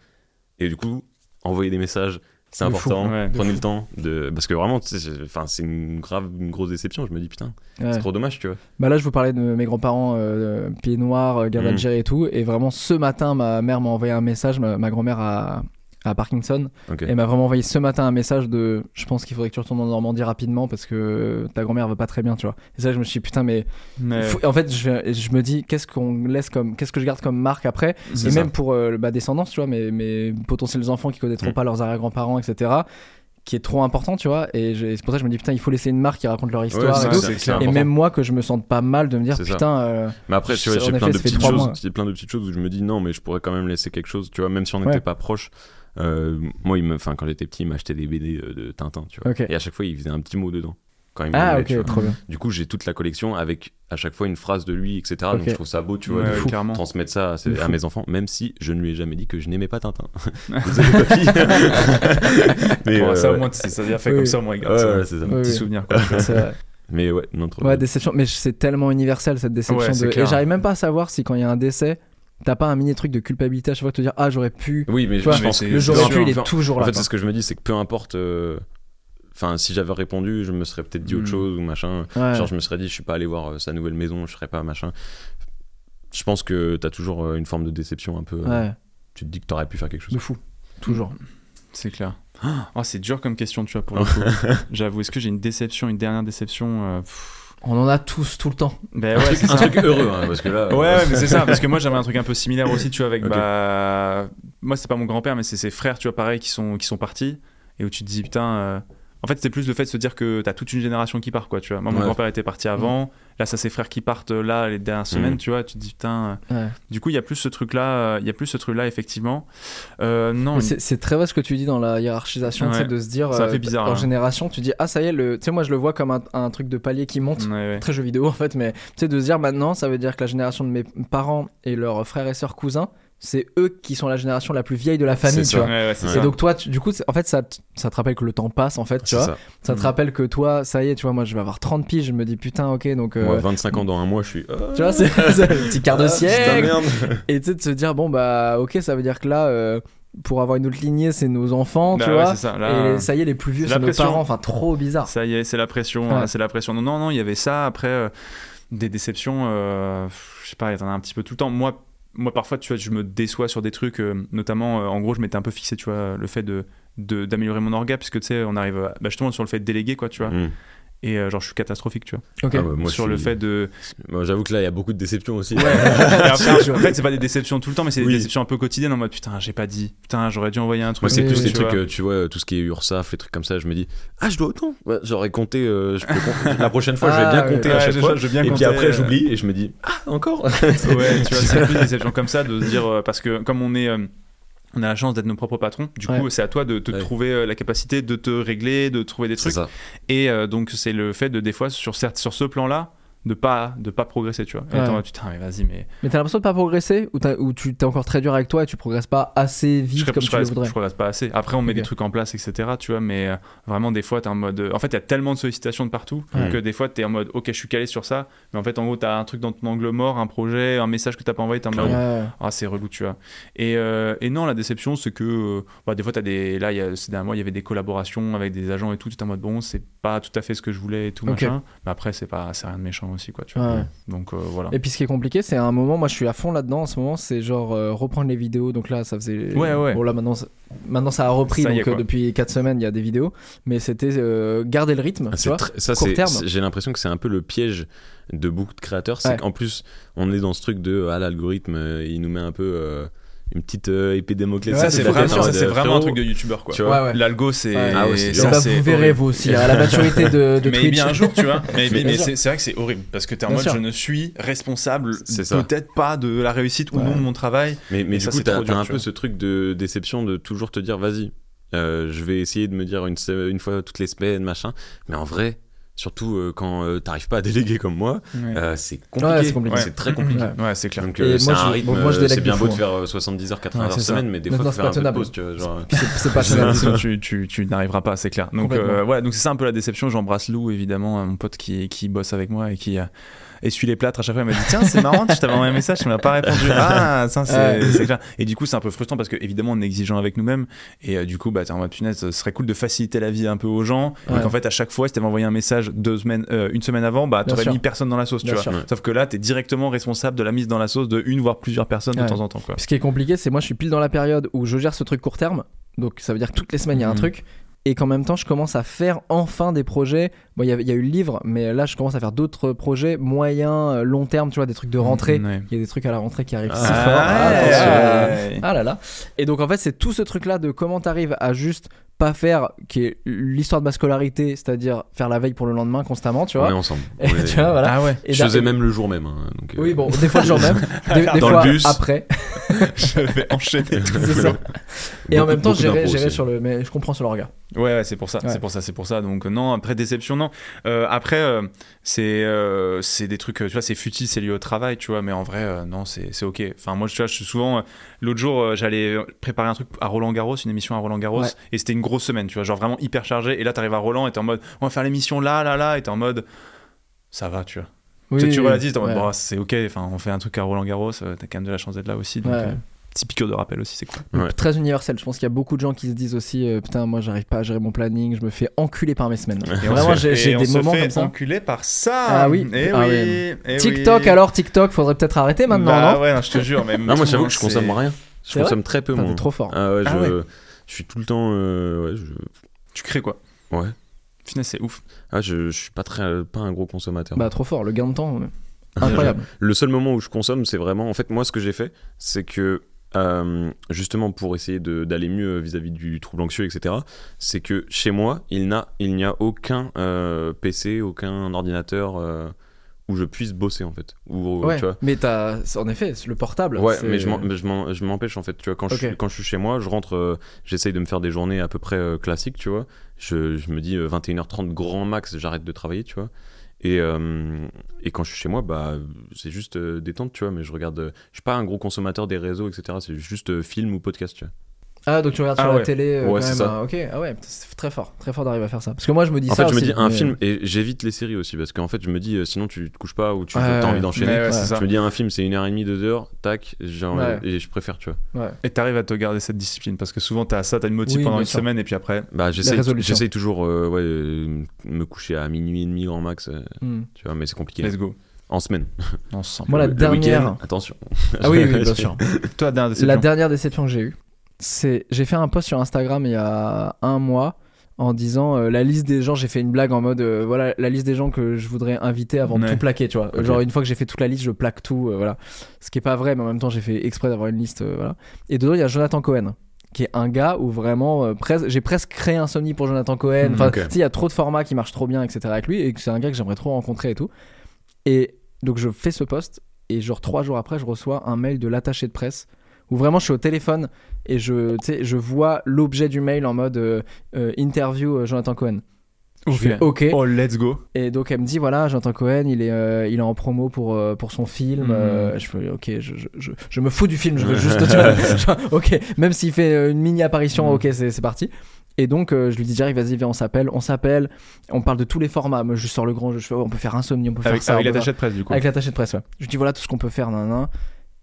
D: et du coup envoyer des messages c'est
B: De
D: important
A: fou, ouais, de
D: prenez le temps de parce que vraiment tu sais, c'est- enfin c'est une grave une grosse déception je me dis putain
B: Ouais.
D: c'est trop dommage tu vois
B: Bah là, je vous parlais de mes grands-parents, euh, pieds noirs, euh, guerre
D: Mm.
B: d'Algérie et tout. Et vraiment, ce matin, ma mère m'a envoyé un message, ma, ma grand-mère à, à Parkinson.
D: ok
B: Elle m'a vraiment envoyé ce matin un message de je pense qu'il faudrait que tu retournes en Normandie rapidement parce que ta grand-mère va pas très bien, tu vois. Et ça, je me suis dit, putain, mais.
A: Mais-
B: faut- En fait, je, je me dis, qu'est-ce qu'on laisse comme. Qu'est-ce que je garde comme marque après
A: C'est
B: Et
A: ça.
B: même pour euh, ma descendance, tu vois, mes, mes potentiels enfants qui connaîtront
D: Mm.
B: pas leurs arrière-grands-parents, etc. Qui est trop important, tu vois. Et j'ai- c'est pour ça que je me dis, putain, il faut laisser une marque qui raconte leur histoire
D: c'est
B: et
D: ça,
B: tout.
D: c'est
A: clair.
B: Et
D: important.
B: même moi, que je me sente pas mal de me dire
D: C'est ça.
B: putain, euh,
D: mais après tu vois
B: en
D: j'ai
B: effet,
D: plein de
B: ça fait
D: petites
B: trois
D: choses
B: mois.
D: j'ai plein de petites choses où je me dis non mais je pourrais quand même laisser quelque chose tu vois même si on
B: Ouais.
D: n'était pas proche Euh, moi il me enfin quand j'étais petit il m'achetait des BD de Tintin tu vois
B: Ok.
D: et à chaque fois il faisait un petit mot dedans quand il me
B: ah
D: l'envoyait,
B: ok,
D: tu vois.
B: trop bien.
D: du coup j'ai toute la collection avec à chaque fois une phrase de lui etc
B: Ok.
D: donc je trouve ça beau tu vois
A: Ouais,
D: de-
A: ouais, clairement.
D: transmettre ça à, ses-
B: De fou.
D: à mes enfants, même si je ne lui ai jamais dit que je n'aimais pas Tintin. Désolé, papy. Mais
A: Bon,
D: euh,
A: ça au
D: ouais.
A: moins, c'est- ça veut dire fait
B: Oui.
A: comme ça, moi,
D: Ouais,
A: regarde.
D: ouais,
A: c'est
D: c'est ça.
A: un
B: Oui,
A: petit
B: oui.
A: souvenir. quoi.
B: C'est, euh,
D: Mais ouais, non, trop.
B: ouais, déception, mais je- c'est tellement universel cette déception.
A: Ouais, c'est
B: de... Et
A: clair.
B: j'arrive même pas à savoir si quand il y a un décès, t'as pas un mini truc de culpabilité à chaque fois de te dire ah j'aurais pu.
D: Oui, mais
B: Tu vois,
D: je pense
A: mais
D: que
A: c'est-
B: Le
A: j'aurais
B: j'aurais
D: peu
B: pu, il est
D: importe-
B: toujours
D: En
B: là.
D: fait, c'est ce que je me dis, c'est que peu importe. euh, Enfin, si j'avais répondu, je me serais peut-être dit
A: Mm.
D: autre chose ou machin.
B: quoi. Ouais.
D: Genre, je me serais dit, je suis pas allé voir euh, sa nouvelle maison, je serais pas machin. Je pense que t'as toujours euh, une forme de déception un peu. euh,
B: Ouais,
D: Tu te dis que t'aurais pu faire quelque chose.
B: de fou, toujours.
A: C'est clair. Oh, c'est dur comme question, tu vois, pour le coup. J'avoue, est-ce que j'ai une déception, une dernière déception euh, pff.
B: On en a tous tout le temps.
A: Ben ouais, c'est
D: un
A: ça.
D: truc heureux, hein, parce que là.
A: Ouais, ouais,
D: euh,
A: mais c'est ça, parce que moi j'avais un truc un peu similaire aussi, tu vois, avec
D: Ok.
A: bah. Moi c'est pas mon grand-père, mais c'est ses frères, tu vois, pareil, qui sont, qui sont partis, et où tu te dis, putain. euh, En fait, c'est plus le fait de se dire que t'as toute une génération qui part, quoi, tu vois. Moi, mon
D: Ouais. Mm.
A: grand-père était parti avant, là, ça, ses frères qui partent, euh, là, les dernières semaines, tu vois, tu te dis, putain. euh,
B: Ouais.
A: Du coup, il y a plus ce truc-là, euh, il y a plus ce truc-là, effectivement. Euh, non,
B: Mais C'est, c'est très vrai ce que tu dis dans la hiérarchisation, tu sais,
A: Ouais.
B: de se dire euh,
A: Ça fait bizarre,
B: en
A: hein.
B: génération, tu dis ah ça y est, le... tu sais moi je le vois comme un, un truc de palier qui monte.
A: ouais, ouais.
B: très jeu vidéo en fait, mais tu sais, de se dire maintenant, ça veut dire que la génération de mes parents et leurs frères et sœurs cousins, c'est eux qui sont la génération la plus vieille de la famille, tu
D: C'est ça.
B: vois.
A: Ouais, ouais, c'est
D: Et
A: ça.
B: Et donc toi, tu- du coup, c'est- en fait, ça, te- ça te rappelle que le temps passe, en fait, tu
D: c'est
B: vois.
D: ça.
B: Ça te
A: Mm.
B: rappelle que toi, ça y est, tu vois, moi, je vais avoir 30 piges, je me dis putain, ok, donc... euh,
D: Moi, 25 ans dans un mois, je suis. Ah,
B: tu vois, c'est c'est le petit
A: Ah,
B: quart de siècle.
D: merde.
B: Et tu sais, de se dire, bon, bah, ok, ça veut dire que là, euh, pour avoir une autre lignée, c'est nos enfants,
A: Bah
B: tu
A: ouais,
B: vois.
A: c'est ça, là.
B: Et ça y est, les plus vieux,
A: La
B: c'est nos
A: pression.
B: parents. Enfin, trop bizarre.
A: Ça y est, c'est la pression,
B: Ouais.
A: hein, c'est la pression. Non, non, non, il y avait ça. Après, euh, des déceptions, euh, je sais pas, il y en a un petit peu tout le temps. Moi, moi parfois tu vois je me déçois sur des trucs euh, notamment euh, en gros je m'étais un peu fixé tu vois le fait de de- d'améliorer mon orga parce que tu sais on arrive à- bah, justement sur le fait de déléguer quoi tu vois
D: Mm.
A: et euh, genre je suis catastrophique tu vois
B: Ok.
D: Ah bah, moi,
A: sur
D: je
A: le
D: suis-
A: fait de
D: Moi, J'avoue que là, il y a beaucoup de déceptions aussi.
A: Et après, en fait c'est pas des déceptions tout le temps mais c'est des
D: Oui.
A: déceptions un peu quotidiennes en mode putain j'ai pas dit putain j'aurais dû envoyer un truc
D: Moi, c'est
B: Oui,
D: plus
B: oui,
A: tu
D: les trucs,
A: vois.
D: euh, tu vois, tout ce qui est URSAF, les trucs comme ça. Je me dis, ah, je dois autant. Ouais, J'aurais compté. euh, je peux compter. La prochaine fois, je vais
B: Ah,
D: bien
B: ouais.
D: compter
A: Ouais,
D: à chaque
A: je-
D: fois.
A: je vais bien
D: et
A: compter,
D: puis après,
A: euh.
D: j'oublie et je me dis, ah, encore
A: ouais, tu vois, c'est plus des déceptions comme ça de se dire euh, parce que comme on est euh, on a la chance d'être nos propres patrons. Du coup,
B: Ouais.
A: c'est à toi de te
D: Ouais.
A: trouver euh, la capacité de te régler, de trouver des
D: C'est
A: trucs.
D: ça.
A: Et euh, donc, c'est le fait de, des fois, sur, certes, sur ce plan-là, de pas, de pas progresser, tu vois. Et
B: Ouais.
A: t'es en mode, putain, mais vas-y, mais.
B: Mais t'as l'impression de pas progresser ou, t'as- ou tu t'es encore très dur avec toi et tu progresses pas assez
A: Je,
B: vite
A: ne
B: comme tu le voudrais.
A: progresse pas assez. Après, on met
B: Ok.
A: des trucs en place, etc., tu vois, mais euh, vraiment, des fois, t'es en mode. euh, En fait, il y a tellement de sollicitations de partout
D: Ouais.
A: que des fois, t'es en mode, ok, je suis calé sur ça, mais en fait, en gros, t'as un truc dans ton angle mort, un projet, un message que t'as pas envoyé, t'es en mode,
B: Ouais, ouais.
A: Ah, c'est relou, tu vois. Et, euh, et non, la déception, c'est que euh, bah, des fois, as des... là, il y a, ces derniers mois, il y avait des collaborations avec des agents et tout. Tu en mode, bon, c'est pas tout à fait ce que je voulais et tout,
B: Ok.
A: machin. Mais après, c'est pas... c'est rien de méchant aussi, quoi, tu vois.
B: Ouais.
A: Donc euh, voilà.
B: Et puis ce qui est compliqué, c'est à un moment, moi je suis à fond là-dedans en ce moment, c'est genre euh, reprendre les vidéos. Donc là, ça faisait.
A: Ouais, ouais.
B: Bon, là maintenant, ça- maintenant ça a repris,
A: Ça y est,
B: donc euh,
A: quoi.
B: depuis 4 semaines, il y a des vidéos. Mais c'était euh, garder le rythme,
D: Ah,
B: tu
D: c'est
B: vois.
D: très- ça,
B: court
D: c'est-
B: terme.
D: c'est- J'ai l'impression que c'est un peu le piège de beaucoup de créateurs. C'est
B: Ouais.
D: qu'en plus, on est dans ce truc de ah, l'algorithme, euh, il nous met un peu euh, une petite euh, épée Damoclès.
B: Ouais,
A: ça,
D: sur
A: c'est
D: la
A: vraiment,
D: tête, en
A: ça,
D: mode,
A: c'est vraiment un
D: frérot,
A: truc de youtubeur, quoi.
D: Tu vois,
B: Ouais, ouais.
A: L'algo, c'est.
B: Ouais.
D: Ah ouais, c'est
A: et
D: dur.
B: Et
A: ça,
B: bah,
A: c'est
B: vous verrez
A: horrible.
B: vous aussi à la maturité de, de
A: mais
B: Twitch.
A: bien un jour, tu vois. Mais, mais,
B: Bien
A: mais
B: sûr.
A: c'est c'est vrai que c'est horrible. Parce que t'es en
B: Bien
A: mode,
B: sûr.
A: je ne suis responsable,
D: C'est ça.
A: peut-être pas de la réussite ou
B: Ouais.
A: non de mon travail.
D: Mais, mais
A: Et
D: du
A: ça,
D: coup,
A: c'est
D: t'as
A: trop dur,
D: t'as un
A: tu
D: peu
A: vois.
D: ce truc de déception de toujours te dire, vas-y, euh, je vais essayer de me dire une, se- une fois toutes les semaines, machin. Mais en vrai, surtout euh, quand euh, t'arrives pas à déléguer comme moi, euh, c'est compliqué.
B: Ouais, c'est compliqué.
D: C'est
A: Mm-hmm.
D: très compliqué.
B: Ouais.
A: Ouais, c'est clair.
D: Donc,
B: Et
D: euh,
B: moi,
D: c'est un
B: je-
D: rythme.
B: bon, moi, je
D: euh,
B: délègue
D: c'est
B: de
D: bien
B: fou,
D: beau de
B: hein.
D: faire euh, 70 heures, 80
A: Ouais,
D: heures
A: c'est ça.
D: semaine, mais des
B: Non,
D: fois,
B: non,
D: faut
B: c'est
D: faire un peu de
B: pas
D: pause, tu vois. Genre, euh,
B: C'est c'est pas
A: Sinon,
B: tenable.
A: sinon, tu, tu, tu n'arriveras pas, c'est clair. Donc
B: Complètement.
A: euh, voilà, donc c'est ça un peu la déception. J'embrasse Lou, évidemment, euh, mon pote qui, qui bosse avec moi et qui euh, essuie les plâtres à chaque fois. Il m'a dit Tiens, c'est marrant, je t'avais envoyé un message, tu m'as pas répondu. Ah, ça, c'est
B: Ouais.
A: c'est clair. Et du coup, c'est un peu frustrant parce que, évidemment, on est exigeant avec nous-mêmes. Et euh, du coup, bah, t'es en mode punaise, ce serait cool de faciliter la vie un peu aux gens.
B: Ouais.
A: Et qu'en fait, à chaque fois, si t'avais envoyé un message deux semaines, euh, une semaine avant, bah,
B: Bien
A: t'aurais
B: sûr.
A: mis personne dans la sauce,
B: Bien
A: tu
B: sûr.
A: vois. Sauf que là, t'es directement responsable de la mise dans la sauce de une voire plusieurs personnes
B: Ouais.
A: de temps en temps, quoi.
B: Puis Ce qui est compliqué, c'est moi je suis pile dans la période où je gère ce truc court terme, donc ça veut dire que toutes les semaines il y a un
A: Mhm.
B: truc, et qu'en même temps je commence à faire enfin des projets. Bon, il y, a- il y a eu le livre, mais là je commence à faire d'autres projets moyens, euh, long terme, tu vois, des trucs de rentrée.
A: Ouais.
B: Il y a des trucs à la rentrée qui arrivent si fort.
D: Ah,
B: Ah, attention.
A: Mhm. Ouais.
B: Ah là là. Et donc en fait, c'est tout ce truc là de comment t'arrives à juste pas faire, qui est l'histoire de ma scolarité, c'est-à-dire faire la veille pour le lendemain constamment, tu
D: on est
B: vois.
D: ensemble.
B: Et
D: On est-
B: tu vois, voilà.
A: Ah ouais.
B: Et
D: je faisais
B: d'a-
D: même le jour même. hein, donc, euh,
B: Oui, bon, des fois le jour même, des, des
D: Dans le
B: fois
D: bus.
B: après.
A: je vais enchaîner tout.
B: C'est ça. Et en
D: beaucoup-
B: même temps,
D: beaucoup
B: j'irai
D: d'impôts
B: j'irai
D: aussi.
B: sur le. Mais je comprends sur le regard.
A: Ouais, ouais, c'est pour ça,
B: Ouais.
A: c'est pour ça, c'est pour ça. Donc euh, non, après déception, non. Euh, après, euh, c'est euh, c'est des trucs, euh, tu vois, c'est futile, c'est lié au travail, tu vois. Mais en vrai, euh, non, c'est c'est ok. Enfin, moi, tu vois, je suis souvent. euh, L'autre jour, euh, j'allais préparer un truc à Roland Garros, une émission à Roland Garros,
B: Ouais.
A: et c'était une grosse semaine, tu vois, genre vraiment hyper chargée. Et là, t'arrives à Roland, et t'es en mode, on va faire l'émission là, là, là, et t'es en mode, ça va, tu vois. Tu- tu réalises, t'es en mode,
B: ouais.
A: bon, c'est ok. Enfin, on fait un truc à Roland Garros, euh, t'as quand même de la chance d'être là aussi. Donc,
B: Ouais.
A: euh, petit piqûre de rappel aussi, c'est cool.
D: Ouais.
B: Très universel. Je pense qu'il y a beaucoup de gens qui se disent aussi euh, Putain, moi j'arrive pas à gérer mon planning, je me fais enculer par mes semaines.
A: Et on
B: Vraiment,
A: se-
B: j'ai
A: et
B: j'ai
A: on
B: des
A: se
B: moments
A: fait
B: comme ça.
A: enculer par ça.
B: Ah oui.
A: Eh
B: Ah
A: oui,
B: oui.
A: eh
B: TikTok
A: oui.
B: alors, TikTok, faudrait peut-être arrêter maintenant,
A: Bah
B: non
A: ouais, je te jure. Mais
D: Non, moi, j'avoue que je
A: c'est-
D: consomme rien. Je
B: C'est vrai
D: consomme très peu,
B: Putain,
D: moi.
B: T'es trop fort.
D: Ah ouais, je,
A: Ah
D: je suis tout le temps. euh, ouais, je-
A: Tu crées quoi
D: ouais.
A: Finesse, c'est ouf.
D: Ah, je, je suis pas, très, euh, pas un gros consommateur.
B: Bah, trop fort. Le gain de temps, euh, incroyable.
D: Le seul moment où je consomme, c'est vraiment. En fait, moi, ce que j'ai fait, c'est que. euh, justement pour essayer de- d'aller mieux euh, vis-à-vis du trouble anxieux etc c'est que chez moi il n'a il n'y a aucun euh, PC aucun ordinateur euh, où je puisse bosser en fait Où,
B: Ouais,
D: tu vois
B: mais t'as. c'est- En effet, c'est le portable.
D: Ouais,
B: c'est-
D: mais je m'en- mais je m'en- je m'empêche en fait. Tu vois, quand, je,
B: Ok.
D: suis- quand je suis chez moi, je rentre, euh, j'essaye de me faire des journées à peu près euh, classiques, tu vois. Je, je me dis euh, 21h30 grand max, j'arrête de travailler, tu vois. Et, euh, et quand je suis chez moi, bah, c'est juste euh, détente, tu vois. Mais je regarde, euh, je suis pas un gros consommateur des réseaux, etc. C'est juste euh, film ou podcast, tu vois.
B: Ah, donc tu regardes sur
A: Ah
B: la
A: ouais.
B: télé euh,
D: Ouais,
B: quand
D: c'est
B: même.
D: ça.
B: ah, ok, ah ouais, putain, c'est très fort. Très fort d'arriver à faire ça. Parce que moi, je me dis
D: En
B: ça.
D: fait, je me
B: aussi,
D: dis un
B: mais-
D: film et j'évite les séries aussi parce qu'en fait, je me dis euh, sinon tu te couches pas ou tu
B: Ouais,
D: as
B: ouais.
D: envie d'enchaîner.
A: Mais ouais,
B: Ouais.
A: c'est ça.
D: Je me dis un film, c'est une heure et demie, deux heures, tac, genre,
B: Ouais.
D: et je préfère, tu vois.
A: Et t'arrives à te garder cette discipline parce que souvent t'as ça, t'as une motive
B: Oui,
A: pendant
B: bien
A: une
B: sûr.
A: semaine et puis après.
D: Bah, j'essaye,
B: résolutions.
D: j'essaye toujours euh, ouais, euh, me coucher à minuit et demi grand max, euh,
B: Hmm.
D: tu vois, mais c'est compliqué.
A: Let's go.
D: En semaine.
A: On se sent
B: Moi, la
D: Le- le
B: dernière.
D: week-end, Attention.
B: Ah oui, oui, bien sûr.
A: Toi, dernière
B: La
A: déception.
B: dernière déception que j'ai eue, c'est j'ai fait un post sur Instagram il y a un mois en disant euh, la liste des gens, j'ai fait une blague en mode euh, voilà la liste des gens que je voudrais inviter avant de
A: Ouais.
B: tout plaquer, tu vois.
D: Ok.
B: Genre une fois que j'ai fait toute la liste, je plaque tout, euh, voilà. Ce qui est pas vrai, mais en même temps j'ai fait exprès d'avoir une liste, euh, voilà. Et dedans il y a Jonathan Cohen qui est un gars où vraiment euh, pres- j'ai presque créé Insomnie pour Jonathan Cohen.
A: Mhm.
B: Enfin,
D: Hmm, Ok.
B: tu sais, il y a trop de formats qui marchent trop bien, etc. avec lui et que c'est un gars que j'aimerais trop rencontrer et tout. Et donc je fais ce post et genre trois jours après je reçois un mail de l'attaché de presse où vraiment je suis au téléphone et je, tu sais, je vois l'objet du mail en mode euh, euh, interview euh, Jonathan Cohen.
A: Ok.
B: Je fais ok.
A: Oh, let's go.
B: Et donc elle me dit voilà Jonathan Cohen il est euh, il est en promo pour euh, pour son film.
A: Mhm.
B: euh, je fais ok je, je, je, je me fous du film je veux juste tu vois, genre, ok même s'il fait euh, une mini apparition
A: Mhm.
B: ok c'est c'est parti. Et donc euh, je lui dis j'arrive vas-y viens on s'appelle on s'appelle on parle de tous les formats moi je sors le grand jeu je fais oh, on peut faire insomnie on peut
A: Avec,
B: faire ça
A: avec
B: on peut
A: l'attaché de presse, du coup.
B: avec l'attaché de presse, ouais. Je lui dis voilà tout ce qu'on peut faire, nan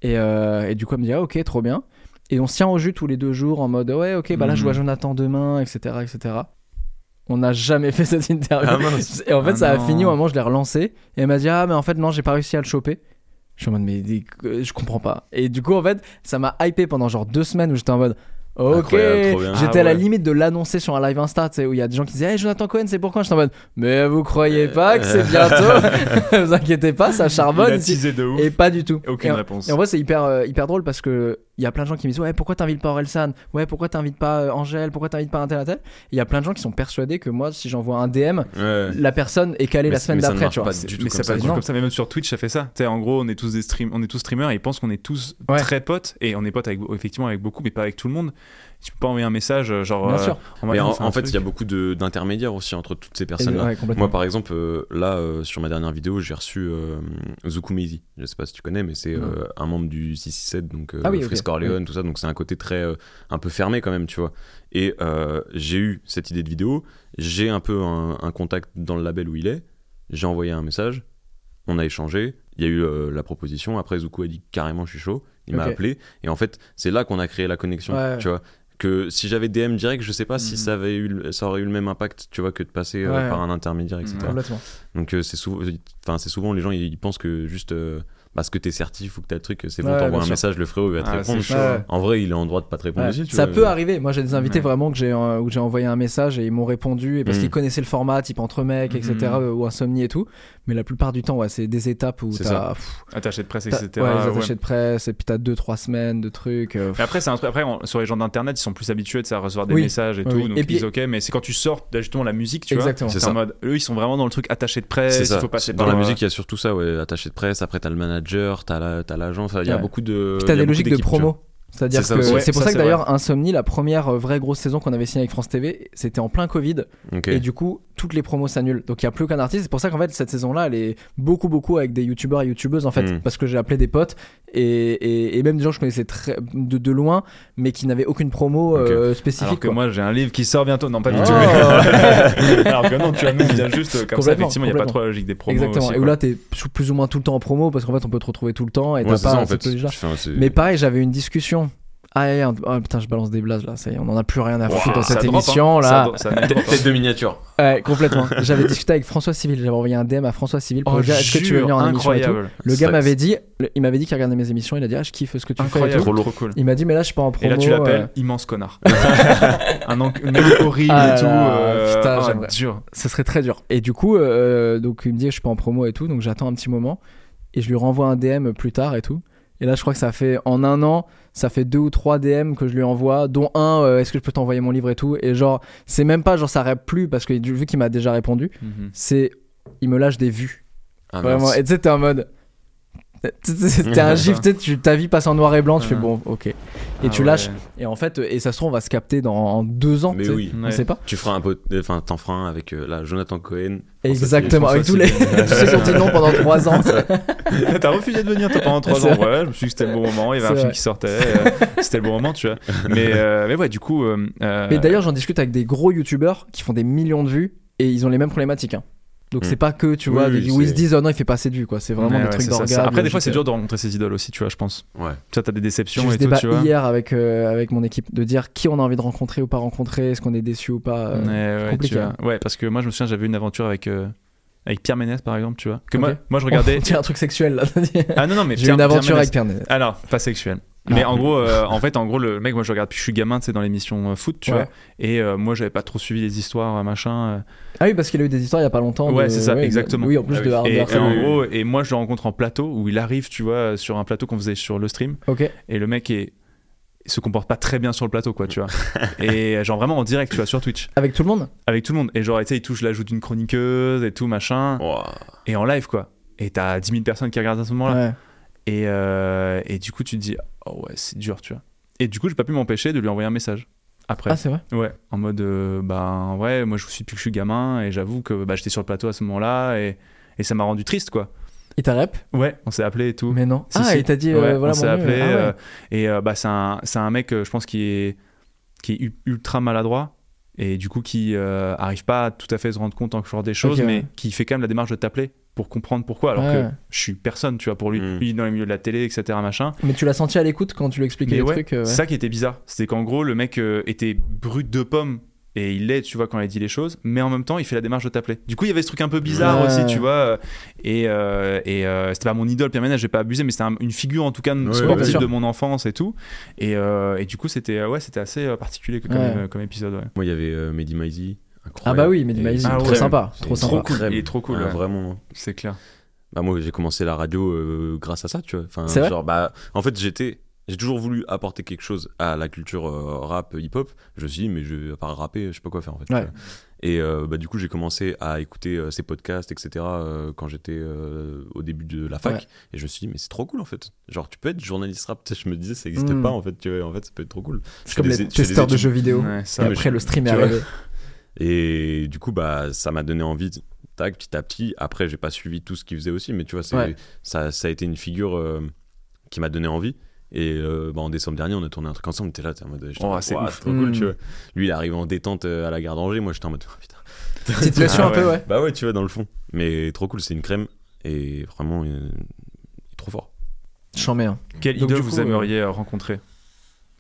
B: Et, euh, et du coup, elle me dit ah ok, trop bien. Et on se tient au jus tous les deux jours en mode ouais, ok, bah là je
A: Mhm.
B: vois Jonathan demain, etc. etc. On n'a jamais fait cette interview.
D: Ah, mince.
B: et en fait,
A: Ah,
B: ça a
A: non.
B: fini au moment où je l'ai relancé. Et elle m'a dit ah, mais en fait, non, j'ai pas réussi à le choper. Je suis en mode mais des- euh, je comprends pas. Et du coup, en fait, ça m'a hypé pendant genre deux semaines où j'étais en mode. Ok,
D: Incroyable, trop
B: j'étais
D: bien.
B: à
A: Ah,
B: la
A: ouais.
B: limite de l'annoncer sur un live Insta, tu sais, où il y a des gens qui disaient Hey Jonathan Cohen, c'est pourquoi J'étais en mode Mais vous croyez pas que c'est bientôt Vous inquiétez pas, ça
A: Euh. Il
B: charbonne
A: a
B: ici.
A: teasé de ouf.
B: Et pas du tout.
A: Aucune
B: et, en,
A: réponse.
B: et en vrai, c'est hyper, euh, hyper drôle parce que il y a plein de gens qui me disent Ouais, pourquoi t'invites pas Orelsan Ouais, pourquoi t'invites pas euh, Angèle Pourquoi t'invites pas un tel un tel Et Il y a plein de gens qui sont persuadés que moi, si j'envoie un DM,
D: Ouais.
B: la personne est calée
D: Mais
B: la
D: c'est-
B: semaine
D: mais ça ne
B: d'après,
D: marche
B: tu vois.
D: pas du
B: C'est-
D: tout
A: mais
D: comme
A: ça
D: ça,
A: passe
B: quoi.
A: comme ça, mais même sur Twitch, ça fait ça. Tu sais, en gros, on est tous des stream, on est tous streamers et ils pensent qu'on est tous
B: Ouais.
A: très potes et on est potes avec, effectivement avec beaucoup, mais pas avec tout le monde. Tu peux pas envoyer un message euh, genre.
B: Bien
A: euh,
B: sûr.
A: en, mode,
D: Mais
A: on
D: en,
A: fait un
D: en fait,
A: truc.
D: il y a beaucoup de- d'intermédiaires aussi entre toutes ces
B: Et-
D: personnes-là.
B: ouais, complètement.
D: Moi, par exemple, euh, là, euh, sur ma dernière vidéo, j'ai reçu euh, Zukumezi. Je sais pas si tu connais, mais c'est euh, un membre du 667, donc euh,
B: Ah oui, ok.
D: Frisk Orleans, tout ça. Donc, c'est un côté très euh, un peu fermé quand même, tu vois. Et euh, j'ai eu cette idée de vidéo. J'ai un peu un, un contact dans le label où il est. J'ai envoyé un message. On a échangé. Il y a eu euh, la proposition. Après, Zuku a dit carrément, je suis chaud. Il m'a
B: Ok.
D: appelé. Et en fait, c'est là qu'on a créé la connexion,
B: Ouais. Mm-hmm.
D: tu vois. Que si j'avais DM direct, je sais pas si
A: Mhm.
D: ça, avait eu, le- ça aurait eu le même impact, tu vois, que de passer euh,
B: Ouais.
D: par un intermédiaire, etc.
B: Complètement.
D: Donc euh, c'est souvent, enfin c'est souvent les gens ils, ils pensent que juste euh, parce que t'es certif ou que t'as le truc, c'est bon,
B: Ouais,
D: t'envoies
B: bien
D: un
B: sûr.
D: message, le frérot il va te
A: Ah,
D: répondre.
A: c'est chaud.
B: Ouais.
D: En vrai, il est en droit de pas te répondre
B: Ouais.
D: aussi. Tu
B: ça
D: vois,
B: peut
D: mais-
B: arriver. Moi, j'ai des invités
A: Ouais.
B: vraiment que j'ai euh, où j'ai envoyé un message et ils m'ont répondu et parce
D: Mm.
B: qu'ils connaissaient le format, type entre mecs, etc.
A: Mhm.
B: euh, ou insomnie et tout. Mais la plupart du temps, ouais, c'est des étapes où
D: C'est
B: t'as
D: ça.
B: pff,
A: attaché de presse,
B: t'as-
A: etc.
B: ouais, les
A: ouais.
B: attachés de presse et puis t'as deux trois semaines de trucs. euh,
A: Mais Après, c'est un truc. Après, on- sur les gens d'internet, ils sont plus habitués tu sais, à recevoir des
B: Oui.
A: messages et
B: Oui,
A: tout.
B: oui.
A: Donc
B: Et
A: ils
B: puis-
A: disent ok, mais c'est quand tu sors là, justement la musique, tu vois.
B: Exactement.
D: C'est euh,
A: C'est
D: ça.
A: en mode, eux, ils sont vraiment dans le truc attaché de presse.
D: C'est
A: Il
D: ça.
A: faut passer
D: dans
A: par
D: la musique, il y a surtout ça, ouais, attaché de presse. Après, t'as le manager, t'as la- t'as l'agence. il y a
B: Ouais.
D: beaucoup de.
B: Puis
D: il y
B: t'as
D: a
B: des
D: beaucoup
B: logiques de
D: d'équipes, tu vois.
B: promo. C'est-à-dire
D: C'est ça
B: que
D: aussi.
A: Ouais,
B: c'est pour
A: ça,
B: ça que
A: c'est
B: d'ailleurs Insomnie, la première euh, vraie grosse saison qu'on avait signée avec France TV, c'était en plein Covid
D: Ok.
B: et du coup toutes les promos s'annulent. Donc il y a plus qu'un artiste. C'est pour ça qu'en fait cette saison-là, elle est beaucoup beaucoup avec des youtubeurs et youtubeuses en fait,
A: Hmm.
D: Mm.
B: parce que j'ai appelé des potes et, et, et même des gens que je connaissais très, de, de loin, mais qui n'avaient aucune promo euh, spécifique.
A: Alors que
B: quoi.
A: moi j'ai un livre qui sort bientôt, non pas du
B: Oh.
A: tout. Alors que non, tu as nous il y a juste euh, comme ça,
B: Complètement,
A: effectivement, il n'y a pas
B: complètement.
A: trop la logique des promos.
B: Exactement.
A: aussi,
B: et où
A: quoi.
B: là t'es sous- plus ou moins tout le temps en promo parce qu'en fait on peut te retrouver tout le temps et
D: Ouais,
B: t'as
D: c'est
B: pas
D: ça, en
B: cette
D: fait.
B: logique-là.
D: Enfin, c'est-
B: Mais pareil, j'avais une discussion. Ah, ouais, un- oh, putain, je balance des blases là, ça y est, on en a plus rien Ah, à foutre
A: Ouah,
B: dans cette
A: ça drop, hein.
B: émission là.
A: Ça dro- ça met-
D: Tête de miniature.
B: Ouais, complètement. J'avais discuté avec François Civil, j'avais envoyé un DM à François Civil pour
A: Oh,
B: lui dire est-ce que tu veux
A: jure,
B: venir en émission et tout.
A: incroyable.
B: Le
D: Ça-
B: gars m'avait dit, le- il m'avait dit qu'il regardait mes émissions, il a dit ah je kiffe ce que tu fais et
A: Incroyable,
B: tout.
A: trop,
D: Trop lourd.
A: cool.
B: Il m'a dit mais là je suis pas en promo.
A: Et là tu l'appelles
B: euh,
A: immense connard. un enc- un mec horrible
B: Ah
A: et tout.
B: là,
A: euh,
B: putain,
A: oh,
B: j'aimerais.
A: dur.
B: Ce serait très dur. Et du coup, euh, donc il me dit je suis pas en promo et tout, donc j'attends un petit moment et je lui renvoie un DM plus tard et tout. Et là je crois que ça fait en un an, ça fait deux ou trois DM que je lui envoie, dont un euh, est-ce que je peux t'envoyer mon livre et tout. Et genre c'est même pas genre ça rêve plus parce que du- vu qu'il m'a déjà répondu, c'est il me lâche des vues.
D: Ah, mince.
B: Vraiment. Et tu sais, t'es en mode. T'es un gif, tu sais, tu- ta vie passe en noir et blanc, tu fais bon, ok. Et
A: Ah
B: tu lâches. Et en fait, et ça se trouve, on va se capter dans en deux ans.
D: Mais
B: tu sais.
D: oui.
B: On
A: Ouais.
B: sait pas.
D: Tu feras un peu. Enfin, t'en feras un avec euh, là, Jonathan Cohen.
B: Exactement. Avec tous les.
A: François,
B: tous ceux qui ont dit non pendant trois ans.
A: T'as refusé de venir toi, pendant 3
B: C'est
A: ans. Ouais, je me suis dit que c'était le bon moment. Il y
B: C'est
A: avait un film
B: vrai.
A: qui sortait. euh, C'était le bon moment, tu vois. Mais euh, mais ouais, du coup. euh, euh,
B: Mais d'ailleurs, j'en discute avec des gros youtubeurs qui font des millions de vues et ils ont les mêmes problématiques. hein. Donc
D: Mm.
B: c'est pas que, tu
D: Oui,
B: vois,
D: oui,
B: des- où ils
D: c'est-
B: se disent oh non, il fait pas assez de vues, quoi. C'est vraiment
A: mais
B: des
A: Hmm. ouais,
B: trucs
A: c'est ça, c'est-
B: d'orgas.
A: Après, des fois, c'est
B: biologiques,
A: dur de rencontrer ses idoles aussi, tu vois, je pense.
D: Ouais.
A: Tu vois, t'as des
B: J'ai eu
A: déceptions
B: ce
A: et tout,
B: débat
A: tu vois.
B: hier avec, euh, avec mon équipe de dire qui on a envie de rencontrer ou pas rencontrer, est-ce qu'on est déçu ou pas. euh.
A: Ouais, ouais,
B: compliqué, hein.
A: tu vois. Ouais, parce que moi, je me souviens, j'avais eu une aventure avec, euh, avec Pierre Ménès par exemple, tu vois. Que
B: Ok.
A: moi, moi je regardais.
B: Tiens, un truc sexuel là.
A: ah non non mais
B: J'ai eu
A: Pierre,
B: une aventure
A: Pierre Ménès-
B: avec Pierre Ménès.
A: Alors pas sexuel. Mais en gros, euh, en fait, en gros, le mec, moi, je regarde depuis que je suis gamin, tu sais, dans l'émission euh, foot, tu
B: Ouais.
A: vois. Et euh, moi, j'avais pas trop suivi les histoires, euh, machin. euh,
B: Ah oui, parce qu'il a eu des histoires il y a pas longtemps.
A: Ouais,
B: de-
A: c'est ça, exactement.
B: Oh, Oui, en plus
D: Ah
B: de hein.
D: oui.
A: Et,
B: Harvey
A: et en
B: Arsenal.
A: gros, et moi, je le rencontre en plateau où il arrive, tu vois, sur un plateau qu'on faisait sur le stream.
B: Ok.
A: Et le mec est se comporte pas très bien sur le plateau quoi tu vois et euh, genre vraiment en direct tu vois sur Twitch
B: Avec tout le monde
A: avec tout le monde et genre tu sais il touche l'ajout d'une chroniqueuse et tout machin
D: Ouah.
A: et en live quoi et t'as 10 000 personnes qui regardent à ce moment là
B: Ouais.
A: Et, euh, et du coup, tu te dis, oh ouais, c'est dur, tu vois. Et du coup, j'ai pas pu m'empêcher de lui envoyer un message. Après,
B: Ah, c'est vrai.
A: ouais, en mode, euh, ben ouais, moi je vous suis depuis que je suis gamin, et j'avoue que bah, j'étais sur le plateau à ce moment-là, et, et ça m'a rendu triste, quoi.
B: Il t'a rep
A: Ouais, on s'est appelé et tout.
B: Mais non.
A: Si,
B: ah,
A: si.
B: il t'a dit,
A: Ouais,
B: euh, voilà,
A: on s'est
B: mon
A: appelé,
B: mieux. Ah ouais.
A: euh, et euh, bah, c'est un, c'est un mec, euh, je pense, qui est, qui est u- ultra maladroit. Et du coup, qui euh, arrive pas à tout à fait se rendre compte encore des choses,
B: Ok,
A: mais
B: ouais.
A: qui fait quand même la démarche de t'appeler pour comprendre pourquoi, alors
B: Ouais.
A: que je suis personne, tu vois, pour lui,
D: Mm.
A: lui dans les milieux de la télé, etc. Machin.
B: Mais tu l'as senti à l'écoute quand tu lui expliquais
A: Mais
B: les
A: ouais,
B: trucs. euh, ouais.
A: C'est ça qui était bizarre. C'était qu'en gros, le mec euh, était brut de pomme. Et il l'est, tu vois, quand il dit les choses. Mais en même temps, il fait la démarche de t'appeler. Du coup, il y avait ce truc un peu bizarre
B: Ouais.
A: aussi, tu vois. euh, Et, euh, et euh, c'était pas mon idole, Pierre Ménès, j'ai pas abusé, mais c'était un- une figure, en tout cas,
D: Ouais,
B: bien
A: sportive
B: sûr.
A: de mon enfance et tout. Et, euh, et du coup, c'était ouais, c'était assez euh, particulier comme,
B: Ouais.
A: euh, comme épisode. ouais.
D: Moi, il y avait euh, Mehdi Maizi.
B: Ah
D: Incroyable.
B: bah oui, mais
D: Et-
B: Maïs,
A: Ah
B: trop
A: ouais.
B: sympa.
D: C'est
B: Trop
D: une
B: sympa.
A: cool.
D: crème.
A: Il est trop cool,
D: Ah,
A: ouais.
D: Vraiment.
A: C'est clair.
D: Bah, moi, j'ai commencé la radio euh, grâce à ça, tu vois. Enfin,
B: C'est vrai
D: genre, bah, en fait, j'étais. J'ai toujours voulu apporter quelque chose à la culture euh, rap, hip-hop. Je me suis dit, mais je vais à part rapper, je sais pas quoi faire en fait. tu
B: Ouais.
D: vois. Et euh, bah, du coup, j'ai commencé à écouter euh, ces podcasts, etc. euh, quand j'étais euh, au début de la fac.
B: Ouais.
D: Et je me suis dit, mais c'est trop cool en fait. Genre, tu peux être journaliste rap. Tu sais, Je me disais, ça n'existe
B: Mm.
D: pas en fait. Tu vois, en fait, ça peut être trop cool.
B: C'est comme
D: Je fais
B: les
D: des- je fais des
B: testeurs de
D: études-
B: jeux vidéo.
A: Ouais,
B: Et
A: ça,
D: mais
B: après,
D: je-
B: le stream est
D: tu vois.
B: arrivé.
D: Et du coup, bah, ça m'a donné envie, tac, petit à petit. Après, j'ai pas suivi tout ce qu'il faisait aussi, mais tu vois, c'est-
B: Ouais.
D: ça, ça a été une figure euh, qui m'a donné envie. Et euh, bah, en décembre dernier, on a tourné un truc ensemble. T'es là, t'es en mode, j'étais en
A: Oh,
D: mode,
A: c'est
D: Ouah,
A: ouf.
D: trop cool,
B: Mm.
D: tu vois. Lui, il arrive en détente euh, à la gare d'Angers. Moi, j'étais en mode, oh, putain.
B: Petite pression
A: Ah
B: un peu,
A: ouais.
B: ouais.
D: Bah ouais, tu vois, dans le fond. Mais trop cool, c'est une crème. Et vraiment, euh, il est trop fort.
B: J'en mets un.
A: Quel
B: Donc,
A: idole
B: du coup,
A: vous
B: euh,
A: aimeriez euh, rencontrer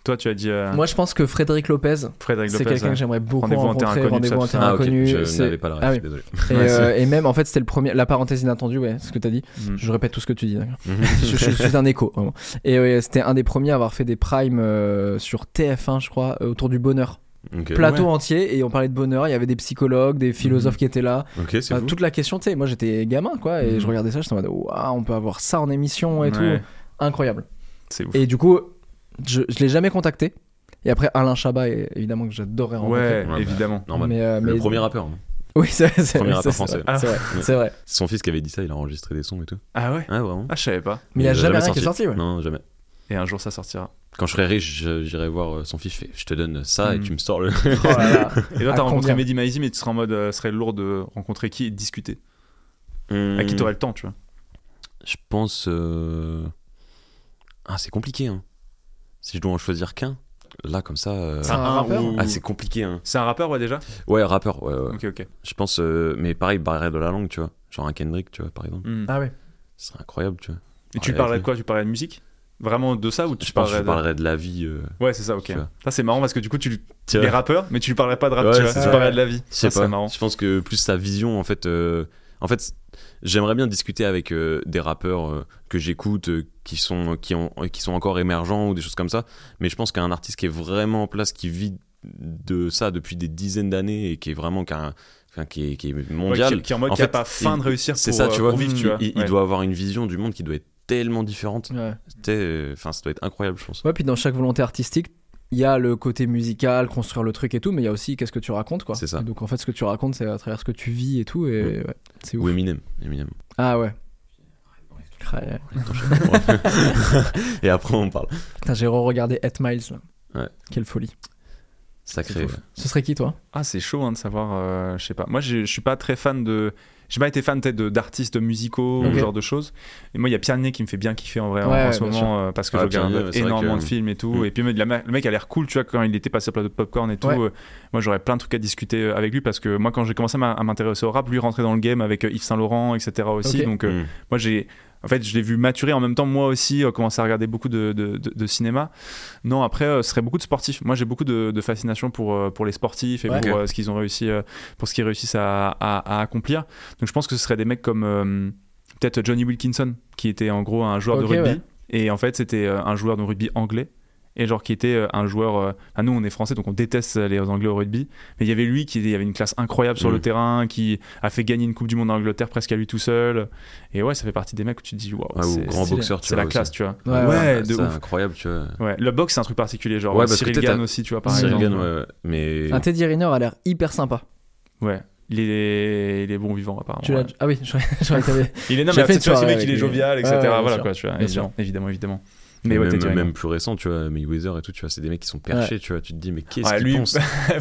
A: Toi, tu as dit euh,
B: Moi, je pense que Frédéric Lopez,
A: Frédéric
B: c'est
A: Lopez.
B: quelqu'un
A: ouais.
B: que j'aimerais beaucoup
A: Rendez-vous en
B: rencontrer.
A: terrain inconnu,
B: Rendez-vous
A: tout
B: en
A: ça, Ah,
B: terrain
D: Ah, ok,
B: inconnu.
D: je
B: c'est-
D: n'avais pas la
B: Ah
D: ref,
B: oui.
D: désolé.
B: Et,
D: Ouais,
B: euh, et même, en fait, c'était le premier, la parenthèse inattendue, ouais, ce que t'as dit.
A: Mm.
B: Je répète tout ce que tu dis, d'accord
D: Mhm.
B: je, je suis un écho. vraiment. Et ouais, c'était un des premiers à avoir fait des primes euh, sur TF1, je crois, euh, autour du bonheur.
D: Ok,
B: Plateau entier, et on parlait de bonheur, il y avait des psychologues, des philosophes qui étaient là.
D: ok, Mhm. c'est
B: Enfin,
D: fou.
B: toute la question, tu sais, moi j'étais gamin, quoi, et
A: Mhm.
B: je regardais ça, j'étais en mode, waouh, on peut avoir ça en émission
A: Ouais,
B: et tout. Incroyable.
A: C'est ouf.
B: Et du coup, je, je l'ai jamais contacté. Et après, Alain Chabat, et- évidemment, que j'adorais rencontrer.
A: Ouais,
D: bah,
A: évidemment.
D: Normal.
B: Mais, euh,
D: Le
B: mais-
D: premier rappeur. hein.
B: Oui, c'est vrai. c'est
D: Premier
B: vrai,
D: rappeur
B: c'est vrai,
D: français.
B: C'est vrai. c'est vrai.
D: C'est son fils qui avait dit ça, il a enregistré des sons et tout.
A: Ah ouais
D: Ah, vraiment
A: Ah, je savais pas.
B: Mais il n'y a jamais rien qui est sorti, ouais.
D: Non, jamais.
A: Et un jour, ça sortira.
D: Quand je serai riche, je- j'irai voir euh, son fils, je fais je te donne ça et
A: Mm.
D: tu me sors le.
B: Oh là là.
A: Et toi,
B: À
A: t'as rencontré
B: combien
A: Mehdi Maizi, mais tu serais en mode, euh, serait lourd de rencontrer qui et de discuter. À
D: Hmm.
A: qui t'aurais le temps, tu vois.
D: Je pense. euh, Ah, c'est compliqué, hein. Si je dois en choisir qu'un, là, comme ça. euh,
B: C'est un rappeur
A: ou-
D: Ah, c'est compliqué, hein.
A: C'est un rappeur, ouais, déjà
D: Ouais, rappeur, ouais, ouais.
A: Ok, ok.
D: Je pense. euh, Mais pareil, barrière de la langue, tu vois. Genre un Kendrick, tu vois, par exemple.
A: Hmm.
B: Ah ouais.
D: Ce serait incroyable, tu vois.
A: Et tu
D: Ouais,
A: parlais
D: ok.
A: de quoi Tu parlais de musique Vraiment de ça ou tu
D: Je pense que
A: parlais
D: je parlerais de la vie. euh,
A: de... Ouais, c'est ça, ok.
D: Tu vois.
A: Ça, c'est marrant parce que du coup, tu
D: tu
A: les
D: vois.
A: rappeurs, mais tu lui parlerais pas de rap,
D: Ouais,
A: tu vois.
D: c'est
A: Tu
B: ça.
A: parlerais de la vie.
D: Je sais
A: Ça, c'est
D: pas.
A: marrant.
D: Je pense que plus sa vision, en fait. euh, En fait, j'aimerais bien discuter avec euh, des rappeurs euh, que j'écoute, euh, qui sont qui ont qui sont encore émergents ou des choses comme ça. Mais je pense qu'un artiste qui est vraiment en place, qui vit de ça depuis des dizaines d'années et qui est vraiment qui a un- enfin, qui, est, qui est
A: Ouais,
D: mondial.
A: qui, qui est en mode
D: En
A: qui a
D: fait,
A: pas faim
D: il-
A: de réussir pour,
D: C'est ça,
A: euh,
D: tu vois.
A: pour vivre, tu
D: il,
A: vois.
D: il- il
A: Ouais. Mm.
D: doit avoir une vision du monde qui doit être tellement différente.
B: Ouais.
D: Tu sais, euh, Enfin, ça doit être incroyable, je pense.
B: Ouais, puis dans chaque volonté artistique, il y a le côté musical, construire le truc et tout, mais il y a aussi qu'est-ce que tu racontes, quoi.
D: C'est ça.
B: Et donc en fait, ce que tu racontes, c'est à travers ce que tu vis et tout, et
D: Mm.
B: ouais, c'est ouf.
D: Ou Eminem. Eminem.
B: Ah ouais. Ouais.
D: et après, on parle.
B: Putain, j'ai re-regardé 8 Miles. là.
D: Ouais.
B: Quelle folie.
D: Sacré.
B: C'est Ce serait qui, toi
A: Ah, c'est chaud hein, de savoir, euh, je sais pas. Moi, j'ai- je suis pas très fan de. J'ai pas été fan peut-être de- d'artistes musicaux ou
B: Ok.
A: ce genre de choses. Et moi, il y a Pierre Ninet qui me fait bien kiffer en vrai en,
B: Ouais,
A: en
B: ouais,
A: ce
B: bien
A: moment euh, parce que
D: Ah,
A: je
D: Pierre
A: regarde
D: Ninet, ouais, c'est vrai
A: énormément
D: que-
A: de films et tout.
D: Mm.
A: Et puis, mais de la ma- le mec a l'air cool, tu vois, quand il était passé au plateau de popcorn et tout.
B: Ouais.
A: euh, moi, j'aurais plein de trucs à discuter euh, avec lui parce que moi, quand j'ai commencé à m'a- à m'intéresser au rap, lui rentrait dans le game avec euh, Yves Saint Laurent, etc. aussi.
B: Ok.
A: Donc, euh,
D: Mm.
A: moi, j'ai en fait, je l'ai vu maturer en même temps, moi aussi, euh, commencer à regarder beaucoup de, de- de- de cinéma. Non, après, euh, ce serait beaucoup de sportifs. Moi, j'ai beaucoup de, de fascination pour, euh, pour les sportifs et
B: Ouais.
A: pour
D: Ok.
A: euh, ce qu'ils ont réussi, euh, pour ce qu'ils réussissent à, à- à accomplir. Donc, je pense que ce serait des mecs comme euh, peut-être Johnny Wilkinson, qui était en gros un joueur
B: Ok,
A: de rugby.
B: ouais.
A: Et en fait, c'était euh, un joueur de rugby anglais. Et genre qui était euh, un joueur... euh, ah, nous, on est français, donc on déteste les Anglais au rugby. Mais il y avait lui qui il y avait une classe incroyable sur
D: Mm.
A: le terrain, qui a fait gagner une Coupe du Monde en Angleterre presque à lui tout seul. Et ouais, ça fait partie des mecs où tu te dis, waouh,
D: Ouais, Ah, ou
A: c'est-
D: grand
B: stylé.
D: boxeur, tu
A: c'est
D: vois,
A: la
D: aussi.
A: classe, tu vois.
B: Ouais,
D: Ouais,
A: de
D: ça,
A: ouf.
D: Ah, incroyable, tu vois.
A: Ouais, le boxe, c'est un truc particulier. Genre,
D: Ouais, parce
A: Cyril
D: que t'es
A: Gann
D: ta-
A: aussi, tu vois, par
D: Cyril
A: exemple.
D: Gann, ouais, ouais. Mais
B: Un Teddy Riner a l'air hyper sympa.
A: Ouais. Il est, il est bon vivant, apparemment.
B: Tu l'as.
A: ouais.
B: Ah oui, j'aurais j'aurais été allé.
A: Il est non,
B: J'ai
A: mais
B: fait
A: c'est
B: une
A: tu vois, ce
B: soirée
A: mec, il est
B: avec lui.
A: jovial, etc.
B: Ouais, ouais,
A: voilà,
B: bien
A: quoi, tu vois.
B: Bien
A: évidemment, évidemment, évidemment. Mais ouais,
D: même,
A: Teddy Riner.
B: hein.
D: même plus récent, tu vois, Mayweather et tout, tu vois, c'est des mecs qui sont perchés, tu vois, tu te dis, mais qu'est-ce
A: Ouais,
D: qu'ils
A: lui,
D: pensent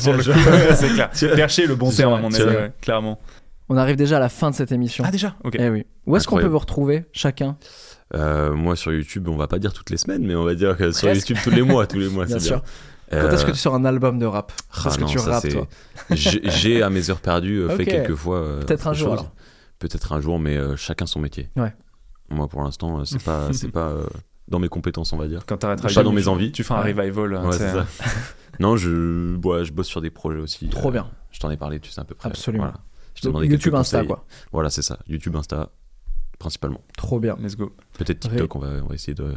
A: pour le
D: Tiens,
A: coup,
D: je-
A: c'est clair.
D: Tiens.
A: Percher le bon
D: Tiens,
A: terme, à mon avis,
D: tiens.
A: ouais, clairement.
B: On arrive déjà à la fin de cette émission.
A: Ah, déjà Ok.
B: Eh oui. Où est-ce qu'on peut
D: Incroyable.
B: vous retrouver chacun
D: Euh, Moi, sur YouTube, on va pas dire toutes les semaines, mais on va dire que sur
B: Presque.
D: YouTube tous les mois, tous les mois,
B: Bien
D: c'est
B: sûr.
D: bien. Euh,
B: Quand est-ce que tu sors un album de rap
D: ah
B: Parce que
D: non,
B: tu
D: ça,
B: rappes
D: c'est-
B: toi.
D: J'ai j'ai, à mes heures perdues euh, fait
B: Ok.
D: quelques fois. euh,
B: Peut-être un
D: autre
B: jour,
D: chose.
B: alors.
D: Peut-être un jour, mais euh, chacun son métier.
B: Ouais.
D: Moi, pour l'instant, euh, c'est pas, c'est pas euh, dans mes compétences, on va dire.
A: Quand t'arrêteras
D: Pas dans
A: tu-
D: mes envies.
A: Tu feras un
B: Ouais.
A: revival. hein,
D: Ouais,
A: tu sais,
D: c'est ça. non, je, ouais, je bosse sur des projets aussi.
B: Trop
D: euh,
B: bien.
D: Je t'en ai parlé, tu sais à peu près.
B: Absolument.
D: Voilà. Je t'ai
B: Donc,
D: demandé
B: YouTube,
D: quelques
B: Insta,
D: conseils.
B: quoi.
D: Voilà, c'est ça. YouTube, Insta, principalement.
B: Trop bien.
A: Let's go.
D: Peut-être
B: Ré-
D: TikTok, on va, on va essayer de. de-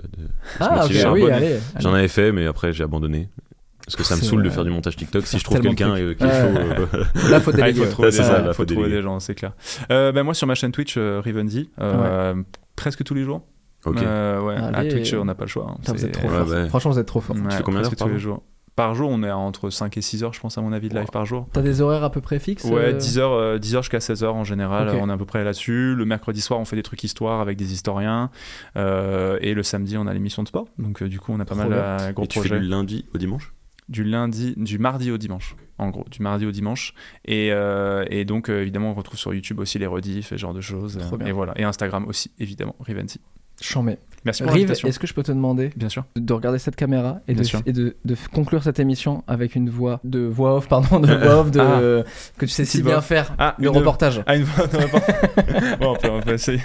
B: Ah, ok,
D: motiver un
B: oui,
D: bon-
B: allez.
D: J'en avais fait, mais après, j'ai abandonné. Parce que ça me
B: C'est
D: saoule de
B: vrai.
D: faire du montage TikTok. Si
B: Faire
D: je trouve
B: tellement de
D: quelqu'un euh, qui est
B: Ouais.
D: chaud. euh,
A: Ah,
B: Là, faut
A: il faut
B: déléguer.
A: trouver,
D: c'est
A: des,
D: ça,
A: gens,
D: là,
A: faut
D: faut
A: trouver
D: déléguer.
A: des gens, c'est clair. Euh, ben, moi, sur ma chaîne Twitch, euh, Rivenzy, euh, presque tous les jours.
D: ok.
A: Euh, ouais, à
B: Allez.
A: Twitch, on n'a pas le choix. hein.
B: Putain, vous
A: C'est-
B: êtes trop
D: Ouais,
B: fort.
D: ouais. Mm.
B: Franchement, vous êtes trop fort.
A: Ouais,
D: fais combien
A: presque
D: d'heures par
A: tous les
D: jour
A: jours Par jour, on est à entre 5 et 6 heures, je pense, à mon avis, de live
B: Wow.
A: par jour.
B: T'as des horaires à peu près fixes
A: Ouais,
B: euh
A: 10h jusqu'à 16h en général,
B: Ok.
A: on est à peu près là-dessus. Le mercredi soir, on fait des trucs histoire avec des historiens. Euh, et le samedi, on a l'émission de sport. Donc, euh, du coup, on a pas
B: Trop
A: mal
B: bien.
A: à gros
D: Et tu fais
A: projets.
D: du lundi au dimanche
A: du lundi, du mardi au dimanche, en gros, du mardi au dimanche. Et, euh, et donc, euh, évidemment, on retrouve sur YouTube aussi les rediffs, et ce genre de choses.
B: Trop
A: Euh,
B: bien.
A: Et voilà. Et Instagram aussi, évidemment, Rivency.
B: Chambé.
A: Merci pour
B: Rive,
A: l'invitation.
B: est-ce que je peux te demander
A: Bien sûr.
B: de- de regarder cette caméra et, de,
A: Bien sûr.
B: et de, de f- conclure cette émission avec une voix de voix off, pardon, de voix off de, que tu sais si
A: Petite Ah. voix
B: bien
A: off.
B: faire,
A: Ah,
B: le
A: une-
B: reportage.
A: Ah, une fois, non, pardon. Bon, on peut- on peut essayer.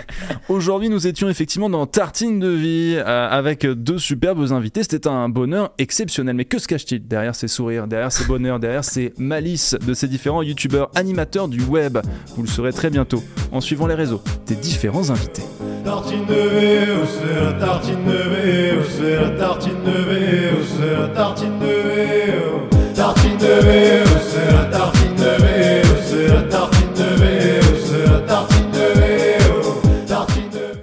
A: Aujourd'hui, nous étions effectivement dans Tartine de vie euh, avec deux superbes invités. C'était un bonheur exceptionnel. Mais que se cache-t-il derrière ces sourires, derrière ces bonheurs, derrière ces malices de ces différents youtubeurs animateurs du web Vous le saurez très bientôt en suivant les réseaux des différents invités.
C: Tartine de veau, c'est la tartine de veau, c'est la tartine de veau, c'est la tartine de veau. Tartine de veau, c'est la tartine de veau, c'est la tartine de veau, c'est la tartine de veau. Tartine de